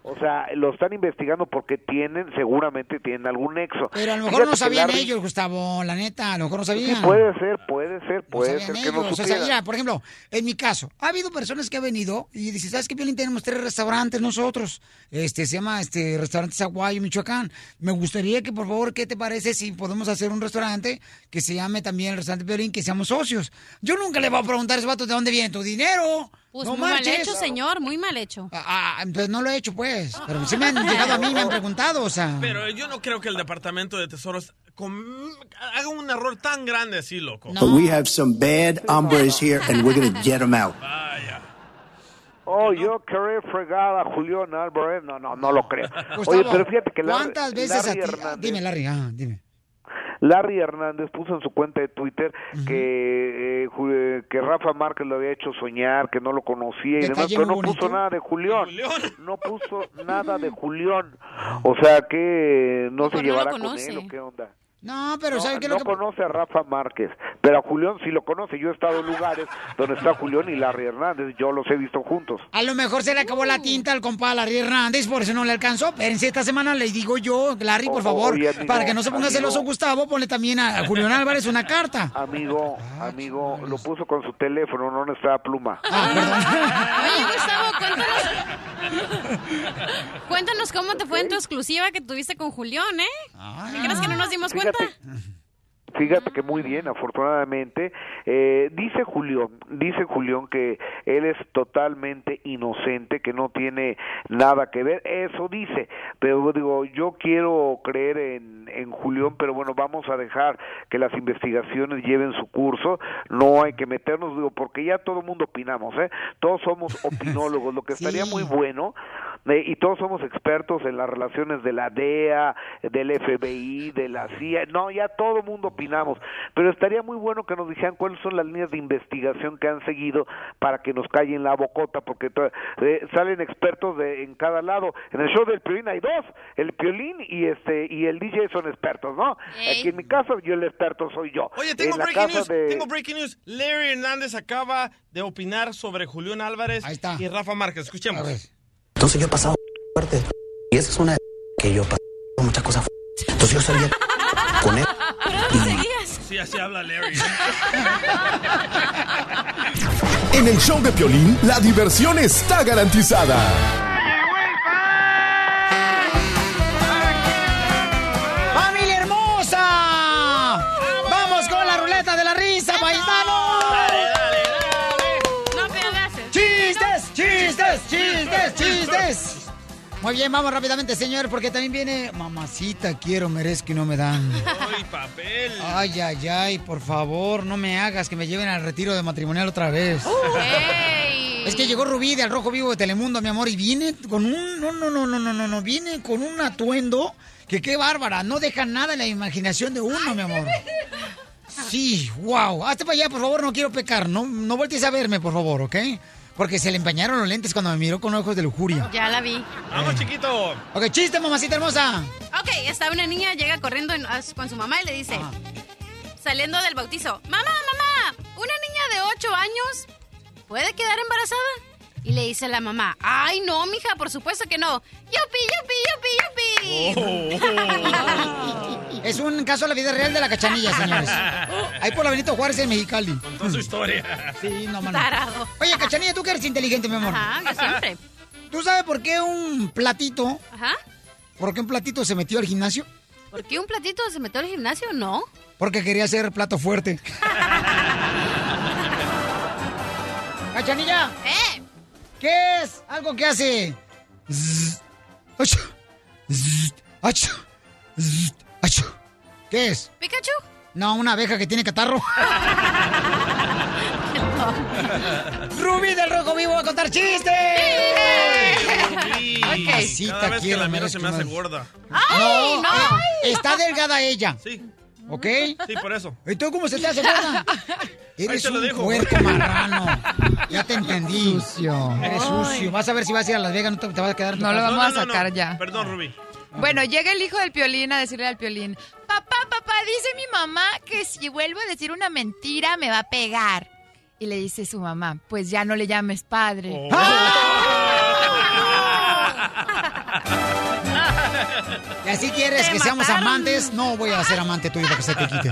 Speaker 17: O sea, lo están investigando porque tienen, seguramente tienen algún nexo.
Speaker 3: Pero a lo mejor
Speaker 17: Fíjate
Speaker 3: no
Speaker 17: que
Speaker 3: sabían
Speaker 17: Larry-
Speaker 3: ellos, Gustavo, la neta, a lo mejor no
Speaker 17: Sí,
Speaker 3: sabían.
Speaker 17: puede ser, puede ser,
Speaker 3: No
Speaker 17: puede ser
Speaker 3: sabían
Speaker 17: que no
Speaker 3: ellos. O sea,
Speaker 17: supieran.
Speaker 3: mira, por ejemplo, en mi caso, ha habido personas que han venido y dicen, ¿sabes qué, Piolín? Tenemos tres restaurantes nosotros. Este, se llama este Restaurante Zaguayo, Michoacán. Me gustaría que, por favor, ¿qué te parece si podemos hacer un restaurante que se llame también el Restaurante Piolín, que seamos socios? Yo nunca le voy a preguntar a esos vatos de dónde viene tu dinero.
Speaker 4: Pues
Speaker 3: no
Speaker 4: muy mal
Speaker 3: marches.
Speaker 4: hecho, Ah. señor, muy mal hecho.
Speaker 3: Ah, entonces no lo he hecho, pues. Pero sí me han llegado a mí, me han preguntado, o sea.
Speaker 5: Pero yo no creo que el Departamento de Tesoros com- haga un error tan grande así, loco.
Speaker 1: But we have some bad hombres here, and we're going to get them out.
Speaker 17: Oh, yo quería fregar a Julián Álvarez. No, no, no lo creo.
Speaker 3: Gustavo,
Speaker 17: Oye, pero fíjate que Larry,
Speaker 3: ¿Cuántas veces
Speaker 17: Larry
Speaker 3: a ti?
Speaker 17: Hernández-
Speaker 3: Dime, Larry, ah, dime.
Speaker 17: Larry Hernández puso en su cuenta de Twitter que eh, Ju- eh, que Rafa Márquez lo había hecho soñar, que no lo conocía y
Speaker 1: Detalle
Speaker 17: demás, pero
Speaker 1: muy
Speaker 17: no puso
Speaker 1: bonito.
Speaker 17: nada de Julián. No puso nada de Julián. O sea que no se
Speaker 3: no lo
Speaker 17: llevará con
Speaker 3: conoce.
Speaker 17: él o qué onda.
Speaker 3: No, pero
Speaker 17: no,
Speaker 3: ¿sabes qué? es
Speaker 17: no
Speaker 3: Lo que...
Speaker 17: conoce a Rafa Márquez, pero a Julián sí lo conoce. Yo he estado en lugares donde está Julián y Larry Hernández, yo los he visto juntos.
Speaker 3: A lo mejor se le acabó la tinta al compa Larry Hernández, por eso no le alcanzó. Espérense, esta semana les digo yo, Larry, por
Speaker 17: Oh,
Speaker 3: favor,
Speaker 17: oye, amigo,
Speaker 3: para que no se ponga
Speaker 17: amigo.
Speaker 3: celoso Gustavo, ponle también a a Julián Álvarez una carta.
Speaker 17: Amigo, amigo, lo puso con su teléfono, no necesitaba pluma.
Speaker 3: Ah,
Speaker 4: Oye, Gustavo, cuéntanos. Cuéntanos cómo te fue en tu exclusiva que tuviste con Julián,
Speaker 3: Ah.
Speaker 4: ¿eh? ¿Qué crees que no nos dimos cuenta?
Speaker 17: Fíjate que muy bien, afortunadamente. Eh, dice Julián, dice Julián que él es totalmente inocente, que no tiene nada que ver. Eso dice, pero digo, yo quiero creer en, en Julián, pero bueno, vamos a dejar que las investigaciones lleven su curso. No hay que meternos, digo, porque ya todo el mundo opinamos, ¿eh? Todos somos opinólogos, lo que estaría muy bueno, eh, y todos somos expertos en las relaciones de la DEA, del FBI, de la CIA, no, ya todo el mundo opinamos, pero estaría muy bueno que nos dijeran cuáles son las líneas de investigación que han seguido para que nos callen la bocota, porque to- eh, salen expertos de, en cada lado. En el show del Piolín hay dos, el Piolín y este y el DJ son expertos, ¿no?
Speaker 5: Ey.
Speaker 17: Aquí en mi caso, yo el experto soy yo.
Speaker 5: Oye, tengo
Speaker 17: en la
Speaker 5: breaking
Speaker 17: casa
Speaker 5: news.
Speaker 17: de-
Speaker 5: Tengo breaking news. Larry Hernández acaba de opinar sobre Julián Álvarez y Rafa Márquez. Escuchemos.
Speaker 22: Entonces yo he pasado fuerte. Y esa es una que yo he pasado muchas cosas fuertes. Entonces yo salía con él.
Speaker 5: Sí, así habla Larry.
Speaker 7: En el show de Piolín, la diversión está garantizada.
Speaker 3: ¡Familia hermosa! ¡Vamos con la ruleta de la risa, paisanos!
Speaker 4: No me hagas.
Speaker 3: ¡Chistes, chistes, chistes, chistes! Muy bien, vamos rápidamente, señor, porque también viene... Mamacita, quiero, merezco y no me dan.
Speaker 5: ¡Ay, papel!
Speaker 3: Ay, ay, ay, por favor, no me hagas que me lleven al retiro de matrimonial otra vez. Es que llegó Rubí de Al Rojo Vivo de Telemundo, mi amor, y viene con un... No, no, no, no, no, no, no, viene con un atuendo que qué bárbara, no deja nada en la imaginación de uno, mi amor. Sí, wow. Hazte para allá, por favor, no quiero pecar. No, no voltees a verme, por favor, ¿ok? Porque se le empañaron los lentes cuando me miró con ojos de lujuria.
Speaker 4: Ya la vi.
Speaker 5: Vamos, chiquito.
Speaker 3: Ok, chiste, mamacita hermosa.
Speaker 4: Ok, está una niña, llega corriendo en- a su- con su mamá y le dice, saliendo del bautizo, mamá, mamá, una niña de 8 años puede quedar embarazada. Y le dice la mamá, ay no, mija, por supuesto que no. Yupi, yupi,
Speaker 5: Oh.
Speaker 4: yupi, yupi.
Speaker 3: Es un caso de la vida real de la cachanilla, señores. Ahí por la Benito Juárez en Mexicali.
Speaker 5: Toda su historia.
Speaker 3: Sí, no mano.
Speaker 4: Tarado.
Speaker 3: Oye, cachanilla, tú que eres inteligente, mi amor.
Speaker 4: Ajá, yo siempre.
Speaker 3: ¿Tú sabes por qué un platito,
Speaker 4: Ajá.
Speaker 3: por qué un platito se metió al gimnasio?
Speaker 4: ¿Por qué un platito se metió al gimnasio? No.
Speaker 3: Porque quería ser plato fuerte. Cachanilla.
Speaker 4: ¿Eh?
Speaker 3: ¿Qué es algo que hace? Zzz, achú, zzz, achú, zzz, achú? ¿Qué es?
Speaker 4: ¿Pikachu?
Speaker 3: No, una abeja que tiene catarro. Rubí del Rojo Vivo va a contar chistes.
Speaker 5: Sí, Cada vez que
Speaker 3: quiero,
Speaker 5: la miro
Speaker 3: merezco
Speaker 5: se me hace
Speaker 3: más.
Speaker 5: gorda.
Speaker 4: ¡Ay, no!
Speaker 3: eh, Está delgada ella.
Speaker 5: Sí.
Speaker 3: ¿Ok?
Speaker 5: Sí, por eso.
Speaker 3: ¿Y tú cómo se te hace gorda? Eres
Speaker 5: te lo
Speaker 3: un
Speaker 5: dejo.
Speaker 3: puerco marrano. Ya te entendí. Sucio. Eres
Speaker 5: Ay.
Speaker 3: sucio. Vas a ver si vas a ir a Las Vegas, no te, te vas a quedar en tu
Speaker 23: No lo
Speaker 3: casa.
Speaker 23: vamos a sacar ya.
Speaker 5: Perdón, Rubí.
Speaker 12: Bueno, llega el hijo del piolín a decirle al piolín: Papá, papá, dice mi mamá que si vuelvo a decir una mentira me va a pegar. Y le dice su mamá: Pues ya no le llames padre.
Speaker 5: Oh.
Speaker 16: ¡Ah!
Speaker 3: Y así quieres que seamos amantes, no voy a ser amante tuyo para que se te quite.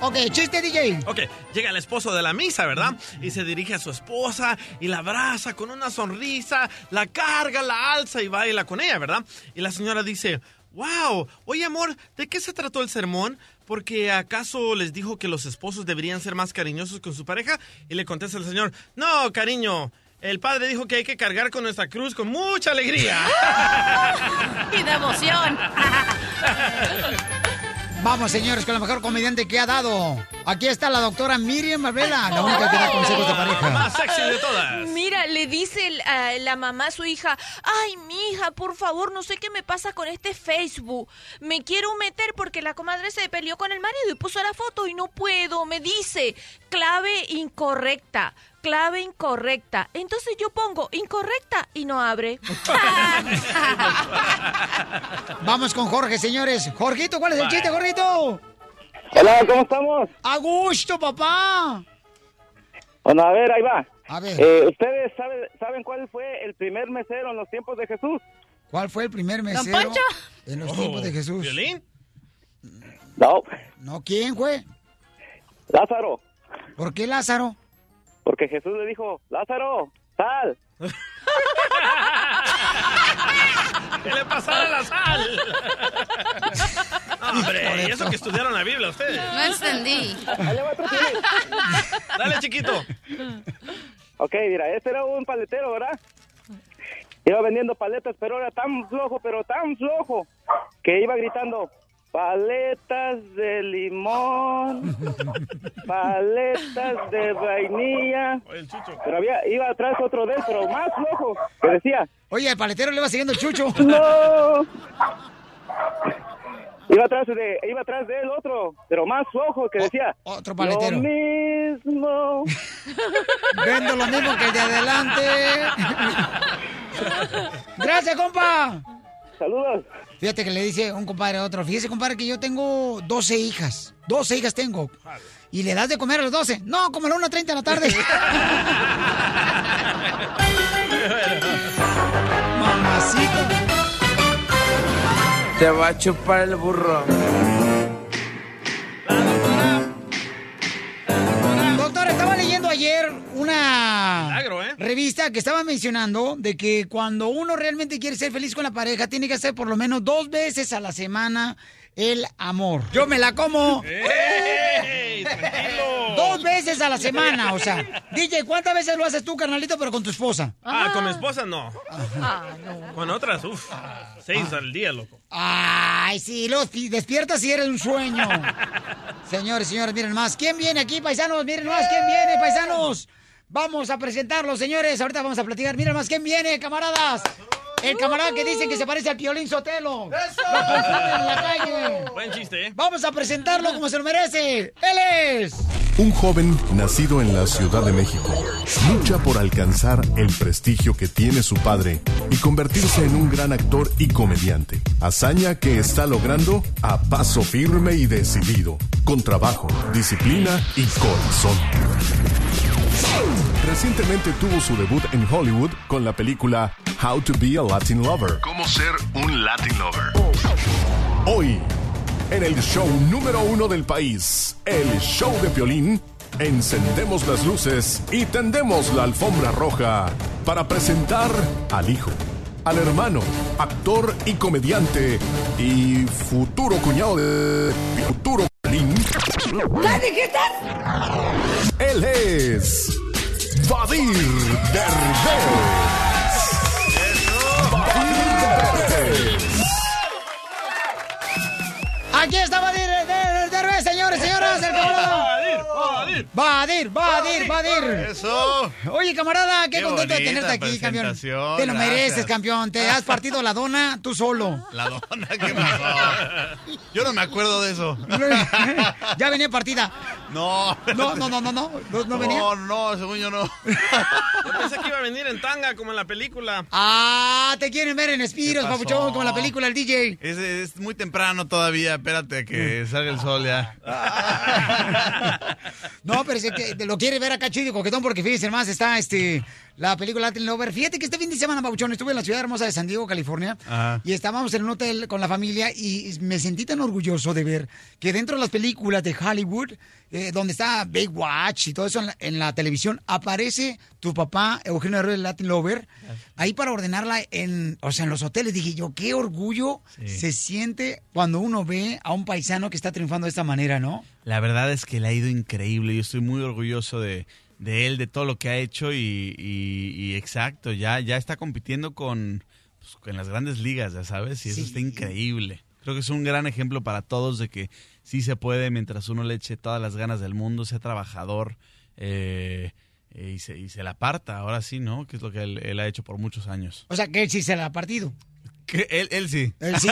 Speaker 3: Ok, chiste, DJ.
Speaker 5: Ok, llega el esposo de la misa, ¿verdad? Y se dirige a su esposa y la abraza con una sonrisa, la carga, la alza y baila con ella, ¿verdad? Y la señora dice, wow, oye amor, ¿de qué se trató el sermón? Porque acaso les dijo que los esposos deberían ser más cariñosos con su pareja? Y le contesta el señor, no, cariño, el padre dijo que hay que cargar con nuestra cruz con mucha alegría.
Speaker 4: Y de emoción.
Speaker 3: Vamos, señores, con la mejor comediante que ha dado. Aquí está la doctora Miriam Marbella, la única que da consejos de pareja.
Speaker 5: Más sexy de todas.
Speaker 16: Mira, le dice el- a la mamá a su hija, ay, mi hija, por favor, no sé qué me pasa con este Facebook. Me quiero meter porque la comadre se peleó con el marido y puso la foto y no puedo. Me dice, clave incorrecta, clave incorrecta. Entonces yo pongo incorrecta y no abre.
Speaker 3: Vamos con Jorge, señores. Jorgito, ¿cuál es el
Speaker 23: Bye.
Speaker 3: chiste, Jorgito?
Speaker 23: Hola, ¿cómo estamos?
Speaker 3: A gusto, papá.
Speaker 23: Bueno, a ver, ahí va.
Speaker 3: A ver.
Speaker 23: Eh, ¿Ustedes sabe- saben cuál fue el primer mesero en los tiempos de Jesús?
Speaker 3: ¿Cuál fue el primer mesero
Speaker 23: Poncho?
Speaker 3: en los tiempos
Speaker 5: Oh,
Speaker 3: de Jesús?
Speaker 5: ¿Violín?
Speaker 23: No.
Speaker 3: No, ¿quién fue?
Speaker 23: Lázaro.
Speaker 3: ¿Por qué Lázaro?
Speaker 23: Porque Jesús le dijo, Lázaro, sal.
Speaker 5: ¡Que le pasara la sal! Hombre, y eso que estudiaron la Biblia ustedes.
Speaker 4: No entendí.
Speaker 5: Dale, chiquito.
Speaker 23: Ok, mira, este era un paletero, ¿verdad? Iba vendiendo paletas, pero era tan flojo, pero tan flojo, que iba gritando, paletas de limón, paletas de vainilla. Pero había, iba atrás otro de él, pero más flojo, que decía,
Speaker 3: Oye, el paletero le va siguiendo el chucho.
Speaker 23: No. Iba atrás de, iba atrás de él otro, pero más flojo, que decía,
Speaker 6: Oh,
Speaker 3: otro paletero.
Speaker 23: Lo mismo.
Speaker 3: Vendo lo mismo que el de adelante. Gracias, compa.
Speaker 23: Saludos.
Speaker 3: Fíjate que le dice un compadre a otro, fíjese, compadre, que yo tengo 12 hijas. 12 hijas tengo. ¿Y le das de comer a las 12? No, como a las 1.30 de la tarde. Mamacita.
Speaker 24: Te va a chupar el burro.
Speaker 3: Doctora, estaba leyendo ayer una
Speaker 5: Milagro, ¿eh?
Speaker 3: revista que estaba mencionando de que cuando uno realmente quiere ser feliz con la pareja, tiene que hacer por lo menos dos veces a la semana el amor. Yo me la como.
Speaker 5: ¡Eh!
Speaker 3: Dos veces a la semana, o sea. DJ, ¿cuántas veces lo haces tú, carnalito, pero con tu esposa?
Speaker 5: Ah, con mi esposa no.
Speaker 16: Ah, no.
Speaker 5: Con otras, uff. Seis al día, loco.
Speaker 3: Ay, sí, los despiertas si eres un sueño. Señores, señores, miren más. ¿Quién viene aquí, paisanos? Miren más, ¿quién viene, paisanos? Vamos a presentarlos, señores. Ahorita vamos a platicar. Miren más, ¿quién viene, camaradas? El camarada que dice que se parece al Piolín Sotelo. ¡Eso! Lo confunden en la calle.
Speaker 5: Buen chiste, ¿eh?
Speaker 3: Vamos a presentarlo como se lo merece. Él es...
Speaker 7: Un joven nacido en la Ciudad de México lucha por alcanzar el prestigio que tiene su padre y convertirse en un gran actor y comediante. Hazaña que está logrando a paso firme y decidido, con trabajo, disciplina y corazón. Recientemente tuvo su debut en Hollywood con la película How to Be a Latin Lover.
Speaker 26: ¿Cómo ser un Latin Lover?
Speaker 7: Hoy, en el show número uno del país, el show de Piolín, encendemos las luces y tendemos la alfombra roja para presentar al hijo, al hermano, actor y comediante y futuro cuñado de futuro Piolín. Él es Vadir Derbez.
Speaker 3: Aquí está Badir eh, Der- Derbez, señores, señoras, el camarada.
Speaker 27: Vadir,
Speaker 3: Vadir, Vadir, Vadir.
Speaker 27: Eso.
Speaker 3: Oye, camarada, qué,
Speaker 27: Qué
Speaker 3: contento de
Speaker 27: bonita
Speaker 3: tenerte aquí, campeón. Te
Speaker 27: presentación,
Speaker 3: lo
Speaker 27: gracias.
Speaker 3: mereces, campeón. Te has partido la dona tú solo.
Speaker 27: La dona, ¿qué pasó? Yo no me acuerdo de eso.
Speaker 3: ya venía partida.
Speaker 5: No.
Speaker 3: No, no, no, no, no. No, no venía.
Speaker 5: No, no, según yo no. Yo pensé que iba a venir en tanga, como en la película.
Speaker 3: Ah, te quieren ver en espiros,
Speaker 5: ¿Qué pasó?
Speaker 3: papuchón, como en la película El DJ.
Speaker 2: Es, es muy temprano todavía, espérate a que salga el sol ya.
Speaker 3: No, pero se que- lo quiere ver acá chido y coquetón porque fíjense más, está este la película Latin Lover. Fíjate que este fin de semana, papuchón, estuve en la ciudad hermosa de San Diego, California.
Speaker 2: Ajá.
Speaker 3: Y estábamos en un hotel con la familia y me sentí tan orgulloso de ver que dentro de las películas de Hollywood, eh, donde está Baywatch y todo eso en la, en la televisión, aparece tu papá, Eugenio Herrera, el Latin Lover, ahí para ordenarla en, o sea, en los hoteles. Dije yo, qué orgullo
Speaker 2: Sí.
Speaker 3: se siente cuando uno ve a un paisano que está triunfando de esta manera, ¿no?
Speaker 2: La verdad es que le ha ido increíble. Yo estoy muy orgulloso de, de él, de todo lo que ha hecho y, y- y exacto, ya, ya está compitiendo con, pues, con las grandes ligas, ya sabes, y eso está increíble. Creo que es un gran ejemplo para todos de que sí se puede mientras uno le eche todas las ganas del mundo, sea trabajador eh, eh, y, se, y se la aparta, ahora sí, ¿no? Que es lo que él, él ha hecho por muchos años.
Speaker 3: O sea, que él sí se la ha partido.
Speaker 2: Que él, él sí.
Speaker 3: Él sí.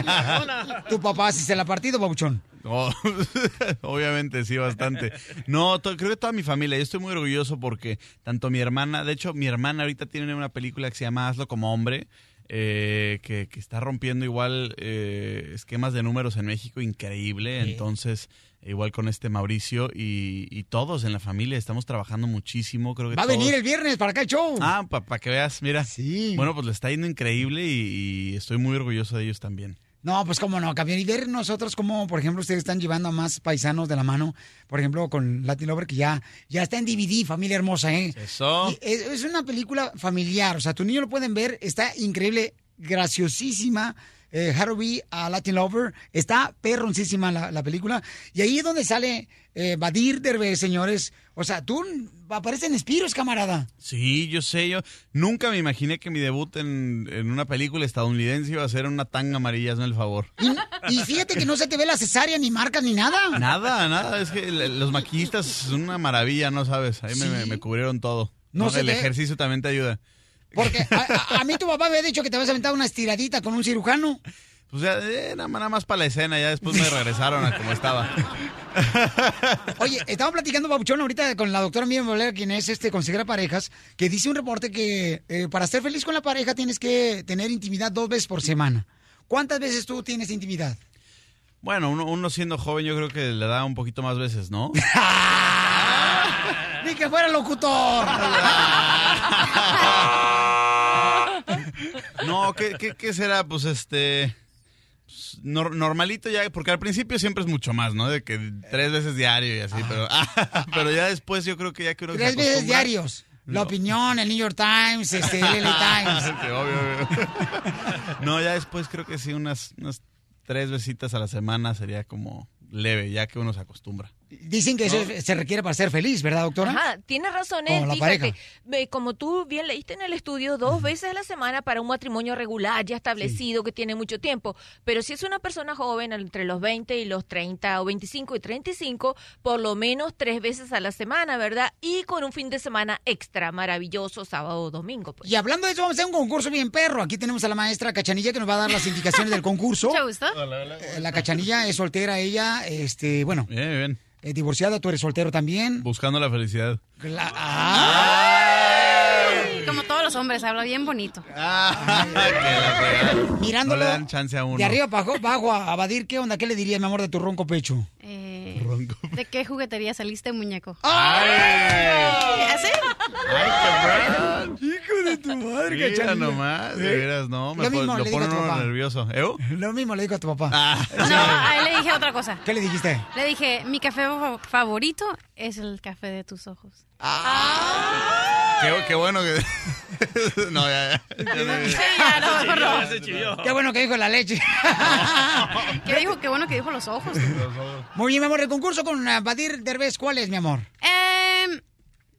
Speaker 3: tu papá sí se la ha partido, Pabuchón.
Speaker 2: Oh, obviamente, sí, bastante. No, to- creo que toda mi familia. Yo estoy muy orgulloso porque tanto mi hermana, de hecho, mi hermana ahorita tiene una película que se llama Hazlo como hombre, eh, que, que está rompiendo igual eh, esquemas de números en México, increíble.
Speaker 5: Sí.
Speaker 2: Entonces, igual con este Mauricio y, y todos en la familia estamos trabajando muchísimo. Creo que
Speaker 3: Va a venir
Speaker 2: todos-
Speaker 3: el viernes para acá el show.
Speaker 2: Ah, para que veas, mira.
Speaker 3: Sí.
Speaker 2: Bueno, pues le está yendo increíble y- y estoy muy orgulloso de ellos también.
Speaker 3: No, pues cómo no, campeón. Y ver nosotros cómo, por ejemplo, ustedes están llevando a más paisanos de la mano, por ejemplo, con Latin Lover, que ya, ya está en DVD, familia hermosa, ¿eh?
Speaker 2: Eso.
Speaker 3: Y Es, es una película familiar, o sea, tu niño lo pueden ver, está increíble, graciosísima. Eh, How to Be a Latin Lover, está perroncísima la, la película. Y ahí es donde sale eh, Badir Derbez, señores. O sea, tú aparecen en Espiros, camarada.
Speaker 2: Sí, yo sé, yo nunca me imaginé que mi debut en, en una película estadounidense iba a ser una tanga amarilla, hazme el favor.
Speaker 3: Y fíjate que no se te ve la cesárea, ni marcas, ni nada.
Speaker 2: Nada, nada, es que l- los maquillistas es una maravilla, no sabes, ahí me- me, me cubrieron todo.
Speaker 3: No
Speaker 2: No,
Speaker 3: se
Speaker 2: el
Speaker 3: ve.
Speaker 2: ejercicio también te ayuda.
Speaker 3: Porque a, a- a mí tu papá me había dicho que te habías aventado una estiradita con un cirujano.
Speaker 2: O sea, eh, nada, más- nada más para la escena, ya después me regresaron a como estaba.
Speaker 3: Oye, estamos platicando, Babuchón, ahorita con la doctora Miriam Valera, quien es este consejera parejas, que dice un reporte que eh, para ser feliz con la pareja tienes que tener intimidad dos veces por semana. ¿Cuántas veces tú tienes intimidad?
Speaker 2: Bueno, uno, uno siendo joven yo creo que le da un poquito más veces, ¿no?
Speaker 3: Ni que fuera locutor.
Speaker 2: No, ¿qué, qué, qué será? Pues este. pues, nor- normalito ya, porque al principio siempre es mucho más, ¿no? De que tres veces diario y así, pero, pero ya después yo creo que ya creo que.
Speaker 3: Tres veces diarios. La opinión, el New York Times, este, el LA Times.
Speaker 2: No, ya después creo que sí, unas, unas tres besitas a la semana sería como leve, ya que uno se acostumbra.
Speaker 3: Dicen que eso
Speaker 2: No.
Speaker 3: se requiere para ser feliz, ¿verdad, doctora?
Speaker 16: Ajá, tienes razón,
Speaker 3: Como
Speaker 16: él.
Speaker 3: la
Speaker 16: Fíjate,
Speaker 3: pareja.
Speaker 16: ve, como tú bien leíste en el estudio, dos veces a la semana para un matrimonio regular, ya establecido, que tiene mucho tiempo. Pero si es una persona joven, entre los 20 y los 30, o 25 y 35, por lo menos tres veces a la semana, ¿verdad? Y con un fin de semana extra, maravilloso, sábado o domingo. Pues.
Speaker 3: Y hablando de eso, vamos a hacer un concurso bien perro. Aquí tenemos a la maestra Cachanilla que nos va a dar las indicaciones del concurso. ¿Te
Speaker 4: gusta?
Speaker 3: La Cachanilla es soltera, ella, este, bueno,
Speaker 2: Bien, bien.
Speaker 3: eh, divorciada, tú eres soltero también.
Speaker 2: Buscando la felicidad.
Speaker 3: Cla-
Speaker 4: Como todos los hombres, habla bien bonito.
Speaker 2: No
Speaker 5: Ah.
Speaker 3: Mirándolo
Speaker 2: le dan chance a uno.
Speaker 3: de arriba para abajo, abajo a, a Badir, ¿qué onda? ¿Qué le dirías, mi amor, de tu ronco pecho?
Speaker 4: Eh, ¿De qué juguetería saliste, muñeco? ¿Así?
Speaker 3: ¡Hijo de tu madre,
Speaker 2: Mira
Speaker 3: Cachanilla!
Speaker 2: nomás, de veras, no, me
Speaker 3: Lo
Speaker 2: pon-
Speaker 3: mismo
Speaker 2: lo
Speaker 3: le digo a
Speaker 2: pone
Speaker 3: tu
Speaker 2: uno
Speaker 3: papá.
Speaker 2: nervioso. ¿Eu? Ah.
Speaker 3: Lo mismo le digo a tu papá.
Speaker 4: No, a él le dije otra cosa.
Speaker 3: ¿Qué le dijiste?
Speaker 4: Le dije, mi café fa- favorito es el café de tus ojos.
Speaker 2: Qué, qué bueno que. no, ya, ya.
Speaker 4: ya, no, mejor no.
Speaker 5: Ya se chivió.
Speaker 3: Qué bueno que dijo la leche.
Speaker 4: ¿Qué dijo? Qué bueno que dijo los ojos.
Speaker 3: Muy bien, mi amor, el concurso con ah, Badir Derbez, ¿cuál es, mi amor?
Speaker 4: Em,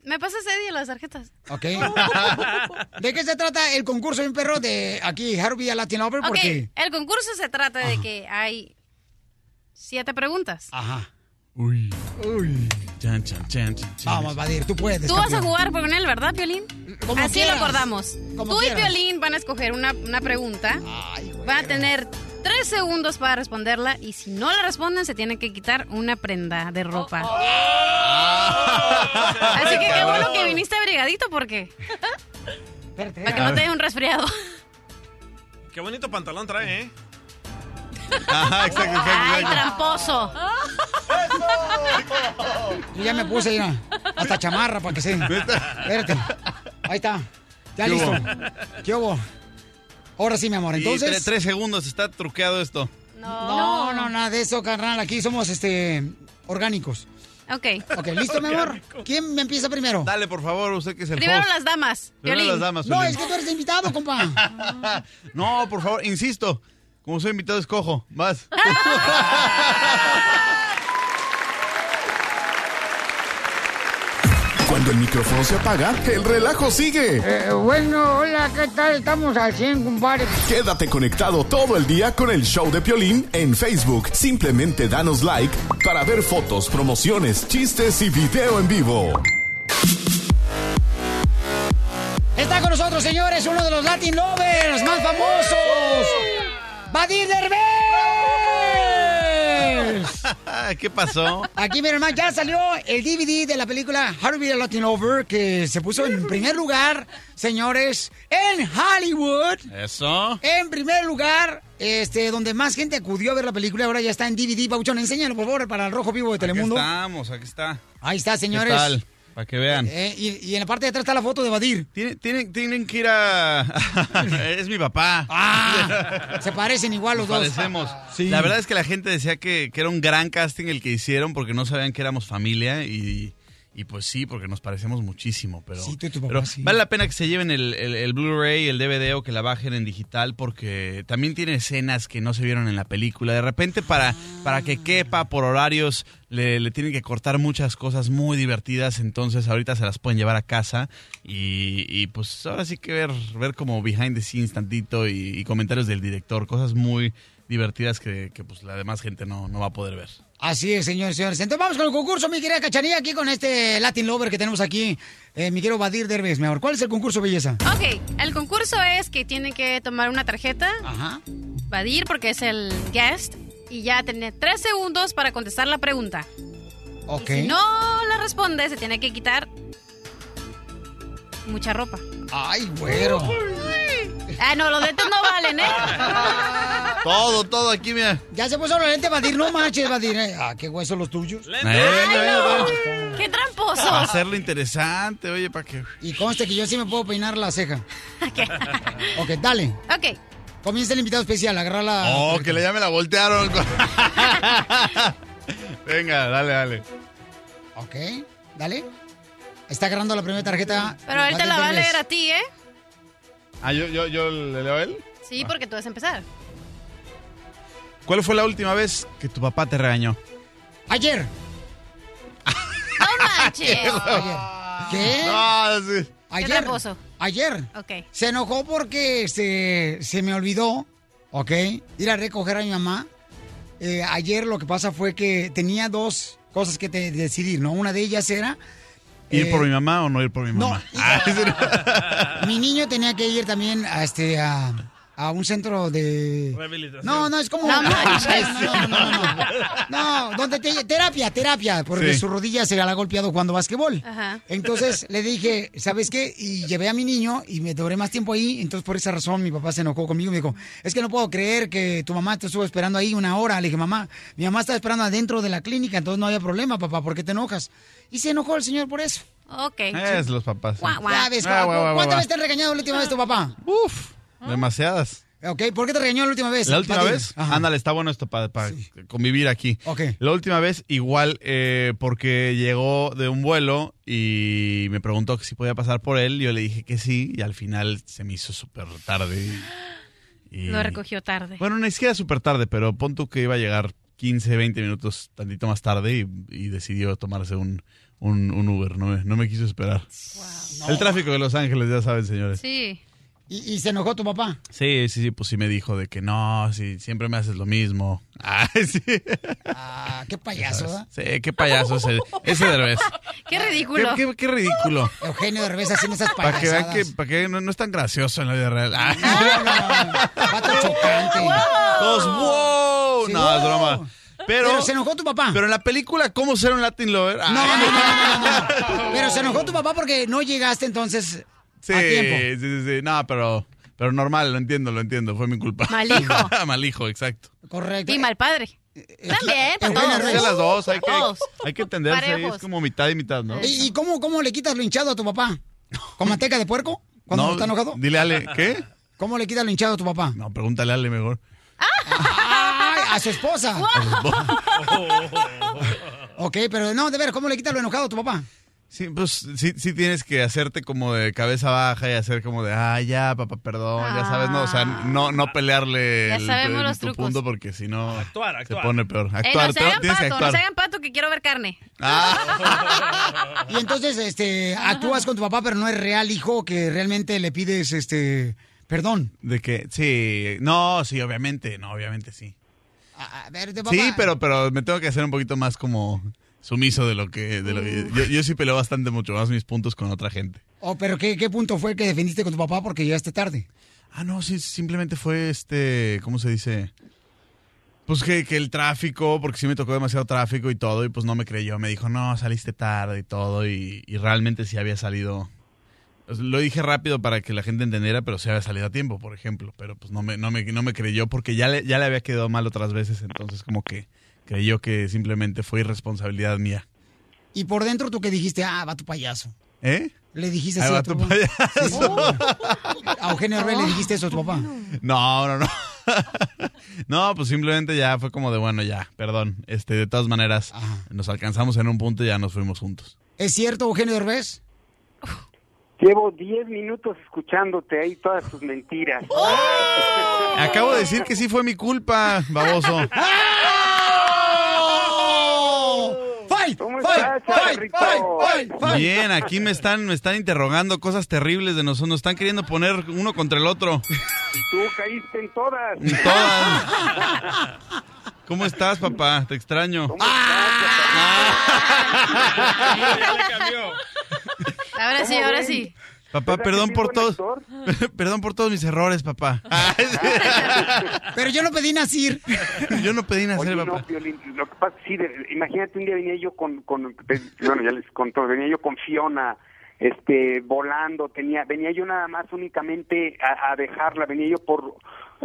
Speaker 4: ¿Me pasas Eddie las tarjetas?
Speaker 3: ¿Ok? ¿De qué se trata el concurso de un perro de aquí, Harvey a Latin Lover?
Speaker 4: Ok,
Speaker 3: Porque.
Speaker 4: el concurso se trata de que hay siete preguntas.
Speaker 3: Ajá.
Speaker 2: Uy.
Speaker 3: Uy.
Speaker 2: Chan, chan, chan, chan, chan.
Speaker 3: Vamos, Badir, tú puedes.
Speaker 4: Tú vas a
Speaker 3: campeón.
Speaker 4: jugar con él, ¿verdad, Piolín?
Speaker 3: Como
Speaker 4: Así
Speaker 3: quieras.
Speaker 4: lo acordamos.
Speaker 3: Como
Speaker 4: Tú
Speaker 3: quieras.
Speaker 4: y Piolín van a escoger una, una pregunta.
Speaker 3: Ay,
Speaker 4: van a tener tres segundos para responderla y si no la responden se tiene que quitar una prenda de ropa.
Speaker 2: Oh,
Speaker 20: Ah.
Speaker 4: Así que qué bueno que viniste abrigadito porque... Para que no te dé un resfriado.
Speaker 5: Qué bonito pantalón trae, ¿eh?
Speaker 2: Ajá, Ah, exacto,
Speaker 4: Ay, tramposo.
Speaker 3: Yo ya me puse mira, hasta chamarra para que se. Espérate. Ahí está. Ya
Speaker 2: ¿Qué
Speaker 3: listo.
Speaker 2: hubo?
Speaker 3: ¿Qué hubo? Ahora sí, mi amor.
Speaker 2: Y
Speaker 3: Entonces.
Speaker 2: tre- tres segundos, está truqueado esto.
Speaker 3: No, no, nada de eso, carnal. Aquí somos este orgánicos.
Speaker 4: Ok.
Speaker 3: Ok, listo, mi amor. ¿Quién me empieza primero?
Speaker 2: Dale, por favor, usted que es el
Speaker 4: Primero
Speaker 2: host.
Speaker 4: las damas.
Speaker 2: Primero
Speaker 4: Piolín.
Speaker 2: las damas,
Speaker 3: No,
Speaker 2: Piolín.
Speaker 3: es que tú eres invitado, compa.
Speaker 2: No, por favor, insisto. Como soy invitado, escojo. Vas.
Speaker 7: Cuando el micrófono se apaga, el relajo sigue.
Speaker 3: bueno, hola, ¿qué tal? Estamos al 100, compadre.
Speaker 7: Quédate conectado todo el día con el show de Piolín en Facebook. Simplemente danos like para ver fotos, promociones, chistes y video en vivo.
Speaker 3: Está con nosotros, señores, uno de los Latin Lovers más famosos. ¡Badir Derbez!
Speaker 2: ¿Qué pasó?
Speaker 3: Aquí, mi hermano, ya salió el DVD de la película Harvey the Latin Lover, que se puso en primer lugar, señores, en Hollywood.
Speaker 2: Eso.
Speaker 3: En primer lugar, este, donde más gente acudió a ver la película, ahora ya está en DVD. Pauchón, enséñalo, por favor, para el Rojo Vivo de
Speaker 2: Aquí
Speaker 3: Telemundo.
Speaker 2: estamos, aquí está.
Speaker 3: Ahí está, señores.
Speaker 2: ¿Qué tal? Para que vean.
Speaker 3: Eh, y, y en la parte de atrás está la foto de Badir.
Speaker 2: Tienen, tienen, tienen que ir a... es mi papá.
Speaker 3: Ah. se parecen igual los
Speaker 2: Nos
Speaker 3: dos.
Speaker 2: parecemos.
Speaker 3: Sí.
Speaker 2: La verdad es que la gente decía que, que era un gran casting el que hicieron porque no sabían que éramos familia y, y pues sí, porque nos parecemos muchísimo. Pero,
Speaker 3: Sí, tú y tu papá,
Speaker 2: pero
Speaker 3: sí.
Speaker 2: vale la pena que se lleven el, el- el Blu-ray, el DVD o que la bajen en digital porque también tiene escenas que no se vieron en la película. De repente para, para que quepa por horarios le, le tienen que cortar muchas cosas muy divertidas, entonces ahorita se las pueden llevar a casa y, y, pues ahora sí que ver, ver como behind the scenes tantito y, y comentarios del director, cosas muy divertidas que, que, pues la demás gente no, no va a poder ver.
Speaker 3: Así es, señores, señores. Entonces vamos con el concurso, mi querida Cachanilla, aquí con este Latin Lover que tenemos aquí. Eh, mi querido Badir Derbez, mi amor. ¿Cuál es el concurso, belleza?
Speaker 4: Ok, el concurso es que tienen que tomar una tarjeta,
Speaker 3: Ajá.
Speaker 4: Badir porque es el guest, y ya tiene tres segundos para contestar la pregunta.
Speaker 3: Ok.
Speaker 4: Si no la responde, se tiene que quitar mucha ropa.
Speaker 3: Ay, güero.
Speaker 4: Ah, no, los dedos no valen, ¿eh?
Speaker 2: Todo, todo aquí, mira.
Speaker 3: Ya se puso la lente, Badir. No manches, Badir. eh. Ah, qué huesos los tuyos.
Speaker 4: ¡Qué
Speaker 2: Para
Speaker 4: tramposos!
Speaker 2: hacerlo interesante, oye, para que...
Speaker 3: Y conste que yo sí me puedo peinar la ceja. ok, dale.
Speaker 4: Ok.
Speaker 3: Comienza el invitado especial, agarra la...
Speaker 2: Oh, que le llame la voltearon. Venga, dale, dale.
Speaker 3: Ok, dale. Está agarrando la primera tarjeta.
Speaker 4: Pero él te
Speaker 3: Badir
Speaker 4: la va a
Speaker 3: Derbez.
Speaker 4: leer a ti, ¿eh?
Speaker 2: Ah, yo, yo, yo le leo a él.
Speaker 4: Sí,
Speaker 3: Ah.
Speaker 4: porque tú vas a empezar.
Speaker 2: ¿Cuál fue la última vez que tu papá te regañó?
Speaker 3: Ayer.
Speaker 4: ¡No manches!
Speaker 3: ¿Qué?
Speaker 2: No, sí.
Speaker 4: Qué
Speaker 3: Ayer.
Speaker 4: tramposo.
Speaker 3: Ayer.
Speaker 4: Ok.
Speaker 3: Se enojó porque se, se me olvidó, ¿ok? Ir a recoger a mi mamá. Eh, ayer lo que pasa fue que tenía dos cosas que te- decidir, ¿no? Una de ellas era,
Speaker 2: ¿Ir
Speaker 3: Eh,
Speaker 2: por mi mamá o no ir por mi mamá? Ah,
Speaker 3: mi niño tenía que ir también a, este, a, a un centro de...
Speaker 5: Rehabilitación.
Speaker 3: No, no, es como...
Speaker 5: No manches.
Speaker 3: no, no, no, no. No, donde te- terapia, terapia, porque
Speaker 2: Sí.
Speaker 3: su rodilla se la ha golpeado jugando basquetbol.
Speaker 4: Ajá.
Speaker 3: Entonces le dije, ¿sabes qué? Y llevé a mi niño y me duré más tiempo ahí. Entonces por esa razón mi papá se enojó conmigo. Me dijo, es que no puedo creer que tu mamá te estuvo esperando ahí una hora. Le dije, mamá, mi mamá estaba esperando adentro de la clínica, entonces no había problema, papá, ¿por qué te enojas? Y se enojó el señor por eso.
Speaker 4: Ok.
Speaker 2: es los papás. sí.
Speaker 4: Guau, guau.
Speaker 3: ¿Sabes,
Speaker 2: Ah,
Speaker 3: papá?
Speaker 2: guau, guau,
Speaker 3: ¿Cuántas
Speaker 2: guau.
Speaker 3: veces te han regañado la última vez tu papá?
Speaker 2: Uf. Demasiadas.
Speaker 3: Ok, ¿por qué te regañó la última vez?
Speaker 2: ¿La última
Speaker 3: Badir?
Speaker 2: vez? Ándale, está bueno esto para convivir aquí.
Speaker 3: Ok.
Speaker 2: La última vez, igual, eh, porque llegó de un vuelo y me preguntó que si podía pasar por él. Yo le dije que sí y al final se me hizo súper tarde. y- y-
Speaker 4: Lo recogió tarde.
Speaker 2: Bueno, ni siquiera súper tarde, pero pon tú que iba a llegar 15, 20 minutos tantito más tarde y, y decidió tomarse un, un, un Uber. No me, no me quiso esperar. El tráfico de Los Ángeles, ya saben, señores.
Speaker 4: Sí.
Speaker 3: ¿Y, y se enojó tu papá?
Speaker 2: Sí, sí, sí, pues sí me dijo de que no, sí, siempre me haces lo mismo. Ay, sí.
Speaker 3: Ah, qué payaso, ¿verdad?
Speaker 2: Sí, qué payaso ese, ese Derbez.
Speaker 4: Qué
Speaker 2: Qué,
Speaker 4: ridículo.
Speaker 2: qué- qué ridículo.
Speaker 3: Eugenio Derbez haciendo esas
Speaker 2: Para que vean
Speaker 3: payasadas.
Speaker 2: que, para que vean, no, no es tan gracioso en la vida real. Ah,
Speaker 3: chocante.
Speaker 2: Todos, wow.
Speaker 3: Sí,
Speaker 2: no,
Speaker 3: wow.
Speaker 2: es broma. Pero,
Speaker 3: Pero se enojó tu papá.
Speaker 2: Pero en la película, ¿cómo ser un Latin Lover? Ah,
Speaker 3: No, no, no, no, no, no. Pero se enojó tu papá porque no llegaste entonces
Speaker 2: sí,
Speaker 3: a tiempo.
Speaker 2: sí, sí, sí. No, pero, pero normal, lo entiendo, lo entiendo. Fue mi culpa.
Speaker 4: Mal hijo.
Speaker 2: Mal hijo, exacto.
Speaker 3: Correcto. Eh,
Speaker 4: Y mal padre. También, para
Speaker 2: Bueno,
Speaker 4: todos.
Speaker 2: es de las dos, hay que,
Speaker 4: Todos.
Speaker 2: hay que entenderse. ahí,
Speaker 4: Parejos.
Speaker 2: Es como mitad y mitad, ¿no?
Speaker 3: ¿Y, y cómo, cómo le quitas lo hinchado a tu papá? ¿Con manteca de puerco? ¿Cuando
Speaker 2: No,
Speaker 3: está enojado?
Speaker 2: Dile, Ale, ¿qué?
Speaker 3: ¿Cómo le quitas lo hinchado a tu papá?
Speaker 2: No, pregúntale a Ale mejor.
Speaker 3: ¡Ay! A su esposa. ok, pero no, de ver, ¿cómo le quitas lo enojado a tu papá?
Speaker 2: Sí, pues sí, sí tienes que hacerte como de cabeza baja y hacer como de, ah, ya, papá, perdón, ya sabes, no, o sea, no, no pelearle
Speaker 4: Ah. Ya
Speaker 2: el-
Speaker 4: sabemos
Speaker 2: el-
Speaker 4: los
Speaker 2: tu
Speaker 4: trucos.
Speaker 2: punto porque si no
Speaker 4: actuar, actuar.
Speaker 2: se pone peor.
Speaker 4: Ey, no
Speaker 2: Actuar,
Speaker 4: se
Speaker 2: te-
Speaker 4: hagan
Speaker 2: tienes que
Speaker 4: pato, no
Speaker 2: actuar.
Speaker 4: se hagan pato que quiero ver carne.
Speaker 3: Y entonces, este, actúas con tu papá, pero no es real, hijo, que realmente le pides, este, perdón.
Speaker 2: De que, sí, no, sí, obviamente, no, obviamente sí.
Speaker 3: A, a ver, de papá.
Speaker 2: Sí, pero, pero me tengo que hacer un poquito más como sumiso de lo que... De lo que-
Speaker 4: Uh.
Speaker 2: yo, yo sí peleo bastante mucho más mis puntos con otra gente.
Speaker 3: Oh, pero ¿qué, qué punto fue que defendiste con tu papá porque llegaste tarde?
Speaker 2: Ah, no, sí, simplemente fue este, ¿cómo se dice? Pues que, que el tráfico, porque sí me tocó demasiado tráfico y todo, y pues no me creyó. Me dijo, no, saliste tarde y todo, y, y realmente sí había salido. pues, Lo dije rápido para que la gente entendiera, pero sí había salido a tiempo, por ejemplo. Pero pues no me, no me, no me creyó porque ya le, ya le había quedado mal otras veces, entonces como que creyó que simplemente fue irresponsabilidad mía.
Speaker 3: Y por dentro tú que dijiste, ah, va tu payaso.
Speaker 2: ¿Eh?
Speaker 3: Le dijiste
Speaker 2: Ahí
Speaker 3: así
Speaker 2: va
Speaker 3: a tu Oh.
Speaker 2: tu
Speaker 3: papá.
Speaker 2: payaso.
Speaker 3: A Eugenio Derbez le dijiste eso a tu papá.
Speaker 2: No, no, no. No, pues simplemente ya fue como de bueno, ya, perdón. Este, de todas maneras, nos alcanzamos en un punto y ya nos fuimos juntos.
Speaker 3: ¿Es cierto, Eugenio Derbez?
Speaker 20: Llevo 10 minutos escuchándote ahí todas tus mentiras.
Speaker 2: Acabo de decir que sí fue mi culpa, baboso.
Speaker 20: ¡Oh!
Speaker 3: ¡Fight! ¡Fight! ¡Fight! ¡Fight! ¡Fight!
Speaker 2: Bien, aquí me están, me están interrogando cosas terribles de nosotros. Nos están queriendo poner uno contra el otro.
Speaker 20: Tú caíste en todas.
Speaker 2: En todas. ¿Cómo estás, papá? Te extraño.
Speaker 4: Ahora sí,
Speaker 20: ¿Cómo
Speaker 4: ahora
Speaker 20: ven?
Speaker 4: sí.
Speaker 2: Papá, perdón por todos. Perdón por todos mis errores, papá.
Speaker 3: Pero yo no pedí nacir.
Speaker 2: Yo no pedí nacer,
Speaker 20: Oye, no,
Speaker 2: papá.
Speaker 20: Piolín, lo que pasa, sí, de- imagínate un día venía yo con, con, te- bueno, ya les contó, venía yo con Fiona, este, volando, tenía, venía yo nada más únicamente a, a dejarla, venía yo por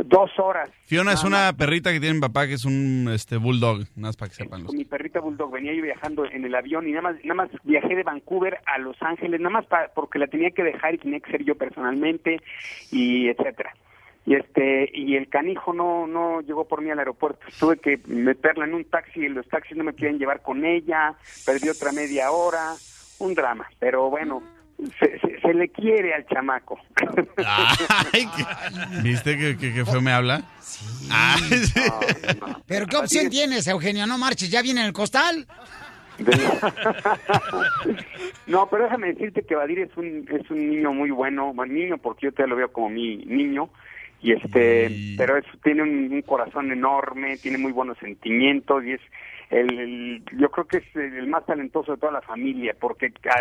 Speaker 20: dos horas.
Speaker 2: Fiona es una perrita que tiene mi papá que es un este bulldog, nada más para que sepan. los-
Speaker 20: Con mi perrita Bulldog venía yo viajando en el avión y nada más, nada más viajé de Vancouver a Los Ángeles, nada más pa- porque la tenía que dejar y tenía que ser yo personalmente y etcétera. Y este y el canijo no no llegó por mí al aeropuerto. Tuve que meterla en un taxi y los taxis no me querían llevar con ella. Perdí otra media hora, un drama. Pero bueno, se, se- se le quiere al chamaco.
Speaker 2: Ay, qué- ¿Viste que, que, que feo me habla? Ay, sí.
Speaker 3: ¿Pero qué opción tienes, Eugenio? No marches, ya viene el costal.
Speaker 20: No, pero déjame decirte que Vadir es un es un niño muy bueno, buen niño porque yo te lo veo como mi niño y este, pero es, tiene un, un corazón enorme, tiene muy buenos sentimientos y es el, el- yo creo que es el más talentoso de toda la familia porque ca-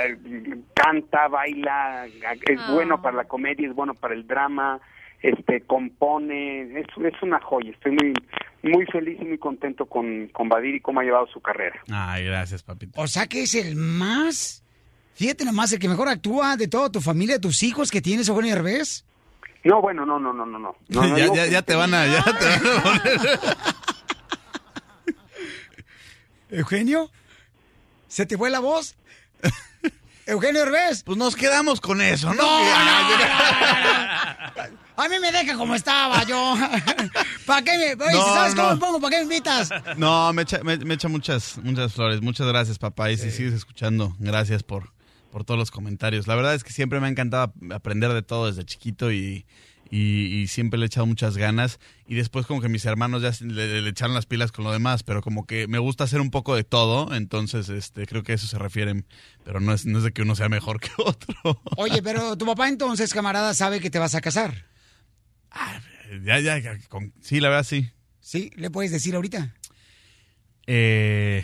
Speaker 20: canta, baila, es
Speaker 6: Ah.
Speaker 20: bueno para la comedia, es bueno para el drama, este compone, es, es una joya. Estoy muy muy feliz y muy contento con con Vadir y cómo ha llevado su carrera.
Speaker 2: Ay, gracias, papito.
Speaker 3: O sea que es el más. Fíjate nomás, el que mejor actúa de toda tu familia, de tus hijos que tienes, Eugenio Derbez.
Speaker 20: No, bueno, no, no, no, no, no. No, no
Speaker 2: ya,
Speaker 20: digo
Speaker 2: ya,
Speaker 20: que-
Speaker 2: ya te van a, ya te van a poner.
Speaker 3: ¿Eugenio? ¿Se te fue la voz? ¿Eugenio Derbez?
Speaker 2: Pues nos quedamos con eso, ¿no?
Speaker 3: A mí me deja como estaba yo. ¿Para qué me.? Oye,
Speaker 2: No,
Speaker 3: si ¿Sabes cómo
Speaker 2: no.
Speaker 3: me pongo? ¿Para qué me invitas?
Speaker 2: No, me echa, me, me echa muchas, muchas flores. Muchas gracias, papá. Y si sigues escuchando, gracias por, por todos los comentarios. La verdad es que siempre me ha encantado ap- aprender de todo desde chiquito y, y, y siempre le he echado muchas ganas. Y después como que mis hermanos ya le, le echaron las pilas con lo demás, pero como que me gusta hacer un poco de todo, entonces este creo que a eso se refieren, pero no es, no es de que uno sea mejor que otro.
Speaker 3: Oye, pero tu papá entonces, camarada, sabe que te vas a casar.
Speaker 2: Ya, ya, ya, con- sí, la verdad sí.
Speaker 3: ¿Sí? ¿Le puedes decir ahorita?
Speaker 2: Eh,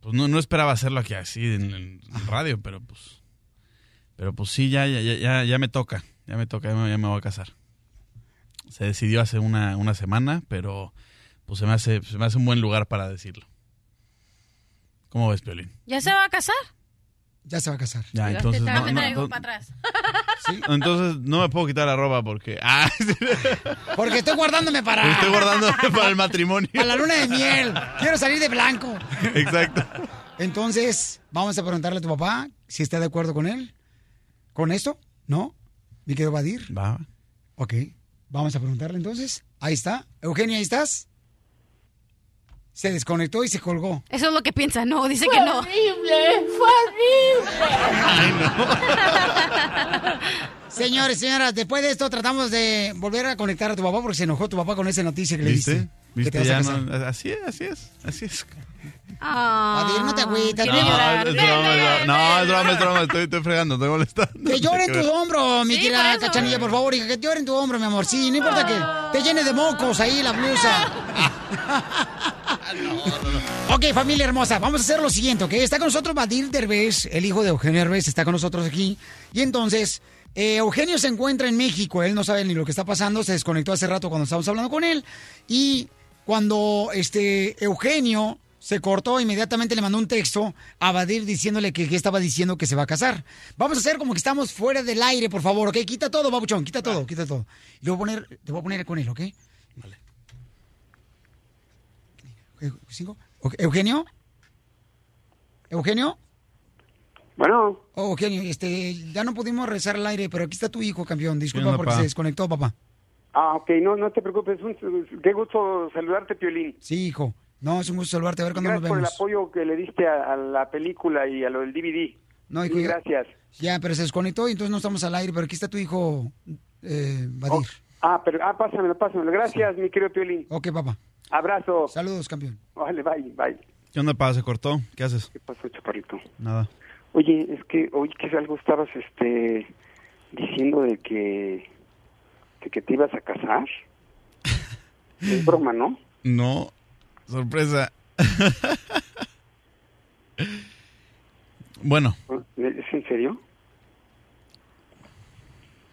Speaker 2: pues no, no esperaba hacerlo aquí así en, en radio, pero pues. Pero pues sí, ya, ya, ya, ya, ya me toca. Ya me toca, ya me, ya me voy a casar. Se decidió hace una, una semana, pero pues se me hace, se me hace un buen lugar para decirlo. ¿Cómo ves, Piolín?
Speaker 4: ¿Ya se va a casar? este,
Speaker 3: Ya se va a casar.
Speaker 2: Ya, entonces
Speaker 4: Te
Speaker 2: no,
Speaker 4: me
Speaker 2: no,
Speaker 4: traigo
Speaker 2: no-
Speaker 4: para atrás.
Speaker 2: entonces no me puedo quitar la ropa porque. Ah,
Speaker 3: Porque estoy guardándome para...
Speaker 2: estoy guardando para el matrimonio.
Speaker 3: Para la luna de miel. Quiero salir de blanco.
Speaker 2: Exacto.
Speaker 3: Entonces, vamos a preguntarle a tu papá si está de acuerdo con él. ¿Con esto? ¿No? ¿Me quedo Badir?
Speaker 2: Va.
Speaker 3: Ok. Vamos a preguntarle entonces. Ahí está. Eugenia, ¿ahí estás? Se desconectó y se colgó.
Speaker 4: Eso es lo que piensa, no, dice que no.
Speaker 28: Fue horrible, fue horrible.
Speaker 3: Señores, señoras, después de esto tratamos de volver a conectar a tu papá porque se enojó tu papá con esa noticia que le
Speaker 2: ¿Viste?
Speaker 3: diste.
Speaker 2: ¿Viste?
Speaker 3: Que te
Speaker 2: Ya
Speaker 3: vas a casar.
Speaker 2: no- así es, así es, así es.
Speaker 4: Ah.
Speaker 3: Badir, no te agüitas.
Speaker 2: No,
Speaker 3: te-
Speaker 2: es broma, es broma. No, es broma, es broma. Estoy, estoy fregando, estoy molestando.
Speaker 3: Que llore en
Speaker 2: Nada que
Speaker 3: tu
Speaker 2: ver.
Speaker 3: hombro, mi
Speaker 2: Sí, por
Speaker 3: querida
Speaker 2: eso.
Speaker 3: cachanilla, por favor, hija, que llore en tu hombro, mi amor. Sí, no importa que te llene de mocos ahí la blusa. Ok, familia hermosa, vamos a hacer lo siguiente, ¿ok? Está con nosotros Badir Derbez, el hijo de Eugenio Derbez, está con nosotros aquí. Y entonces, eh, Eugenio se encuentra en México, él no sabe ni lo que está pasando, se desconectó hace rato cuando estábamos hablando con él. Y cuando este Eugenio se cortó, inmediatamente le mandó un texto a Badir diciéndole que, que estaba diciendo que se va a casar. Vamos a hacer como que estamos fuera del aire, por favor, ¿ok? Quita todo, babuchón, quita todo, quita todo. Y le voy a poner, te voy a poner con él, ¿ok? Vale. ¿Cinco? Eh, Ok, ¿Eugenio? ¿Eugenio?
Speaker 20: Bueno.
Speaker 3: Oh, Eugenio, este, ya no pudimos rezar al aire, pero aquí está tu hijo, campeón. Disculpa
Speaker 20: onda,
Speaker 3: porque
Speaker 20: pa?
Speaker 3: se desconectó, papá.
Speaker 20: Ah, ok, no, no te preocupes. un- qué gusto saludarte, Piolín.
Speaker 3: Sí, hijo. No, es un gusto saludarte. A ver cuándo nos
Speaker 20: Gracias por el
Speaker 3: vemos.
Speaker 20: apoyo que le diste a, a la película y a lo del DVD.
Speaker 3: No, hijo,
Speaker 20: Sí,
Speaker 3: ya-
Speaker 20: gracias.
Speaker 3: Ya, pero se desconectó y entonces no estamos al aire, pero aquí está tu hijo, eh, Badir.
Speaker 9: Oh.
Speaker 20: Ah, pero, ah, pásamelo, pásamelo. Gracias, mi querido Piolín.
Speaker 3: Ok, papá.
Speaker 20: Abrazo.
Speaker 3: Saludos, campeón.
Speaker 20: Vale, bye, bye.
Speaker 2: ¿Qué onda, pa? ¿Se cortó? ¿Qué haces? ¿Qué
Speaker 20: pasó, chaparrito?
Speaker 2: Nada.
Speaker 20: Oye, es que hoy que algo estabas este diciendo de que de que te ibas a casar. Es broma, ¿no?
Speaker 2: No, sorpresa. bueno,
Speaker 20: ¿Es en serio?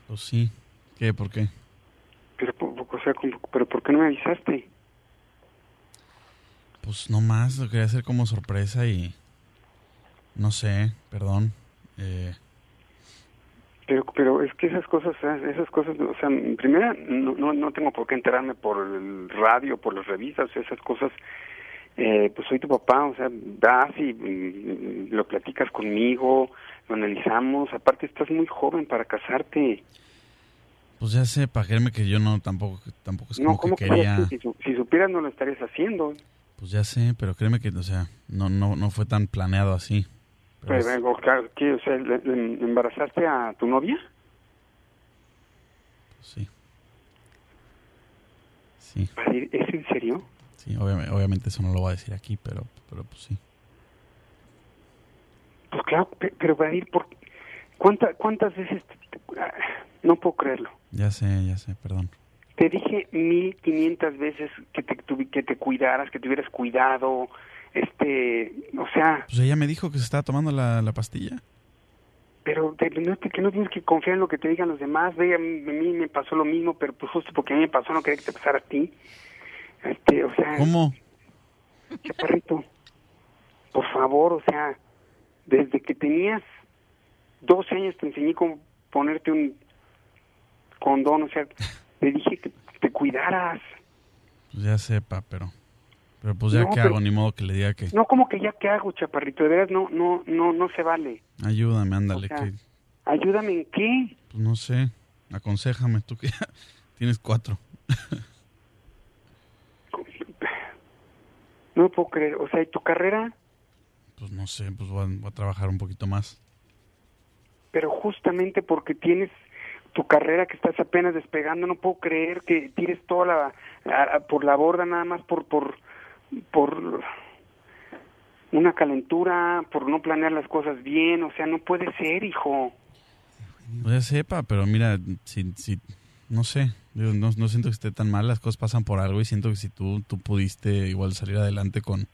Speaker 2: pues sí. ¿Qué? ¿Por qué?
Speaker 20: Pero, po- po- o sea, como- pero ¿por qué no me avisaste?
Speaker 2: Pues no más, lo quería hacer como sorpresa y... No sé, perdón. Eh,
Speaker 20: Pero, pero es que esas cosas, o sea, esas cosas, o sea, en primera, no, no, no tengo por qué enterarme por el radio, por las revistas, o sea, esas cosas, eh, pues soy tu papá, o sea, vas y mm, lo platicas conmigo, lo analizamos, aparte estás muy joven para casarte.
Speaker 2: pues ya sé, pa' créeme que yo no tampoco, tampoco es Pues como
Speaker 20: No, ¿cómo
Speaker 2: que
Speaker 20: crees?
Speaker 2: quería...
Speaker 20: Si, su- si supieras no lo estarías haciendo.
Speaker 2: Pues ya sé, pero créeme que, o sea, no, no, no fue tan planeado así. Pero
Speaker 20: Pero,
Speaker 2: es-
Speaker 20: o sea, ¿qué? O sea, ¿le- le ¿embarazaste a tu novia?
Speaker 2: Pues Sí. Sí.
Speaker 20: Badir, ¿Es en serio?
Speaker 2: Sí, obviamente, obviamente eso no lo voy a decir aquí, pero, pero pues sí.
Speaker 20: Pues claro, pe- pero Badir, ¿por qué? ¿Cuánta- ¿cuántas veces? te- te- ah, no puedo creerlo.
Speaker 2: Ya sé, ya sé, perdón.
Speaker 20: Te dije 1500 veces que te, tuvi- que te cuidaras, que tuvieras cuidado, este, o sea,
Speaker 2: Pues ella me dijo que se estaba tomando la, la pastilla.
Speaker 20: pero te- no te- que no tienes que confiar en lo que te digan los demás. Ve, a mí, a mí me pasó lo mismo, pero pues justo porque a mí me pasó no quería que te pasara a ti. Este, o sea,
Speaker 2: ¿Cómo?
Speaker 20: chaparrito, por favor, o sea, desde que tenías 12 años te enseñé cómo ponerte un condón, o sea, te dije que te cuidaras.
Speaker 2: Pues ya sepa, pero... Pero pues ya
Speaker 20: No,
Speaker 2: qué
Speaker 20: pero-
Speaker 2: hago, ni modo que le diga que...
Speaker 20: No, como que ya qué hago, chaparrito, de veras no, no, no, no se vale.
Speaker 2: Ayúdame, ándale,
Speaker 20: O sea,
Speaker 2: que...
Speaker 20: Ayúdame en qué.
Speaker 2: Pues no sé, aconsejame, tú que ya tienes cuatro.
Speaker 20: No puedo creer, o sea, ¿y tu carrera?
Speaker 2: Pues no sé, pues voy a, voy a trabajar un poquito más.
Speaker 20: Pero justamente porque tienes, tu carrera que estás apenas despegando, no puedo creer que tires toda la a- a- por la borda nada más por por por una calentura, por no planear las cosas bien, o sea, no puede ser, hijo.
Speaker 2: No ya sepa, pero mira, si, si- no sé, yo no, no siento que esté tan mal, las cosas pasan por algo y siento que si tú, tú pudiste igual salir adelante con,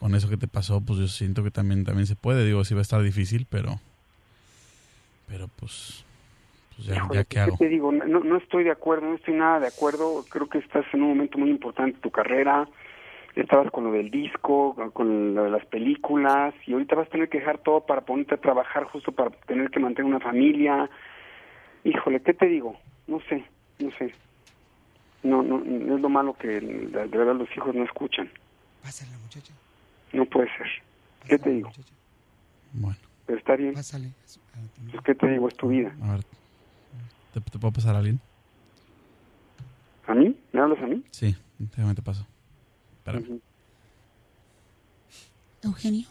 Speaker 2: con eso que te pasó, pues yo siento que también, también se puede, digo, sí va a estar difícil, pero, pero pues, pues ya,
Speaker 20: Híjole,
Speaker 2: ya qué
Speaker 20: ¿qué
Speaker 2: hago.
Speaker 20: te digo? No, no estoy de acuerdo, no estoy nada de acuerdo. Creo que estás en un momento muy importante de tu carrera. Estabas con lo del disco, con lo de las películas, y ahorita vas a tener que dejar todo para ponerte a trabajar justo para tener que mantener una familia. Híjole, ¿qué te digo? No sé, no sé. No, no, no es lo malo que de de verdad los hijos no escuchan.
Speaker 3: Pásale, muchacha.
Speaker 20: No puede ser. ¿Qué te digo? Bueno. Pero está bien.
Speaker 3: Pásale.
Speaker 20: Pues, ¿Qué te digo? Es tu vida.
Speaker 2: A ver, ¿te, te puedo pasar a alguien?
Speaker 20: ¿A mí? ¿Me hablas a mí?
Speaker 2: Sí, déjame te paso. Espérame.
Speaker 9: Eugenio,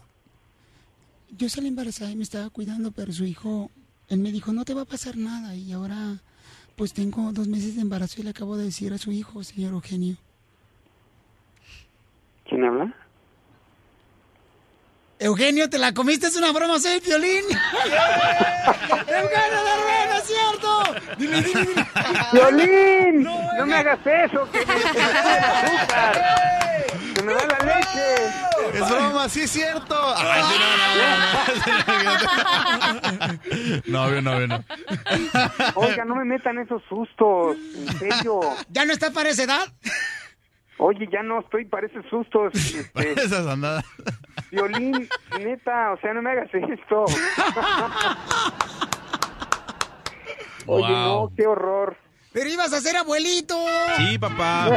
Speaker 9: yo salí embarazada y me estaba cuidando, pero su hijo, él me dijo, no te va a pasar nada. Y ahora, pues tengo dos meses de embarazo y le acabo de decir a su hijo, señor Eugenio.
Speaker 20: ¿Quién habla?
Speaker 3: Eugenio, te la comiste, es una broma, soy el violín. Eugenio de Rueda, ¿cierto? Dile, dile, dile.
Speaker 20: ¡Violín! No, me hagas eso, que me, que me sale el azúcar. Que me da la leche.
Speaker 2: Es broma, sí es cierto. Novio, novio, no.
Speaker 20: Oiga, no me metan esos sustos, en serio.
Speaker 3: ¿Ya no está para esa edad?
Speaker 20: Oye, ya no estoy para esos sustos. este,
Speaker 2: Esas andadas.
Speaker 20: Violín, neta, o sea, no me hagas esto. Oye,
Speaker 2: Wow.
Speaker 20: no, qué horror.
Speaker 3: Pero ibas a ser abuelito.
Speaker 2: Sí, papá.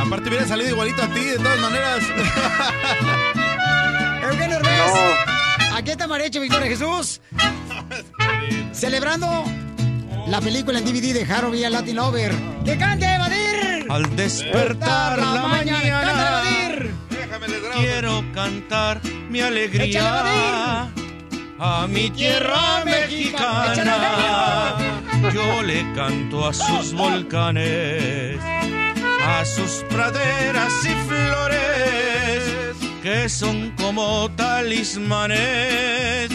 Speaker 2: Aparte hubiera salido igualito a ti, de todas maneras.
Speaker 3: Eugenio Herbes. Aquí está Marecho Victoria Jesús. Celebrando la película en DVD de Harold y el Latin Lover. ¡Que cante Evadir!
Speaker 13: Al despertar
Speaker 3: Toda
Speaker 13: la
Speaker 3: mañana. ¡Cántale,
Speaker 13: mañana,
Speaker 3: Evadir!
Speaker 13: quiero cantar mi
Speaker 3: Échale,
Speaker 13: alegría a mi tierra mexicana. Yo le canto a sus volcanes, a sus praderas y flores, que son como talismanes,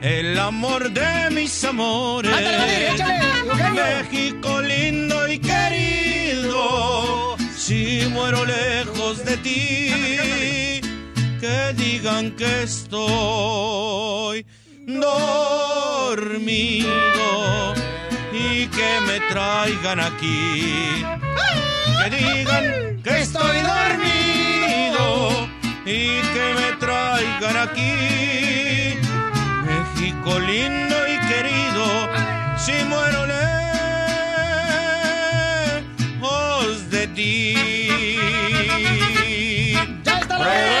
Speaker 13: el amor de mis amores.
Speaker 6: Ándale, Vadir, échale, Eugenio.
Speaker 13: México lindo y querido, si muero lejos de ti, que digan que estoy dormido y que me traigan aquí. Que digan que estoy dormido y que me traigan aquí. México lindo y querido, si muero lejos de ti.
Speaker 3: ¡Ya está la